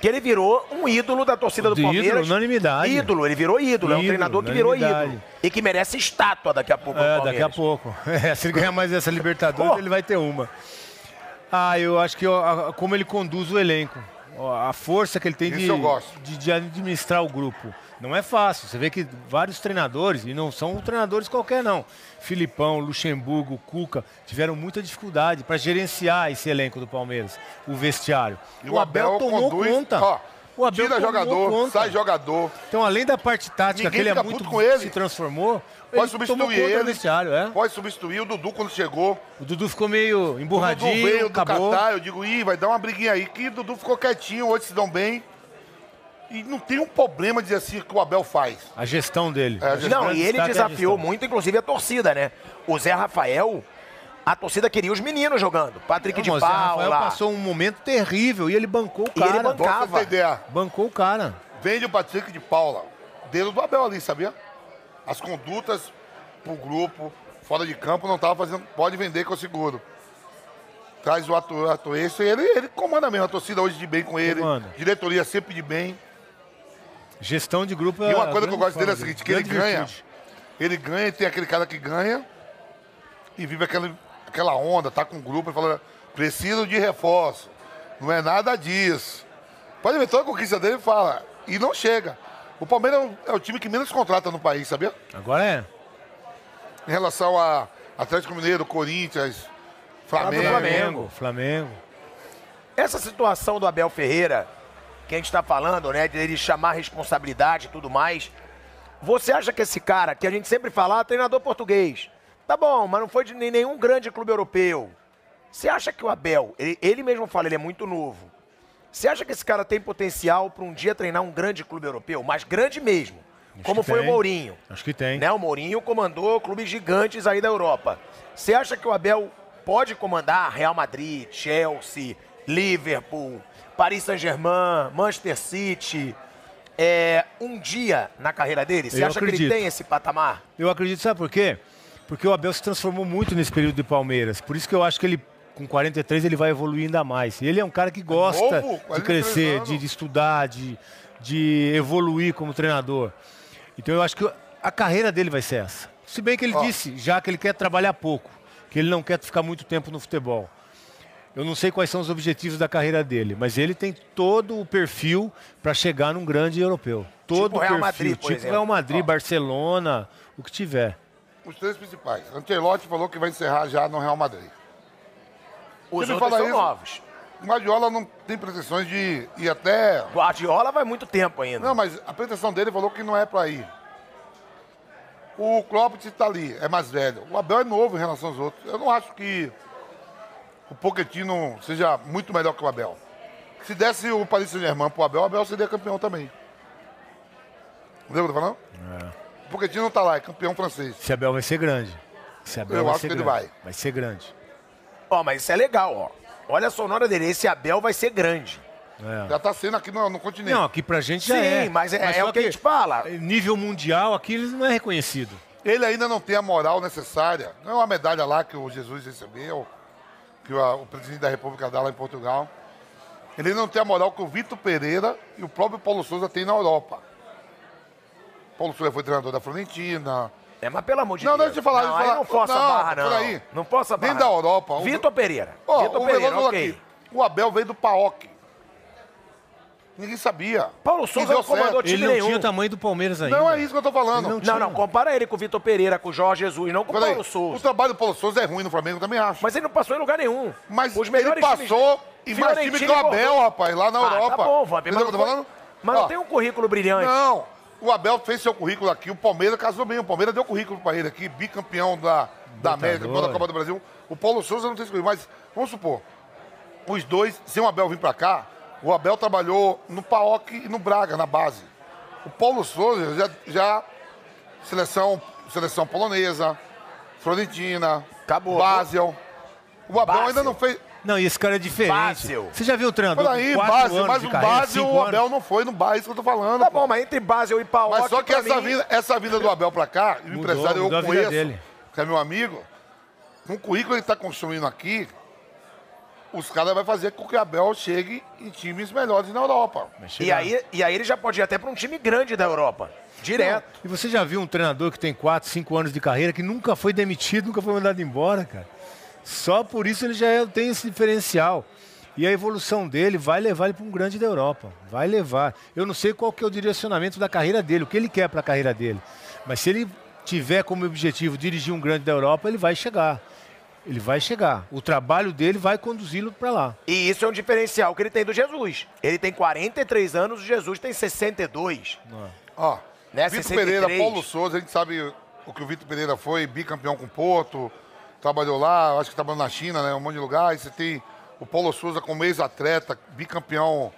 Speaker 1: Que ele virou um ídolo da torcida do,
Speaker 2: Do ídolo,
Speaker 1: Palmeiras.
Speaker 2: unanimidade.
Speaker 1: Ídolo, ele virou ídolo. é um
Speaker 2: Ídolo,
Speaker 1: treinador que virou
Speaker 2: unanimidade.
Speaker 1: ídolo. E que merece estátua daqui a pouco no
Speaker 2: É, daqui a
Speaker 1: Palmeiras.
Speaker 2: pouco. [laughs] É, se ele ganhar mais essa Libertadores,
Speaker 1: Pô.
Speaker 2: ele vai ter uma. Ah, eu acho que ó, a- como ele conduz o elenco. Ó, A força que ele tem
Speaker 3: Isso
Speaker 2: de,
Speaker 3: eu gosto.
Speaker 2: de- de administrar o grupo. Não é fácil. Você vê que vários treinadores, e não são treinadores qualquer, não. Filipão, Luxemburgo, Cuca, tiveram muita dificuldade para gerenciar esse elenco do Palmeiras, o vestiário.
Speaker 3: E o Abel,
Speaker 2: tomou
Speaker 3: conduz,
Speaker 2: conta.
Speaker 3: Ó,
Speaker 2: o Abel
Speaker 3: tira
Speaker 2: tomou
Speaker 3: jogador,
Speaker 2: conta.
Speaker 3: sai jogador.
Speaker 2: Então, além da parte tática,
Speaker 3: Ninguém
Speaker 2: que ele é
Speaker 3: fica
Speaker 2: muito
Speaker 3: puto com ele.
Speaker 2: se transformou,
Speaker 3: Pode
Speaker 2: ele tomou
Speaker 3: substituir
Speaker 2: conta do
Speaker 3: ele.
Speaker 2: vestiário, é?
Speaker 3: Pode substituir o Dudu quando chegou.
Speaker 2: O Dudu ficou meio emburradinho,
Speaker 3: Dudu veio
Speaker 2: acabou.
Speaker 3: do Catar, eu digo, ih, vai dar uma briguinha aí, que Dudu ficou quietinho, hoje se dão bem. E não tem um problema dizer assim que o Abel faz.
Speaker 2: A gestão dele.
Speaker 3: É, a gestão.
Speaker 1: Não, e ele
Speaker 2: Destaque é a
Speaker 1: desafiou
Speaker 2: gestão.
Speaker 1: muito, inclusive, a torcida, né? O Zé Rafael, a torcida queria os meninos jogando. Patrick
Speaker 2: Não,
Speaker 1: de
Speaker 2: mas o Zé Rafael
Speaker 1: Paula.
Speaker 2: passou um momento terrível e ele bancou o
Speaker 1: E ele
Speaker 2: cara.
Speaker 3: Bom pra você
Speaker 1: Cava.
Speaker 3: ter ideia,
Speaker 2: Bancou o cara.
Speaker 3: vende o Patrick de Paula, dedo do Abel ali, sabia? As condutas pro grupo, fora de campo, não tava fazendo, pode vender que eu seguro. Traz o ator, ator esse, ele, ele comanda mesmo, a torcida hoje de bem com ele,
Speaker 2: Comanda.
Speaker 3: diretoria sempre de bem.
Speaker 2: Gestão de grupo é
Speaker 3: E
Speaker 2: a
Speaker 3: uma coisa que eu
Speaker 2: grande
Speaker 3: gosto dele é a
Speaker 2: fala
Speaker 3: seguinte, que
Speaker 2: dele.
Speaker 3: ele
Speaker 2: Grande
Speaker 3: ganha.
Speaker 2: virtude.
Speaker 3: Ele ganha e tem aquele cara que ganha e vive aquela, aquela onda, tá com um grupo e fala, preciso de reforço. Não é nada disso. Pode ver, toda a conquista dele fala. E não chega. O Palmeiras é o- é o time que menos contrata no país, sabia?
Speaker 2: Agora é.
Speaker 3: Em relação a Atlético Mineiro, Corinthians, Flamengo.
Speaker 2: Flamengo. Flamengo.
Speaker 1: Essa situação do Abel Ferreira, que a gente está falando, né, de ele chamar a responsabilidade e tudo mais, você acha que esse cara, que a gente sempre fala, ah, treinador português, tá bom, mas não foi de nem- nenhum grande clube europeu. Você acha que o Abel, ele, ele mesmo fala, ele é muito novo. Você acha que esse cara tem potencial para um dia treinar um grande clube europeu, mas grande mesmo,
Speaker 2: Acho
Speaker 1: como
Speaker 2: que
Speaker 1: foi o
Speaker 2: tem.
Speaker 1: Mourinho?
Speaker 2: Acho que tem.
Speaker 1: Né, o Mourinho comandou clubes gigantes aí da Europa. Você acha que o Abel pode comandar Real Madrid, Chelsea, Liverpool, Paris Saint-Germain, Manchester City é, um dia na carreira dele? Você
Speaker 2: Eu
Speaker 1: acha que ele
Speaker 2: acredito.
Speaker 1: tem esse patamar?
Speaker 2: Eu acredito, sabe por quê? Porque o Abel se transformou muito nesse período do Palmeiras. Por isso que eu acho que ele, com 43, ele vai evoluir ainda mais. E ele é um cara que gosta
Speaker 3: novo,
Speaker 2: de
Speaker 3: 43
Speaker 2: crescer,
Speaker 3: anos.
Speaker 2: de, de estudar, de, de evoluir como treinador. Então eu acho que a carreira dele vai ser essa. Se bem que ele
Speaker 3: Ó.
Speaker 2: disse já que ele quer trabalhar pouco, que ele não quer ficar muito tempo no futebol. Eu não sei quais são os objetivos da carreira dele, mas ele tem todo o perfil para chegar num grande europeu. Todo
Speaker 1: Tipo
Speaker 2: o
Speaker 1: Real
Speaker 2: perfil,
Speaker 1: Madrid, por
Speaker 2: tipo
Speaker 1: exemplo.
Speaker 2: Real Madrid,
Speaker 3: Ó.
Speaker 2: Barcelona, o que tiver.
Speaker 3: Os três principais. Antelote falou que vai encerrar já no Real Madrid.
Speaker 1: Os
Speaker 3: Você me
Speaker 1: outros
Speaker 3: fala
Speaker 1: são
Speaker 3: isso?
Speaker 1: novos.
Speaker 3: Guardiola não tem pretensões de ir até
Speaker 1: Guardiola vai muito tempo ainda.
Speaker 3: Não, mas a pretensão dele falou que não é pra ir. O Klopp está ali, é mais velho. O Abel é novo em relação aos outros. Eu não acho que o Pochettino seja muito melhor que o Abel. Se desse o Paris Saint-Germain pro Abel, o Abel seria campeão também. Lembra do falando? O Pochettino não tá lá, é campeão francês.
Speaker 2: Esse Abel vai ser grande. Esse Abel
Speaker 3: Eu
Speaker 2: vai
Speaker 3: acho
Speaker 2: ser
Speaker 3: que ele
Speaker 2: grande.
Speaker 3: vai.
Speaker 2: Vai ser grande.
Speaker 1: Ó, mas isso é legal, ó. Olha a sonora dele, esse Abel vai ser grande.
Speaker 2: É.
Speaker 3: Já tá sendo aqui no, no continente.
Speaker 2: Não, aqui pra gente já
Speaker 1: Sim,
Speaker 2: é.
Speaker 1: mas é, é
Speaker 2: só
Speaker 1: o que a gente fala.
Speaker 2: Nível mundial, aqui ele não é reconhecido.
Speaker 3: Ele ainda não tem a moral necessária. Não é uma medalha lá que o Jesus recebeu, que o, a- o presidente da República dá lá em Portugal. Ele não tem a moral que o Vitor Pereira e o próprio Paulo Souza têm na Europa. Paulo Souza foi treinador da Florentina.
Speaker 1: É, mas pelo amor de
Speaker 3: Não,
Speaker 1: Deus.
Speaker 3: deixa eu falar,
Speaker 1: Não,
Speaker 3: deixa eu
Speaker 1: aí
Speaker 3: falar.
Speaker 1: não força
Speaker 3: Não,
Speaker 1: a barra, não.
Speaker 3: por aí.
Speaker 1: Não força a barra.
Speaker 3: Nem da Europa. O-
Speaker 1: Vitor Pereira.
Speaker 3: Ó,
Speaker 1: Vitor
Speaker 3: o
Speaker 1: Pereira,
Speaker 3: Veloso
Speaker 1: ok.
Speaker 3: aqui. O Abel veio do Paok. Ninguém sabia.
Speaker 1: Paulo
Speaker 3: E
Speaker 1: Souza é
Speaker 3: deu
Speaker 1: não comandou
Speaker 3: certo.
Speaker 1: time
Speaker 2: Ele não
Speaker 1: nenhum.
Speaker 2: tinha o tamanho do Palmeiras ainda.
Speaker 3: Não é isso que eu tô falando.
Speaker 2: Ele
Speaker 1: Não, não, compara ele com o Vitor Pereira, com o Jorge Jesus, não com o
Speaker 3: Peraí,
Speaker 1: Paulo
Speaker 3: O
Speaker 1: Souza.
Speaker 3: trabalho do Paulo Souza é ruim no Flamengo, eu também acho.
Speaker 1: Mas ele não passou em lugar nenhum.
Speaker 3: Mas
Speaker 1: Os
Speaker 3: ele
Speaker 1: melhores
Speaker 3: passou
Speaker 1: times-
Speaker 3: e mais time que o
Speaker 1: Fiorentino e
Speaker 3: Abel,
Speaker 1: Bordeaux.
Speaker 3: rapaz, lá na
Speaker 1: Ah,
Speaker 3: Europa.
Speaker 1: Tá bom, Vamp,
Speaker 3: Entendeu o
Speaker 1: mas,
Speaker 3: que
Speaker 1: não
Speaker 3: eu tô
Speaker 1: foi-
Speaker 3: falante?
Speaker 1: mas não
Speaker 3: Ó,
Speaker 1: tem um currículo brilhante.
Speaker 3: Não, o Abel fez seu currículo aqui, o Palmeiras casou bem. O Palmeiras deu currículo pra ele aqui, bicampeão da, da América, campeão da Copa do Brasil. O Paulo Souza não tem esse currículo, mas vamos supor, os dois, sem o Abel vir pra cá, o Abel trabalhou no Paok e no Braga, na base. O Paulo Souza já, já seleção, seleção polonesa, Florentina,
Speaker 1: Acabou.
Speaker 3: Basel. O Abel
Speaker 1: Basel.
Speaker 3: ainda não fez...
Speaker 2: Não, e esse cara é diferente.
Speaker 1: Basel.
Speaker 2: Você já viu o treinador com
Speaker 3: Peraí,
Speaker 2: quatro
Speaker 3: base,
Speaker 2: anos
Speaker 3: mas
Speaker 2: de
Speaker 1: um
Speaker 3: o
Speaker 2: carreira,
Speaker 3: base
Speaker 2: cinco
Speaker 3: o Abel
Speaker 2: anos?
Speaker 3: não foi no base, isso que eu tô falando.
Speaker 1: Tá
Speaker 3: pô.
Speaker 1: bom, mas entre Basel e Paulo,
Speaker 3: Mas só que
Speaker 1: pra
Speaker 3: essa,
Speaker 1: mim,
Speaker 3: vinda, essa vinda do Abel pra cá, e o
Speaker 2: Mudou,
Speaker 3: empresário
Speaker 2: mudou a
Speaker 3: eu
Speaker 2: vida
Speaker 3: conheço,
Speaker 2: dele.
Speaker 3: que é meu amigo, com o currículo que ele tá construindo aqui, os caras vão fazer com que o Abel chegue em times melhores na Europa.
Speaker 1: E aí, e aí ele já pode ir até pra um time grande da Europa. Direto.
Speaker 2: E você já viu um treinador que tem 4, 5 anos de carreira que nunca foi demitido, nunca foi mandado embora, cara? Só por isso ele já é- tem esse diferencial. E a evolução dele vai levar ele para um grande da Europa. Vai levar. Eu não sei qual que é o direcionamento da carreira dele, o que ele quer para a carreira dele. Mas se ele tiver como objetivo dirigir um grande da Europa, ele vai chegar. Ele vai chegar. O trabalho dele vai conduzi-lo para lá.
Speaker 1: E isso é um diferencial que ele tem do Jesus. Ele tem 43 anos, o Jesus tem 62.
Speaker 3: Ó,
Speaker 1: Né,
Speaker 3: Vitor
Speaker 1: 63.
Speaker 3: Pereira, Paulo Souza, a gente sabe o que o Vitor Pereira foi, bicampeão com o Porto, trabalhou lá, acho que trabalhou na China, né, um monte de lugar. E você tem o Paulo Souza como ex-atleta, bicampeão,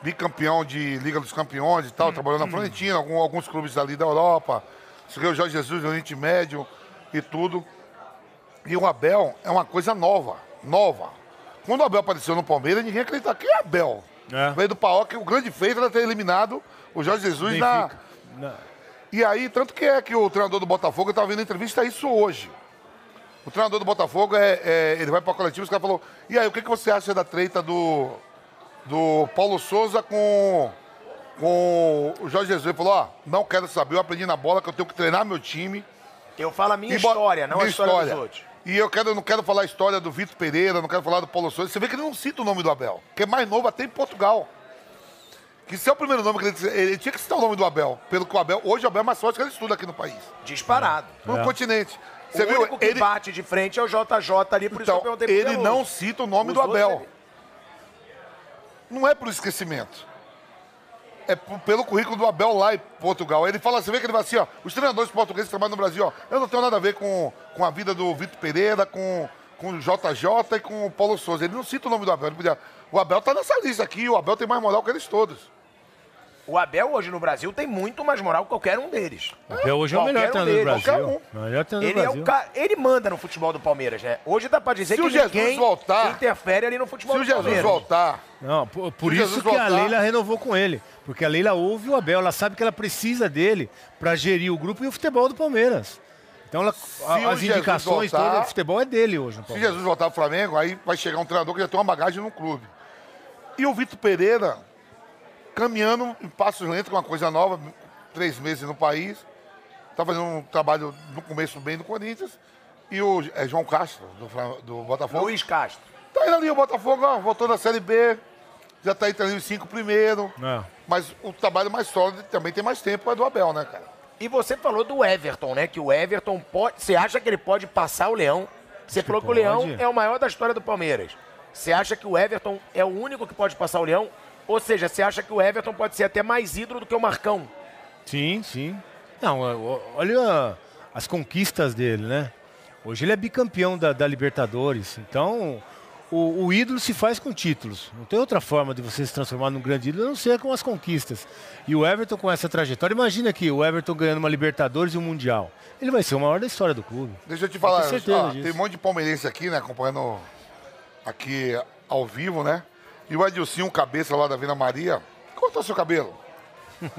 Speaker 3: bicampeão de Liga dos Campeões e tal, trabalhou na Florentina, algum- alguns clubes ali da Europa. Isso aqui é o Jorge Jesus do Oriente Médio e tudo. E o Abel é uma coisa nova, nova. Quando o Abel apareceu no Palmeiras, ninguém acreditava. Quem é Abel?
Speaker 2: É.
Speaker 3: Veio do Paok, o grande feito era ter eliminado o Jorge Jesus na...
Speaker 2: Benfica. Na-
Speaker 3: E aí, tanto que é que o treinador do Botafogo, eu estava vendo entrevista isso hoje. O treinador do Botafogo, é, é, ele vai para a coletiva, os caras falou e aí, o que, que você acha da treta do, do Paulo Souza com, com o Jorge Jesus? Ele falou, ó, não quero saber, eu aprendi na bola que eu tenho que treinar meu time,
Speaker 1: Eu falo a minha
Speaker 3: e bo-
Speaker 1: história, não a
Speaker 3: minha
Speaker 1: história, dos outros.
Speaker 3: E eu quero, não quero falar a história do Vitor Pereira, não quero falar do Paulo Souza. Você vê que ele não cita o nome do Abel, que é mais novo até em Portugal. Que esse é o primeiro nome que ele, disse- ele tinha que citar o nome do Abel, pelo que o Abel, hoje o Abel é mais forte que ele estuda aqui no país,
Speaker 1: Disparado.
Speaker 3: no continente. É. Você
Speaker 1: o
Speaker 3: viu?
Speaker 1: único que
Speaker 3: ele
Speaker 1: bate de frente é o JJ ali, por isso que eu
Speaker 3: então,
Speaker 1: perguntei pro
Speaker 3: ele
Speaker 1: Veloso.
Speaker 3: não cita o nome
Speaker 1: Os
Speaker 3: do
Speaker 1: outros
Speaker 3: Abel.
Speaker 1: ele-
Speaker 3: Não é por esquecimento. É p- pelo currículo do Abel lá em Portugal. Ele fala, você vê que ele vai assim, ó, os treinadores portugueses que trabalham no Brasil, ó, eu não tenho nada a ver com, com a vida do Vitor Pereira, com, com o JJ e com o Paulo Souza. Ele não cita o nome do Abel. Ele podia, o Abel tá nessa lista aqui, o Abel tem mais moral que eles todos.
Speaker 1: O Abel hoje no Brasil tem muito mais moral que qualquer um deles.
Speaker 2: Até hoje é o melhor
Speaker 1: Qualquer um
Speaker 2: treinador do
Speaker 1: deles,
Speaker 2: Brasil.
Speaker 3: qualquer
Speaker 2: O Melhor treinador
Speaker 1: Ele
Speaker 2: do
Speaker 1: é
Speaker 2: Então, Brasil.
Speaker 1: o cara, ele manda no futebol do Palmeiras, né? Hoje dá pra dizer
Speaker 3: Se
Speaker 1: que
Speaker 3: o Jesus
Speaker 1: ninguém
Speaker 3: voltar-
Speaker 1: interfere ali no futebol
Speaker 3: Se o
Speaker 1: do
Speaker 3: Jesus
Speaker 1: Palmeiras.
Speaker 3: voltar,
Speaker 2: Não, por, por
Speaker 3: Se
Speaker 2: isso
Speaker 3: Jesus
Speaker 2: que a
Speaker 3: voltar-
Speaker 2: Leila renovou com ele. Porque a Leila ouve o Abel, ela sabe que ela precisa dele para gerir o grupo e o futebol do Palmeiras. Então ela- a-
Speaker 3: o
Speaker 2: as
Speaker 3: Jesus
Speaker 2: indicações
Speaker 3: voltar-
Speaker 2: todas, o futebol é dele hoje. no
Speaker 3: Se
Speaker 2: Palmeiras.
Speaker 3: Jesus voltar ao Flamengo, aí vai chegar um treinador que já tem uma bagagem no clube. E o Vitor Pereira, caminhando em passos lentos, com uma coisa nova, três meses no país, tá fazendo um trabalho no começo bem do Corinthians. E o é, João Castro, do, Fla- do Botafogo.
Speaker 1: Luiz Castro.
Speaker 3: Tá indo ali, o Botafogo, ó, voltou da Série B, já tá entrando os cinco primeiro.
Speaker 2: É.
Speaker 3: Mas o trabalho mais sólido também tem mais tempo, é do Abel, né, cara?
Speaker 1: E você falou do Everton, né? Que o Everton pode. Você acha que ele pode passar o Leão? Você falou que o
Speaker 2: pode.
Speaker 1: Leão é o maior da história do Palmeiras. Você acha que o Everton é o único que pode passar o Leão? Ou seja, você acha que o Everton pode ser até mais ídolo do que o Marcão?
Speaker 2: Sim, sim. Não, ó, ó, olha as conquistas dele, né? Hoje ele é bicampeão da, da Libertadores. Então, o, o ídolo se faz com títulos. Não tem outra forma de você se transformar num grande ídolo a não ser com as conquistas. E o Everton com essa trajetória, imagina aqui, o Everton ganhando uma Libertadores e um Mundial. Ele vai ser o maior da história do clube.
Speaker 3: Deixa eu te falar,
Speaker 2: tenho certeza
Speaker 3: ó,
Speaker 2: disso.
Speaker 3: tem um monte de palmeirense aqui, né? Acompanhando aqui ao vivo, né? E o Adilcinho, cabeça lá da Vila Maria, cortou seu cabelo.
Speaker 2: [laughs]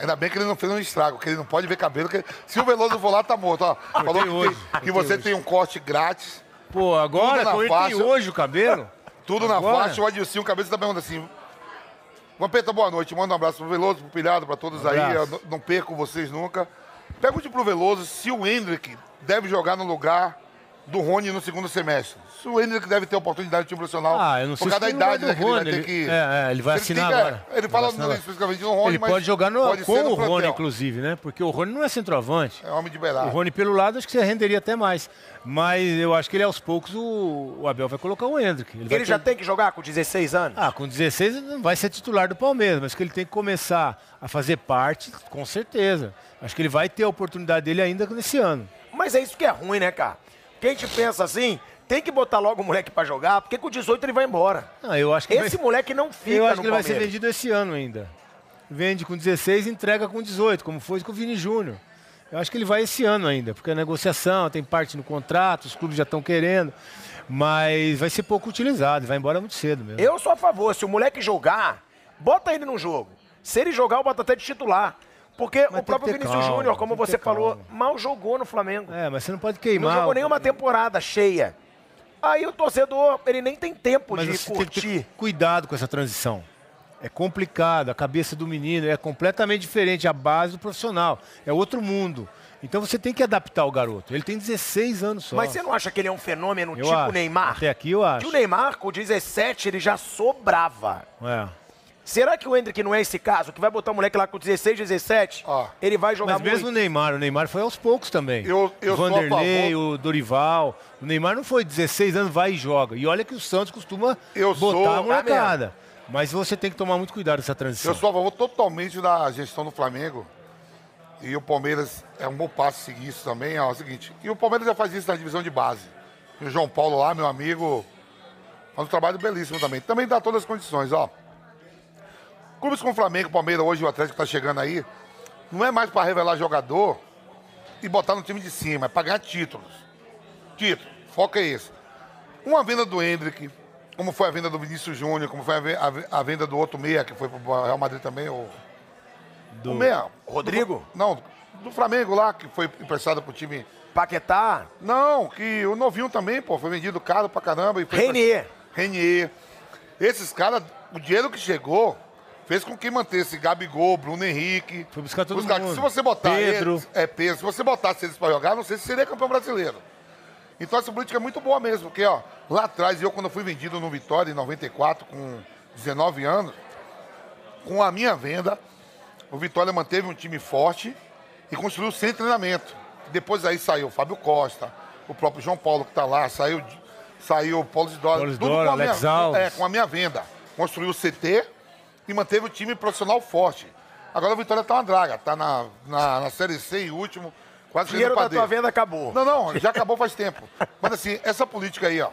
Speaker 3: Ainda bem que ele não fez um estrago, que ele não pode ver cabelo. que- Se o Veloso for lá, tá morto. Ó, falou que,
Speaker 2: hoje,
Speaker 3: tem- que
Speaker 2: cortei
Speaker 3: você
Speaker 2: hoje.
Speaker 3: tem um corte grátis.
Speaker 2: Pô, agora
Speaker 3: Tudo na
Speaker 2: com ele
Speaker 3: faixa.
Speaker 2: tem hoje o cabelo?
Speaker 3: Tudo na
Speaker 2: Agora?
Speaker 3: faixa, o Adilcinho, cabeça tá perguntando assim. Vampeta, boa noite. Manda um abraço pro Veloso, pro Pilhado, pra todos aí.
Speaker 2: Um abraço.
Speaker 3: Eu n- não perco vocês nunca. Pergunte pro Veloso se o Hendrick deve jogar no lugar do Rony no segundo semestre. Se o Hendrick deve ter oportunidade no time profissional.
Speaker 2: Ah, eu não sei
Speaker 3: por
Speaker 2: se
Speaker 3: causa da
Speaker 2: tem lugar
Speaker 3: idade,
Speaker 2: do
Speaker 3: né? Que ele vai
Speaker 2: Rony,
Speaker 3: ter
Speaker 2: ele-
Speaker 3: que.
Speaker 2: é, é, ele vai
Speaker 3: Se
Speaker 2: assinar
Speaker 3: fica-
Speaker 2: agora.
Speaker 3: Ele
Speaker 2: Ele
Speaker 3: fala assim,
Speaker 2: vai assinar agora.
Speaker 3: especificamente no Rony,
Speaker 2: Ele
Speaker 3: mas
Speaker 2: pode jogar no,
Speaker 3: pode
Speaker 2: com
Speaker 3: ser no
Speaker 2: o Rony,
Speaker 3: plantel.
Speaker 2: inclusive, né? Porque o Rony não é centroavante.
Speaker 3: É homem de
Speaker 2: O
Speaker 1: Tá.
Speaker 3: beirada.
Speaker 2: Rony pelo lado acho que você renderia até mais. Mas eu acho que ele aos poucos o, o Abel vai colocar o Hendrick. vai
Speaker 1: Ele já
Speaker 2: ter-
Speaker 1: tem que jogar com 16 anos?
Speaker 2: Ah, com 16 não vai ser titular do Palmeiras, mas que ele tem que começar a fazer parte, com certeza. Acho que ele vai ter a oportunidade dele ainda nesse ano.
Speaker 1: Mas é isso que é ruim, né, cara? Quem te pensa assim, tem que botar logo o moleque pra jogar, porque com 18 ele vai embora.
Speaker 2: Não, Ah, eu acho que ele
Speaker 1: Esse
Speaker 2: vai...
Speaker 1: moleque não fica
Speaker 2: Eu acho
Speaker 1: no
Speaker 2: que ele vai ser
Speaker 1: Palmeiras.
Speaker 2: vendido esse ano ainda. Vende com 16 e entrega com 18, como foi com o Vini Júnior. Eu acho que ele vai esse ano ainda, porque é negociação, tem parte no contrato, os clubes já estão querendo. Mas vai ser pouco utilizado, vai embora muito cedo mesmo.
Speaker 1: Eu sou a favor, se o moleque jogar, bota ele no jogo. Se ele jogar, eu boto até de titular. Porque
Speaker 2: tem
Speaker 1: o
Speaker 2: que
Speaker 1: próprio
Speaker 2: ter
Speaker 1: Vinícius
Speaker 2: calma,
Speaker 1: Júnior, como
Speaker 2: tem que
Speaker 1: você
Speaker 2: ter
Speaker 1: falou,
Speaker 2: calma.
Speaker 1: mal jogou no Flamengo.
Speaker 2: É, né? mas você não pode
Speaker 1: não
Speaker 2: queimar.
Speaker 1: jogou nenhuma temporada cheia. Aí o torcedor, ele nem tem tempo
Speaker 2: mas
Speaker 1: de
Speaker 2: você tem que
Speaker 1: curtir.
Speaker 2: ter cuidado com essa transição. É complicado, a cabeça do menino é completamente diferente a base do profissional. É outro mundo. Então você tem que adaptar o garoto. Ele tem 16 anos só.
Speaker 1: Mas você não acha que ele é um fenômeno
Speaker 2: Eu
Speaker 1: tipo
Speaker 2: acho.
Speaker 1: Neymar?
Speaker 2: Até aqui eu
Speaker 1: Que
Speaker 2: acho.
Speaker 1: o Neymar, com 17, ele já sobrava.
Speaker 2: É.
Speaker 1: Será que o Hendrick não é esse caso? Que vai botar o moleque lá com 16, 17?
Speaker 3: Ó.
Speaker 1: Ele vai jogar
Speaker 2: Mas mesmo o
Speaker 1: muito?
Speaker 2: Neymar, o Neymar foi aos poucos também.
Speaker 3: Eu- eu
Speaker 2: o
Speaker 3: sou a
Speaker 2: Vanderlei,
Speaker 3: favor-
Speaker 2: o Dorival. O Neymar não foi 16 anos, vai e joga. E olha que o Santos costuma
Speaker 3: Eu
Speaker 2: botar
Speaker 3: sou-
Speaker 2: a molecada. Mas você tem que tomar muito cuidado nessa transição.
Speaker 3: Eu sou a favor totalmente da gestão do Flamengo. E o Palmeiras é um bom passo seguir isso também. É o seguinte, e o Palmeiras já faz isso na divisão de base. E o João Paulo lá, meu amigo, faz um trabalho belíssimo também. Também dá todas as condições, ó. Clubes como o Flamengo, Palmeiras, hoje o Atlético está chegando aí. Não é mais para revelar jogador e botar no time de cima, é para ganhar títulos. Título, foco é esse. Uma venda do Hendrick, como foi a venda do Vinícius Júnior, como foi a ve- a ve- a venda do outro meia, que foi pro Real Madrid também, o,
Speaker 2: Do-
Speaker 3: o meia.
Speaker 1: Rodrigo?
Speaker 3: Do- não, do Flamengo lá, que foi emprestado pro time.
Speaker 1: Paquetá?
Speaker 3: Não, que o novinho também, pô, foi vendido caro pra caramba. E foi
Speaker 1: Renier.
Speaker 3: Renier. Esses caras, o dinheiro que chegou fez com que mantesse Gabigol, Bruno Henrique.
Speaker 2: Foi buscar todo
Speaker 3: os caras que
Speaker 2: mundo.
Speaker 3: Se você botar
Speaker 2: Pedro.
Speaker 3: eles- é Pedro, se você botasse eles pra jogar, não sei se seria campeão brasileiro. Então essa política é muito boa mesmo, porque ó, lá atrás, eu quando fui vendido no Vitória em 94, com 19 anos, com a minha venda, o Vitória manteve um time forte e construiu sem treinamento. Depois aí saiu o Fábio Costa, o próprio João Paulo que está lá, saiu, saiu o Paulo Isidoro.
Speaker 2: Paulo
Speaker 3: tudo
Speaker 2: Isidoro,
Speaker 3: com a
Speaker 2: Alex
Speaker 3: minha,
Speaker 2: Alves.
Speaker 3: É, com a minha venda. Construiu o CT e manteve o time profissional forte. Agora o Vitória está uma draga, está na, na, na Série C e último, quase
Speaker 1: O dinheiro
Speaker 3: indo pra
Speaker 1: da tua
Speaker 3: D.
Speaker 1: venda acabou.
Speaker 3: Não, não, já acabou faz tempo. Mas assim, essa política aí, ó.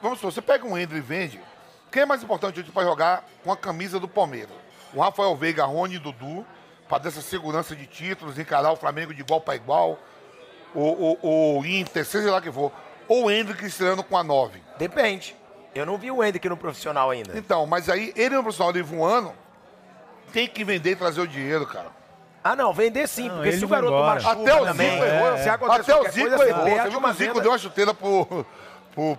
Speaker 3: Vamos supor, você pega um Hendry e vende. Quem é mais importante hoje para jogar com a camisa do Palmeiras? O Rafael Veiga, Rony e Dudu, para dessa segurança de títulos, encarar o Flamengo de igual para igual, o, o, o Inter, seja lá que for. Ou o Hendrick estreando com a 9.
Speaker 1: Depende. Eu não vi o Hendrick no profissional ainda.
Speaker 3: Então, mas aí ele é um profissional livre um ano, tem que vender e trazer o dinheiro, cara.
Speaker 1: Ah, não, vender sim,
Speaker 2: Não,
Speaker 1: porque
Speaker 2: ele
Speaker 1: se o
Speaker 2: vai
Speaker 1: garoto
Speaker 2: embora.
Speaker 1: machuca
Speaker 3: Até o Zico
Speaker 1: também,
Speaker 3: errou.
Speaker 1: se acontecer
Speaker 3: é, Até o
Speaker 1: qualquer
Speaker 3: Zico
Speaker 1: coisa, você
Speaker 3: errou. Você
Speaker 1: perde
Speaker 3: viu que o
Speaker 1: uma
Speaker 3: Zico
Speaker 1: venda.
Speaker 3: deu uma chuteira pro, pro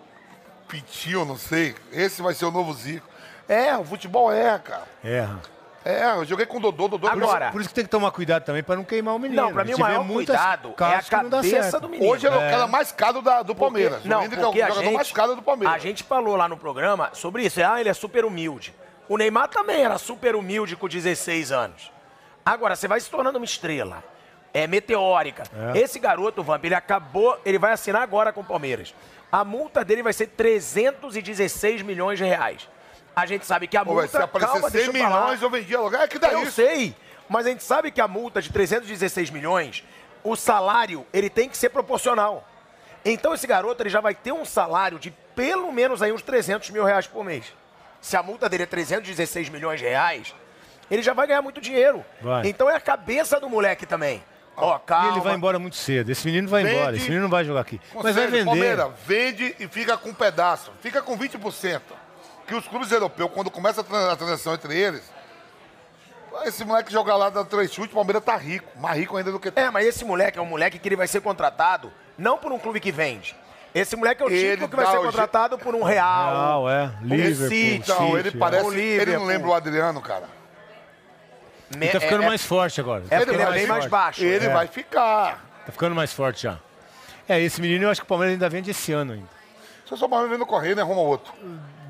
Speaker 3: Pitinho, não sei. Esse vai ser o novo Zico. É, o futebol é, cara.
Speaker 2: Erra.
Speaker 3: É, eu joguei com o Dodô, Dodô.
Speaker 1: Agora,
Speaker 2: Por isso que tem que tomar cuidado também para não queimar o menino.
Speaker 1: Tá. Não, pra mim o
Speaker 2: Tive
Speaker 1: maior
Speaker 2: muitas
Speaker 1: cuidado é a
Speaker 2: casos que não dá
Speaker 1: cabeça
Speaker 2: certo.
Speaker 1: do menino.
Speaker 3: hoje ele é o cara mais caro da- do Palmeiras.
Speaker 1: Porque- não,
Speaker 3: o Hendrick é o
Speaker 1: porque a
Speaker 3: jogador
Speaker 1: gente-
Speaker 3: mais caro do Palmeiras.
Speaker 1: A gente falou lá no programa sobre isso. Ah, ele é super humilde. O Neymar também era super humilde com 16 anos. Agora, você vai se tornando uma estrela. É meteórica.
Speaker 3: É.
Speaker 1: Esse garoto, Vamp, ele acabou, ele vai assinar agora com o Palmeiras. A multa dele vai ser 316 milhões de reais. A gente sabe que a
Speaker 3: Pô,
Speaker 1: multa...
Speaker 3: vai, se aparecer
Speaker 1: calma,
Speaker 3: 100
Speaker 1: deixa eu falar.
Speaker 3: milhões, eu vendia logo. É que dá
Speaker 1: Eu
Speaker 3: isso.
Speaker 1: sei, mas a gente sabe que a multa de 316 milhões, o salário, ele tem que ser proporcional. Então esse garoto, ele já vai ter um salário de pelo menos aí uns 300 mil reais por mês. Se a multa dele é 316 milhões de reais, ele já vai ganhar muito dinheiro.
Speaker 2: Vai.
Speaker 1: Então é a cabeça do moleque também. Ó, calma.
Speaker 2: E ele vai embora muito cedo. Esse menino vai
Speaker 3: Vende.
Speaker 2: embora. Esse menino não vai jogar aqui. Mas vai
Speaker 3: Conselho,
Speaker 2: vender.
Speaker 3: Palmeiras, vende e fica com um pedaço. Fica com 20%. Que os clubes europeus, quando começa a tran- a transação entre eles, ah, esse moleque jogar lá, dá três chutes, o Palmeiras tá rico. Mais rico ainda do que tá.
Speaker 1: É, mas esse moleque é um moleque que ele vai ser contratado não por um clube que vende. Esse moleque é o
Speaker 3: Ele
Speaker 1: Chico que vai
Speaker 3: dá
Speaker 1: ser
Speaker 3: o je-
Speaker 1: contratado por um real. um
Speaker 2: Não, é. Liverpool,
Speaker 1: City,
Speaker 3: Então, ele
Speaker 2: City, é.
Speaker 3: parece.
Speaker 1: O
Speaker 3: Ele não
Speaker 1: Liverpool.
Speaker 3: lembra o Adriano, cara.
Speaker 1: Me-
Speaker 2: Ele tá ficando
Speaker 1: é-
Speaker 2: mais forte agora.
Speaker 1: É
Speaker 2: Tá
Speaker 1: porque ele é
Speaker 2: ficando
Speaker 1: bem mais
Speaker 2: forte.
Speaker 1: baixo.
Speaker 3: Ele
Speaker 1: é.
Speaker 3: vai ficar.
Speaker 2: Tá ficando mais forte já. É, esse menino eu acho que o Palmeiras ainda vende esse ano ainda.
Speaker 3: Se eu sou Palmeiras vendo correr, né? Arruma outro.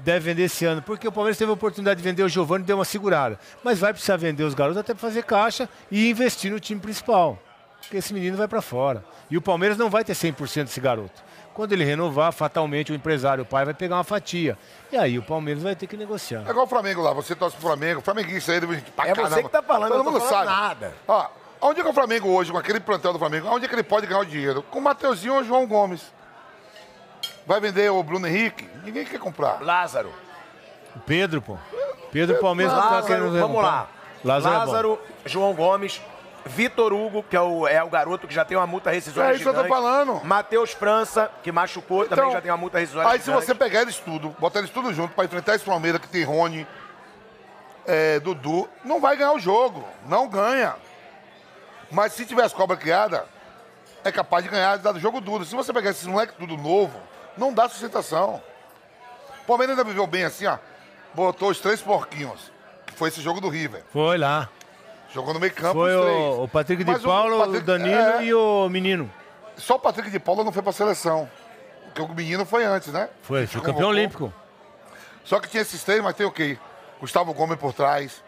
Speaker 2: Deve vender esse ano, porque o Palmeiras teve a oportunidade de vender o Giovani e deu uma segurada. Mas vai precisar vender os garotos até pra fazer caixa e investir no time principal. Porque esse menino vai pra fora. E o Palmeiras não vai ter 100% desse garoto. Quando ele renovar, fatalmente o empresário, o pai, vai pegar uma fatia. E aí o Palmeiras vai ter que negociar.
Speaker 3: É igual o Flamengo lá, você torce pro Flamengo, flamenguista aí, gente, pra
Speaker 1: É você
Speaker 3: caramba.
Speaker 1: que tá falando, eu
Speaker 3: Todo
Speaker 1: não tô
Speaker 3: mundo
Speaker 1: falando
Speaker 3: sabe.
Speaker 1: nada.
Speaker 3: Ó, onde é que o Flamengo hoje, com aquele plantel do Flamengo, onde é que ele pode ganhar o dinheiro? Com o Mateuzinho ou o João Gomes. Vai vender o Bruno Henrique? Ninguém quer comprar.
Speaker 1: Lázaro.
Speaker 2: O Pedro, pô. Pedro Palmeiras não tá
Speaker 1: Lázaro,
Speaker 2: querendo
Speaker 1: vamos lá.
Speaker 2: Lázaro,
Speaker 1: Lázaro,
Speaker 2: é bom.
Speaker 1: João Gomes, Vitor Hugo, que é o, é o garoto que já tem uma multa rescisória
Speaker 3: É isso que eu tô
Speaker 1: gigante.
Speaker 3: falando. Então,
Speaker 1: Matheus França, que machucou, também já tem uma multa rescisória
Speaker 3: Aí se
Speaker 1: gigante.
Speaker 3: você pegar eles tudo, botar eles tudo junto pra enfrentar esse Palmeiras que tem Rony, é, Dudu, não vai ganhar o jogo. Não ganha. Mas se tiver as cobras criadas, é capaz de ganhar dado jogo duro. Se você pegar esses moleques tudo novo, não dá sustentação. O Palmeiras ainda viveu bem assim, ó. Botou os três porquinhos. Que foi esse jogo do River.
Speaker 2: Foi lá.
Speaker 3: Jogou no meio campo
Speaker 2: Foi
Speaker 3: os três.
Speaker 2: o, o Patrick de
Speaker 1: um,
Speaker 3: Mas
Speaker 2: Paulo, o,
Speaker 3: Patrick-
Speaker 2: Danilo
Speaker 3: é,
Speaker 2: e o menino.
Speaker 3: Só o Patrick de Paula não foi pra seleção. Porque o menino foi antes, né?
Speaker 2: Foi,
Speaker 3: Se
Speaker 2: foi campeão
Speaker 3: convocou.
Speaker 2: olímpico.
Speaker 3: Só que tinha esses três, mas tem o quê? Gustavo Gomes por trás,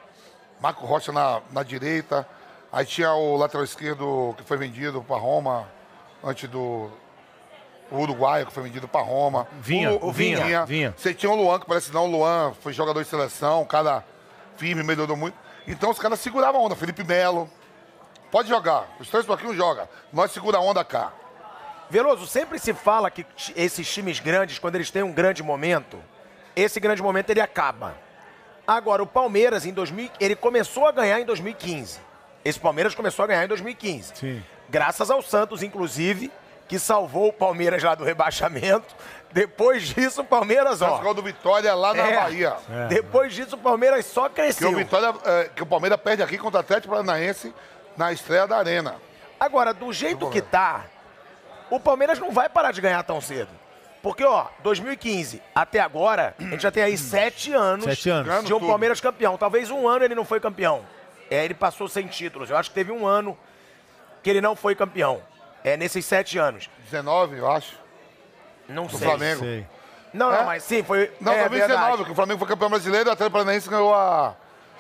Speaker 3: Marco Rocha na, na direita, aí tinha o lateral esquerdo que foi vendido para Roma, antes do o uruguaio que foi vendido para Roma.
Speaker 2: Vinha,
Speaker 3: o, o
Speaker 2: Vinha, Vinha.
Speaker 3: Você tinha o Luan, que parece não, o Luan foi jogador de seleção, um cara firme, melhorou muito. Então os caras seguravam a onda, Felipe Melo. Pode jogar, os três bloquinhos joga. Nós segura a onda cá.
Speaker 1: Veloso, sempre se fala que ti- esses times grandes, quando eles têm um grande momento, esse grande momento ele acaba. Agora, o Palmeiras, em 2000, ele começou a ganhar em 2015. Esse Palmeiras começou a ganhar em 2015.
Speaker 2: Sim.
Speaker 1: Graças ao Santos, inclusive, que salvou o Palmeiras lá do rebaixamento. Depois disso, o Palmeiras,
Speaker 3: Nós
Speaker 1: ó.
Speaker 3: gol Tá, do Vitória lá na
Speaker 1: é,
Speaker 3: Bahia.
Speaker 1: Depois disso, o Palmeiras só
Speaker 3: Que o,
Speaker 1: cresceu.
Speaker 3: Vitória, eh, que o Palmeiras perde aqui contra o Atlético Paranaense na estreia da Arena.
Speaker 1: Agora, do jeito que tá, o Palmeiras não vai parar de ganhar tão cedo. Porque, ó, 2015 até agora, a gente já tem aí sete anos,
Speaker 2: Sete anos.
Speaker 1: de um
Speaker 3: Ganhando Hum. tudo.
Speaker 1: Palmeiras campeão. Talvez um ano ele não foi campeão. É, ele passou sem títulos. Eu acho que teve um ano que ele não foi campeão. É, nesses sete anos.
Speaker 3: 19, eu acho.
Speaker 1: Não
Speaker 3: Do
Speaker 1: sei.
Speaker 3: Flamengo.
Speaker 2: Sei.
Speaker 1: Não, não,
Speaker 3: É?
Speaker 1: mas sim, foi.
Speaker 3: Não,
Speaker 1: é,
Speaker 3: 2019,
Speaker 1: verdade.
Speaker 3: que o Flamengo foi campeão brasileiro e o Atlético Paranaense ganhou a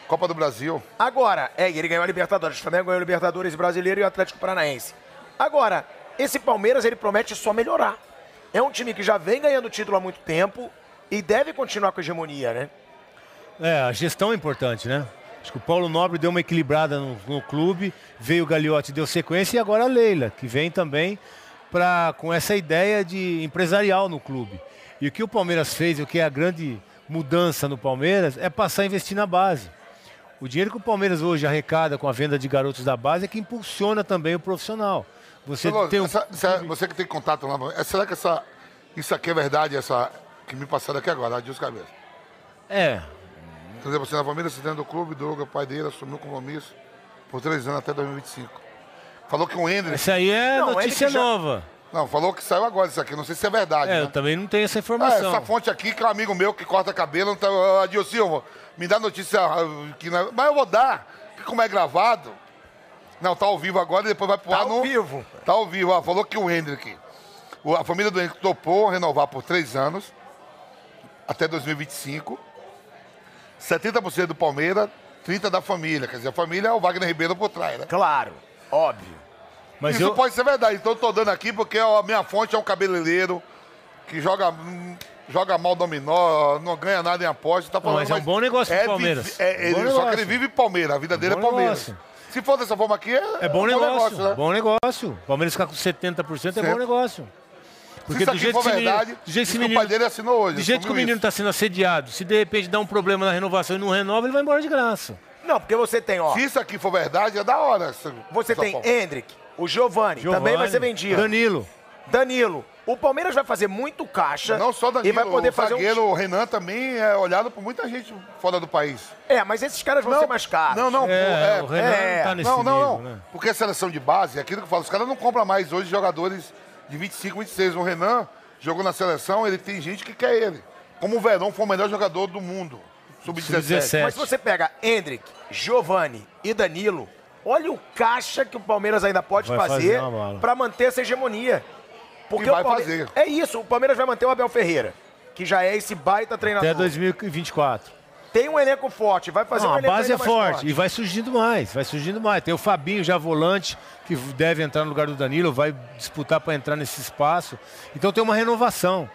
Speaker 3: Copa do Brasil.
Speaker 1: Agora, é, e ele ganhou a Libertadores. O Flamengo ganhou a Libertadores brasileiro e o Atlético Paranaense. Agora, esse Palmeiras, ele promete só melhorar. É um time que já vem ganhando título há muito tempo e deve continuar com a hegemonia, né?
Speaker 2: É, a gestão é importante, né? Acho que o Paulo Nobre deu uma equilibrada no, no clube, veio o Gagliotti, deu sequência e agora a Leila, que vem também pra, com essa ideia de empresarial no clube. E o que o Palmeiras fez, o que é a grande mudança no Palmeiras, é passar a investir na base. O dinheiro que o Palmeiras hoje arrecada com a venda de garotos da base é que impulsiona também o profissional. Você
Speaker 3: Veloso,
Speaker 2: tem um...
Speaker 3: essa- essa- você que tem contato lá, é, será que essa, isso aqui é verdade, essa que me passaram aqui agora, Adilson Cabeça?
Speaker 2: É,
Speaker 3: Entendeu? Você na família, você dentro do clube, droga, pai dele, assumiu o compromisso por três anos até 2025. Falou que o Hendrick.
Speaker 2: essa aí é
Speaker 1: Não, ele
Speaker 2: notícia
Speaker 1: que já-
Speaker 2: nova.
Speaker 3: Não, falou que saiu agora isso aqui, não sei se é verdade.
Speaker 2: É,
Speaker 3: né?
Speaker 2: eu também não tenho essa
Speaker 3: Ah,
Speaker 2: informação.
Speaker 3: essa fonte aqui, que é um amigo meu que corta cabelo, tá, ah, Adilson, me dá notícia ah, que não- Mas eu vou dar, que como é gravado. Não, tá ao vivo agora e depois vai pro
Speaker 1: Tá
Speaker 3: ar
Speaker 1: ao
Speaker 3: no-
Speaker 1: vivo.
Speaker 3: Tá ao vivo, ah, falou que o Hendrick, o- a família do Hendrick topou renovar por três anos, até 2025. 70% do Palmeiras, 30% da família. Quer dizer, a família é o Wagner Ribeiro por trás, né?
Speaker 1: Claro, óbvio.
Speaker 2: Mas
Speaker 3: Isso
Speaker 2: eu...
Speaker 3: pode ser verdade. Então eu tô dando aqui porque a minha fonte é um cabeleireiro que joga, hum, joga mal dominó, não ganha nada em aposta. Tá falando,
Speaker 2: mas é um
Speaker 3: mas
Speaker 2: bom negócio pro
Speaker 3: vi-
Speaker 2: Palmeiras. um
Speaker 3: é- ele-
Speaker 2: Bom
Speaker 3: só que
Speaker 2: negócio. um
Speaker 3: ele vive Palmeiras, a vida dele
Speaker 2: Bom
Speaker 3: é Palmeiras.
Speaker 2: negócio.
Speaker 3: Se for dessa forma aqui, é,
Speaker 2: É bom negócio,
Speaker 3: né?
Speaker 2: bom negócio. O Palmeiras ficar com 70% é
Speaker 3: Certo.
Speaker 2: bom negócio.
Speaker 3: Se
Speaker 2: Porque
Speaker 3: isso
Speaker 2: do
Speaker 3: aqui
Speaker 2: jeito,
Speaker 3: for
Speaker 2: que esse menino,
Speaker 3: verdade,
Speaker 2: do jeito
Speaker 3: diz
Speaker 2: que esse
Speaker 3: que o
Speaker 2: menino-
Speaker 3: pai dele assinou hoje.
Speaker 2: do jeito que o
Speaker 3: assumiu
Speaker 2: menino
Speaker 3: isso.
Speaker 2: está sendo assediado, se de repente dá um problema na renovação e não renova, ele vai embora de graça.
Speaker 1: Não, porque você tem, ó.
Speaker 2: tá-
Speaker 3: Se isso aqui for verdade, é da hora. esse-
Speaker 1: Você
Speaker 3: essa
Speaker 1: tem
Speaker 3: forma.
Speaker 1: Hendrick, o Giovani, também Tá vai
Speaker 2: Giovani,
Speaker 1: ser vendido.
Speaker 2: Danilo.
Speaker 1: Danilo. O Palmeiras vai fazer muito caixa
Speaker 3: Não só Danilo,
Speaker 1: e vai poder
Speaker 3: o
Speaker 1: fazer
Speaker 3: zagueiro
Speaker 1: um...
Speaker 3: o Renan também é olhado por muita gente fora do país.
Speaker 1: É, mas esses caras vão ser mais caros.
Speaker 3: Não, não,
Speaker 2: É,
Speaker 3: é,
Speaker 2: o Renan
Speaker 1: é,
Speaker 2: não tá nesse
Speaker 3: não, não,
Speaker 2: nível,
Speaker 3: não.
Speaker 2: né?
Speaker 3: Porque a seleção de base, é aquilo que eu falo, os caras não compram mais hoje jogadores de 25, 26. O Renan jogou na seleção, ele tem gente que quer ele. Como o Verão foi o melhor jogador do mundo. Sub-17.
Speaker 1: Mas se você pega Hendrick, Giovani e Danilo, olha o caixa que o Palmeiras ainda pode
Speaker 2: Vai
Speaker 1: fazer
Speaker 2: fazer uma bala.
Speaker 1: para manter essa hegemonia. Porque
Speaker 3: E vai
Speaker 1: o Palmeiras,
Speaker 3: fazer.
Speaker 1: É isso, o Palmeiras vai manter o Abel Ferreira, que já é esse baita treinador.
Speaker 2: Até 2024.
Speaker 1: Tem um elenco forte, vai fazer
Speaker 2: Não,
Speaker 1: um
Speaker 2: a
Speaker 1: elenco
Speaker 2: base é
Speaker 1: ainda
Speaker 2: forte,
Speaker 1: mais
Speaker 2: e vai surgindo mais, vai surgindo mais. Tem o Fabinho já volante, que deve entrar no lugar do Danilo, vai disputar para entrar nesse espaço. Então tem uma renovação.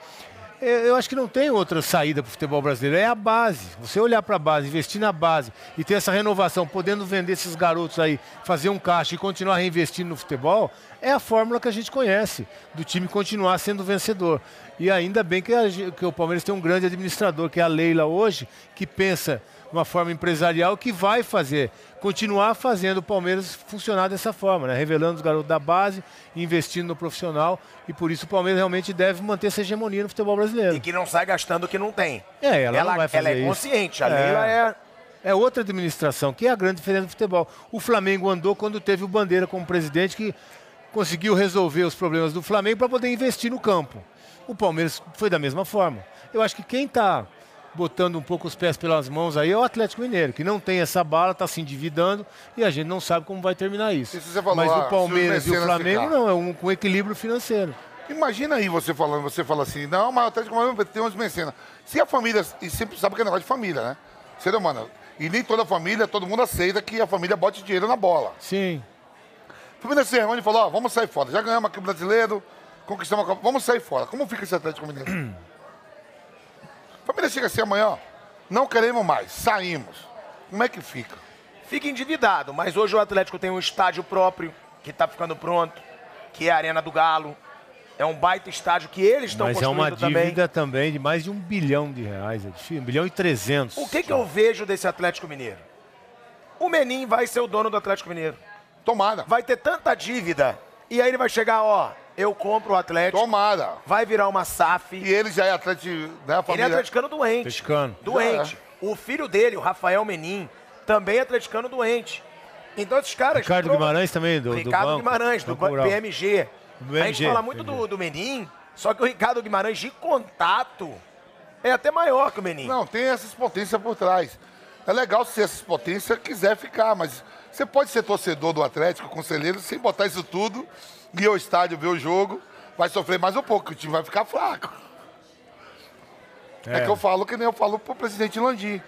Speaker 2: Eu eu acho que não tem outra saída para o futebol brasileiro, é a base. Você olhar para a base, investir na base e ter essa renovação, podendo vender esses garotos aí, fazer um caixa e continuar reinvestindo no futebol, é a fórmula que a gente conhece, do time continuar sendo vencedor. E ainda bem que, a ge- que o Palmeiras tem um grande administrador, que é a Leila hoje, que pensa de uma forma empresarial que vai fazer, continuar fazendo o Palmeiras funcionar dessa forma, né? revelando os garotos da base, investindo no profissional, e por isso o Palmeiras realmente deve manter essa hegemonia no futebol
Speaker 1: E
Speaker 2: brasileiro.
Speaker 1: que não sai gastando o que não tem.
Speaker 2: É, ela não vai
Speaker 1: ela
Speaker 2: fazer
Speaker 1: é
Speaker 2: isso.
Speaker 1: consciente, a
Speaker 2: É.
Speaker 1: Leila é...
Speaker 2: É outra administração, que é a grande diferença do futebol. O Flamengo andou quando teve o Bandeira como presidente, que conseguiu resolver os problemas do Flamengo para poder investir no campo. O Palmeiras foi da mesma forma. Eu acho que quem está botando um pouco os pés pelas mãos aí é o Atlético Mineiro, que não tem essa bala, está se endividando e a gente não sabe como vai terminar isso.
Speaker 3: Isso você falou,
Speaker 2: Mas
Speaker 3: ah, se
Speaker 2: o
Speaker 3: os
Speaker 2: Palmeiras e o
Speaker 3: mecenas
Speaker 2: Flamengo
Speaker 3: ficar.
Speaker 2: não, é um com equilíbrio financeiro.
Speaker 3: Imagina aí você falando, você fala assim, não, mas o Atlético Mineiro tem uns mecenas. Se a família, e sempre sabe que é negócio de família, né? Ser humano. E nem toda família, todo mundo aceita que a família bote dinheiro na bola.
Speaker 2: Sim.
Speaker 3: O Palmeiras se reúne e falou, ó, vamos sair fora. Já ganhamos aqui o brasileiro, conquistamos a Copa, vamos sair fora. Como fica esse Atlético
Speaker 1: [clears throat]
Speaker 3: Mineiro? O Palmeiras chega assim amanhã, ó, não queremos mais, saímos. Como é que fica?
Speaker 1: Fica endividado, mas hoje o Atlético tem um estádio próprio, que tá ficando pronto, que é a Arena do Galo. É um baita estádio que eles estão
Speaker 2: Mas é
Speaker 1: construindo
Speaker 2: uma
Speaker 1: também.
Speaker 2: dívida também. de mais de um bilhão de reais, é difícil, um bilhão e trezentos.
Speaker 1: O que, que eu vejo desse Atlético Mineiro? O Menin vai ser o dono do Atlético Mineiro.
Speaker 3: Tomara,
Speaker 1: Vai ter tanta dívida. E aí ele vai chegar, ó, eu compro o Atlético,
Speaker 3: tomara.
Speaker 1: vai virar uma
Speaker 3: E
Speaker 1: SAF.
Speaker 3: ele já é Atlético, né, a
Speaker 1: Ele
Speaker 3: família. é.
Speaker 1: é atleticano doente.
Speaker 2: Atleticano.
Speaker 1: Doente. O filho dele, o Rafael Menin, também é atleticano doente. Então esses caras...
Speaker 2: Ricardo
Speaker 1: trocam-
Speaker 2: Guimarães também, do, do
Speaker 1: Ricardo
Speaker 2: banco,
Speaker 1: Guimarães, do
Speaker 2: Banco
Speaker 1: Ban-
Speaker 2: Rural.
Speaker 1: PMG.
Speaker 2: Do
Speaker 1: a gente
Speaker 2: PMG,
Speaker 1: fala muito do,
Speaker 2: PMG.
Speaker 1: do Menin, só que o Ricardo Guimarães de contato é até maior que o Menin.
Speaker 3: Não, tem essas potências por trás. É legal se essas potências quiser ficar, mas você pode ser torcedor do Atlético, conselheiro, sem botar isso tudo, ir ao estádio, ver o jogo, vai sofrer mais um pouco, que o time vai ficar fraco. É, que eu falo que nem eu falo pro presidente Landim.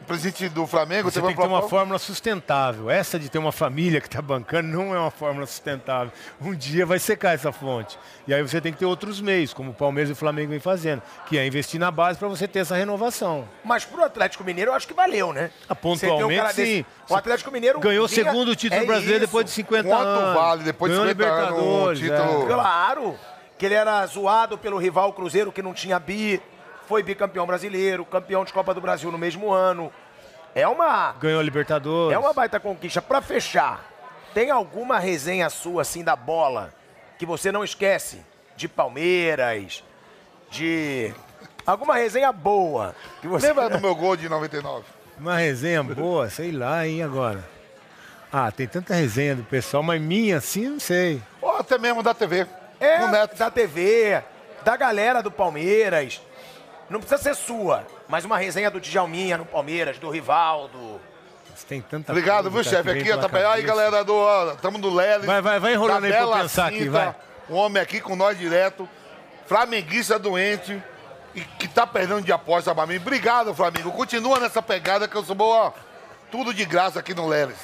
Speaker 3: O presidente do Flamengo...
Speaker 2: Você
Speaker 3: teve
Speaker 2: tem que ter uma
Speaker 3: proposta-
Speaker 2: fórmula sustentável. Essa de ter uma família que está bancando não é uma fórmula sustentável. Um dia vai secar essa fonte. E aí você tem que ter outros meios, como o Palmeiras e o Flamengo vem fazendo, que é investir na base para você ter essa renovação.
Speaker 1: Mas pro Atlético Mineiro eu acho que valeu, né?
Speaker 2: Ah,
Speaker 1: Você tem um cara
Speaker 2: pontualmente, sim.
Speaker 1: O Atlético Mineiro
Speaker 2: Ganhou o
Speaker 1: vinha-
Speaker 2: segundo título
Speaker 1: é
Speaker 2: brasileiro
Speaker 1: isso.
Speaker 2: depois de 50
Speaker 3: Quanto
Speaker 2: anos.
Speaker 3: vale depois de
Speaker 2: Ganhou
Speaker 3: 50 anos um
Speaker 2: Libertadores,
Speaker 3: título?
Speaker 2: é.
Speaker 1: Claro, que ele era zoado pelo rival Cruzeiro que não tinha bi, foi bicampeão brasileiro, campeão de Copa do Brasil no mesmo ano. É uma
Speaker 2: Ganhou a Libertadores.
Speaker 1: É uma baita conquista. Pra fechar, tem alguma resenha sua, assim, da bola, que você não esquece? De Palmeiras, de... Alguma resenha boa que você...
Speaker 3: Lembra do meu gol de 99?
Speaker 2: Uma resenha boa, sei lá, hein, agora. Ah, tem tanta resenha do pessoal, mas minha assim, não sei.
Speaker 3: Ou até mesmo da TV.
Speaker 1: É,
Speaker 3: Com o Neto.
Speaker 1: da TV, da galera do Palmeiras. Não precisa ser sua, mas uma resenha do Djalminha no Palmeiras, do Rivaldo.
Speaker 2: Mas Tem tanta
Speaker 3: Obrigado, viu,
Speaker 2: coisa,
Speaker 3: chefe?
Speaker 2: cara, que
Speaker 3: Aqui,
Speaker 2: vem
Speaker 3: ó,
Speaker 2: pela
Speaker 3: tá bem. Aí,
Speaker 2: cabeça.
Speaker 3: galera, do, ó, tamo do Lelis.
Speaker 2: Vai, vai, vai enrolando
Speaker 3: da
Speaker 2: aí pra eu
Speaker 3: Bela
Speaker 2: pensar aqui,
Speaker 3: Cinta,
Speaker 2: vai.
Speaker 3: Um homem aqui com nós direto, flamenguista doente e que tá perdendo de aposta pra mim. Obrigado, Flamengo. Continua nessa pegada que eu sou boa. Tudo de graça aqui no Lelis.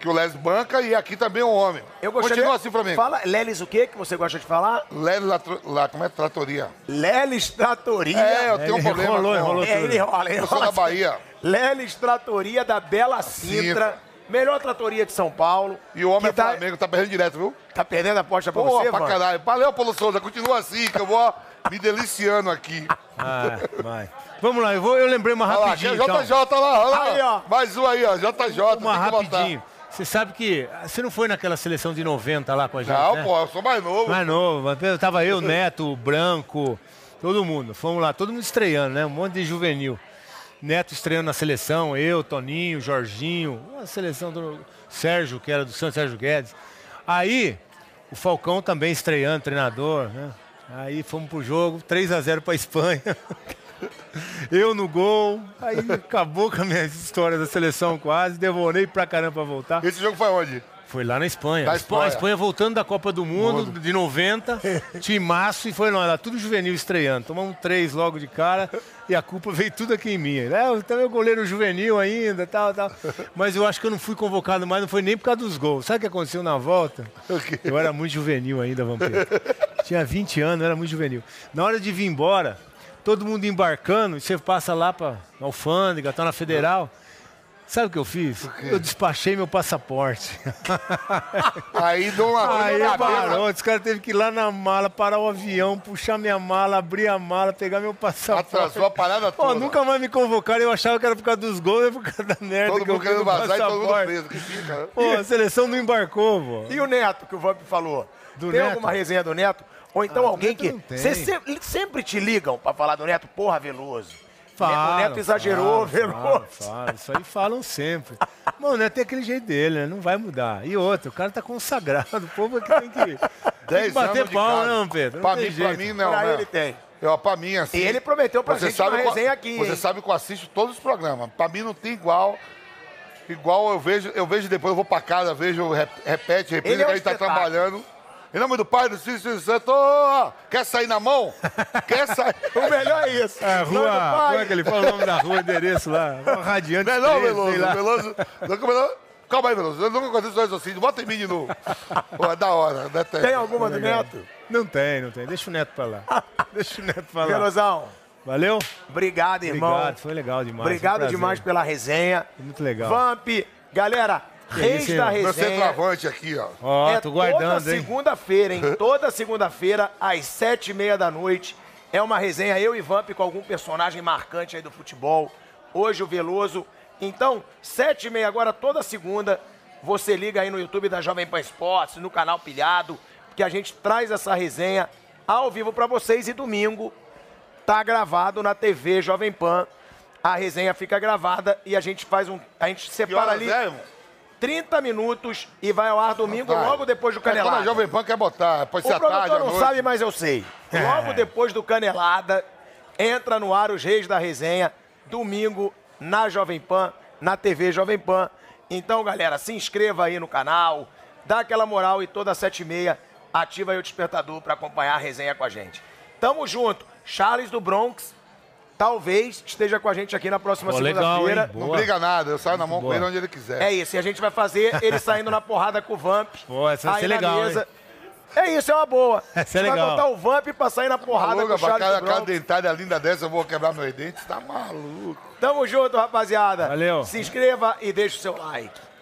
Speaker 3: Que o Lelis banca e aqui também o homem.
Speaker 1: Eu gostaria...
Speaker 3: Continua assim, Flamengo.
Speaker 1: Fala, Lelis o quê que você gosta de falar?
Speaker 3: Lelis, lá, lá, como é? Tratoria.
Speaker 1: Lelis Tratoria.
Speaker 3: É, eu tenho um
Speaker 2: ele
Speaker 3: problema.
Speaker 2: enrolou,
Speaker 3: com-
Speaker 2: enrolou.
Speaker 1: É, ele rola, ele
Speaker 3: Eu sou
Speaker 1: rola.
Speaker 3: da Bahia.
Speaker 1: Lelis Tratoria da Bela Sintra.
Speaker 3: Sintra.
Speaker 1: Melhor tratoria de São Paulo.
Speaker 3: E o homem é
Speaker 1: que tá,
Speaker 3: Flamengo, tá perdendo direto, viu?
Speaker 1: Tá perdendo a aposta pra
Speaker 3: Porra,
Speaker 1: você,
Speaker 3: pra
Speaker 1: mano?
Speaker 3: caralho. Valeu, Paulo Souza. Continua assim, que eu vou me deliciando aqui.
Speaker 2: Ah, vai. Vamos lá, eu, vou, eu lembrei uma
Speaker 3: Olha lá, aqui é
Speaker 2: rapidinho. então.
Speaker 3: JJ lá, olha lá.
Speaker 1: Aí, ó.
Speaker 3: Mais um aí, ó. JJ,
Speaker 2: Uma
Speaker 3: tem que botar.
Speaker 2: rapidinho. Você sabe que ah, você não foi naquela seleção de 90 lá com a gente,
Speaker 3: Não,
Speaker 2: né?
Speaker 3: pô, eu sou mais novo.
Speaker 2: Mais novo, mas tava eu, Neto, o Branco, todo mundo. Fomos lá, todo mundo estreando, né? Um monte de juvenil. Neto estreando na seleção, eu, Toninho, Jorginho, a seleção do Sérgio, que né? Aí fomos pro jogo, 3 a 0 pra Espanha. [laughs] Eu no gol, aí acabou com a minha história da seleção quase, demorei pra caramba pra voltar.
Speaker 3: Esse jogo foi onde?
Speaker 2: Foi lá na Espanha.
Speaker 3: Na
Speaker 2: A Espa- A
Speaker 3: Espanha.
Speaker 2: Espanha voltando da Copa do Mundo, de 90, timaço, e foi lá, lá, tudo juvenil estreando. Tomamos três logo de cara e a culpa veio tudo aqui em mim. É, eu também o goleiro juvenil ainda, tal, tal. Mas eu acho que eu não fui convocado mais, não foi nem por causa dos gols. Sabe o que aconteceu na volta? Eu era muito juvenil ainda, Vampeta. Tinha 20 anos, era muito juvenil. Na hora de vir embora, todo mundo embarcando, e você passa lá pra Alfândega, tá na Federal. Sabe o que eu fiz? Eu despachei meu passaporte.
Speaker 3: Aí deu uma
Speaker 2: Aí
Speaker 3: na
Speaker 2: parou, os caras teve que ir lá na mala, parar o avião, puxar minha mala, abrir a mala, pegar meu passaporte.
Speaker 3: Atrasou a parada
Speaker 2: Pô,
Speaker 3: toda.
Speaker 2: nunca mais me convocaram, eu achava que era por causa dos gols, é por causa da merda
Speaker 3: Todo
Speaker 2: que eu
Speaker 3: mundo
Speaker 2: fiz no
Speaker 3: querendo vazar e todo mundo
Speaker 2: passaporte.
Speaker 3: preso. Que fica, né?
Speaker 2: Pô, a seleção não embarcou, pô.
Speaker 1: E o Neto, que o Vamp falou?
Speaker 2: Do
Speaker 1: tem
Speaker 2: Neto?
Speaker 1: alguma resenha do Neto? Ou então
Speaker 2: Ah, do
Speaker 1: alguém
Speaker 2: Neto
Speaker 1: que.
Speaker 2: não tem.
Speaker 1: Cê se- Sempre, te ligam pra falar do Neto, porra, Veloso.
Speaker 2: Falam,
Speaker 1: o Neto exagerou,
Speaker 2: falam, falam,
Speaker 1: Veloso.
Speaker 2: falam. Isso aí falam sempre. Mano, o Neto tem aquele jeito dele, né? Não vai mudar. E outro, o cara tá consagrado. O povo aqui tem que, tem que
Speaker 3: Dez
Speaker 2: bater
Speaker 3: anos de
Speaker 2: pau,
Speaker 3: casa.
Speaker 2: não, Pedro. Não
Speaker 3: Pra
Speaker 2: tem
Speaker 3: mim,
Speaker 2: jeito.
Speaker 3: pra mim, não.
Speaker 1: Pra
Speaker 3: né?
Speaker 1: ele tem.
Speaker 3: Eu, pra mim, assim.
Speaker 1: E ele prometeu pra
Speaker 3: você
Speaker 1: gente
Speaker 3: sabe
Speaker 1: uma
Speaker 3: que eu-
Speaker 1: resenha aqui,
Speaker 3: Você
Speaker 1: hein?
Speaker 3: sabe que eu assisto todos os programas. Pra mim não tem igual. Igual eu vejo, eu vejo depois, eu vou pra casa, vejo, rep- repete, repete,
Speaker 1: Ele é um
Speaker 3: que a gente tá
Speaker 1: espetáculo.
Speaker 3: trabalhando. Em nome do Pai, do Filho e do Espírito Santo, ó, quer sair na mão?
Speaker 1: [laughs]
Speaker 3: Quer sair?
Speaker 1: O
Speaker 3: [laughs]
Speaker 1: melhor é isso.
Speaker 2: É,
Speaker 1: Nome do
Speaker 2: rua,
Speaker 1: pai.
Speaker 2: como é que ele fala o nome da rua, o endereço
Speaker 3: [laughs]
Speaker 2: lá? Radiante.
Speaker 3: Melhor,
Speaker 2: 13,
Speaker 3: é Veloso,
Speaker 2: sei lá.
Speaker 3: Veloso. Nunca, Veloso. Calma aí, Veloso. Eu nunca contei os dois assim. Bota em mim
Speaker 1: [laughs]
Speaker 3: de novo. Pô, é da hora, né? Tem,
Speaker 1: Tem alguma do Neto?
Speaker 2: Não tem, não tem. Deixa o Neto
Speaker 1: [laughs]
Speaker 2: pra lá. Deixa o Neto pra lá.
Speaker 1: Velozão,
Speaker 2: Valeu?
Speaker 1: obrigado, irmão.
Speaker 2: Obrigado, foi legal demais.
Speaker 1: Obrigado
Speaker 2: foi um prazer.
Speaker 1: demais pela resenha.
Speaker 2: Muito legal.
Speaker 1: Vamp, galera, reis
Speaker 2: isso, hein?
Speaker 1: da
Speaker 2: Meu
Speaker 3: Meu
Speaker 1: resenha.
Speaker 3: centroavante aqui, ó.
Speaker 2: Ó,
Speaker 1: é
Speaker 2: tô guardando,
Speaker 1: toda
Speaker 2: hein? [laughs]
Speaker 1: segunda-feira, hein? Toda segunda-feira, às sete e meia da noite. É uma resenha, eu e Vamp, com algum personagem marcante aí do futebol. Hoje o Veloso. Então, sete e meia agora, toda segunda, você liga aí no YouTube da Jovem Pan Esportes, no canal Pilhado, que a gente traz essa resenha ao vivo pra vocês. E domingo, tá gravado na TV Jovem Pan. A resenha fica gravada e a gente faz um... A gente
Speaker 3: Que
Speaker 1: separa
Speaker 3: horas
Speaker 1: ali...
Speaker 3: é, irmão?
Speaker 1: 30 minutos e vai ao ar domingo,
Speaker 3: Vai.
Speaker 1: logo depois do
Speaker 3: É, toda
Speaker 1: Canelada.
Speaker 3: Jovem Pan quer botar, pode
Speaker 1: o
Speaker 3: ser à
Speaker 1: produtor
Speaker 3: tarde, à
Speaker 1: não
Speaker 3: noite. É.
Speaker 1: sabe, mas eu sei. Logo depois do Canelada, entra no ar os Reis da Resenha, domingo, na Jovem Pan, na TV Jovem Pan. Então, galera, se inscreva aí no canal, dá aquela moral e toda sete e meia, ativa aí o despertador pra acompanhar a resenha com a gente. Tamo junto. Charles do Bronx, talvez esteja com a gente aqui na próxima
Speaker 2: Pô, legal,
Speaker 1: segunda-feira.
Speaker 2: hein?
Speaker 3: Não
Speaker 2: Boa.
Speaker 3: briga nada, eu saio na mão
Speaker 2: Boa.
Speaker 3: com ele onde ele quiser.
Speaker 1: É isso, e a gente vai fazer
Speaker 2: [laughs]
Speaker 1: ele saindo na porrada com o Vamp.
Speaker 2: Pô, essa vai
Speaker 1: aí
Speaker 2: ser
Speaker 1: na
Speaker 2: legal,
Speaker 1: mesa. É isso, é uma boa.
Speaker 2: Essa é
Speaker 1: Vai
Speaker 2: legal.
Speaker 1: botar o Vamp pra sair na porrada
Speaker 3: Maluca,
Speaker 1: com o Charles
Speaker 3: cada,
Speaker 1: do
Speaker 3: cada
Speaker 1: Bronx.
Speaker 3: dentada linda dessa, eu vou quebrar meus dentes. Tá maluco.
Speaker 1: Tamo junto, rapaziada.
Speaker 2: Valeu.
Speaker 1: Se inscreva e deixa o seu like.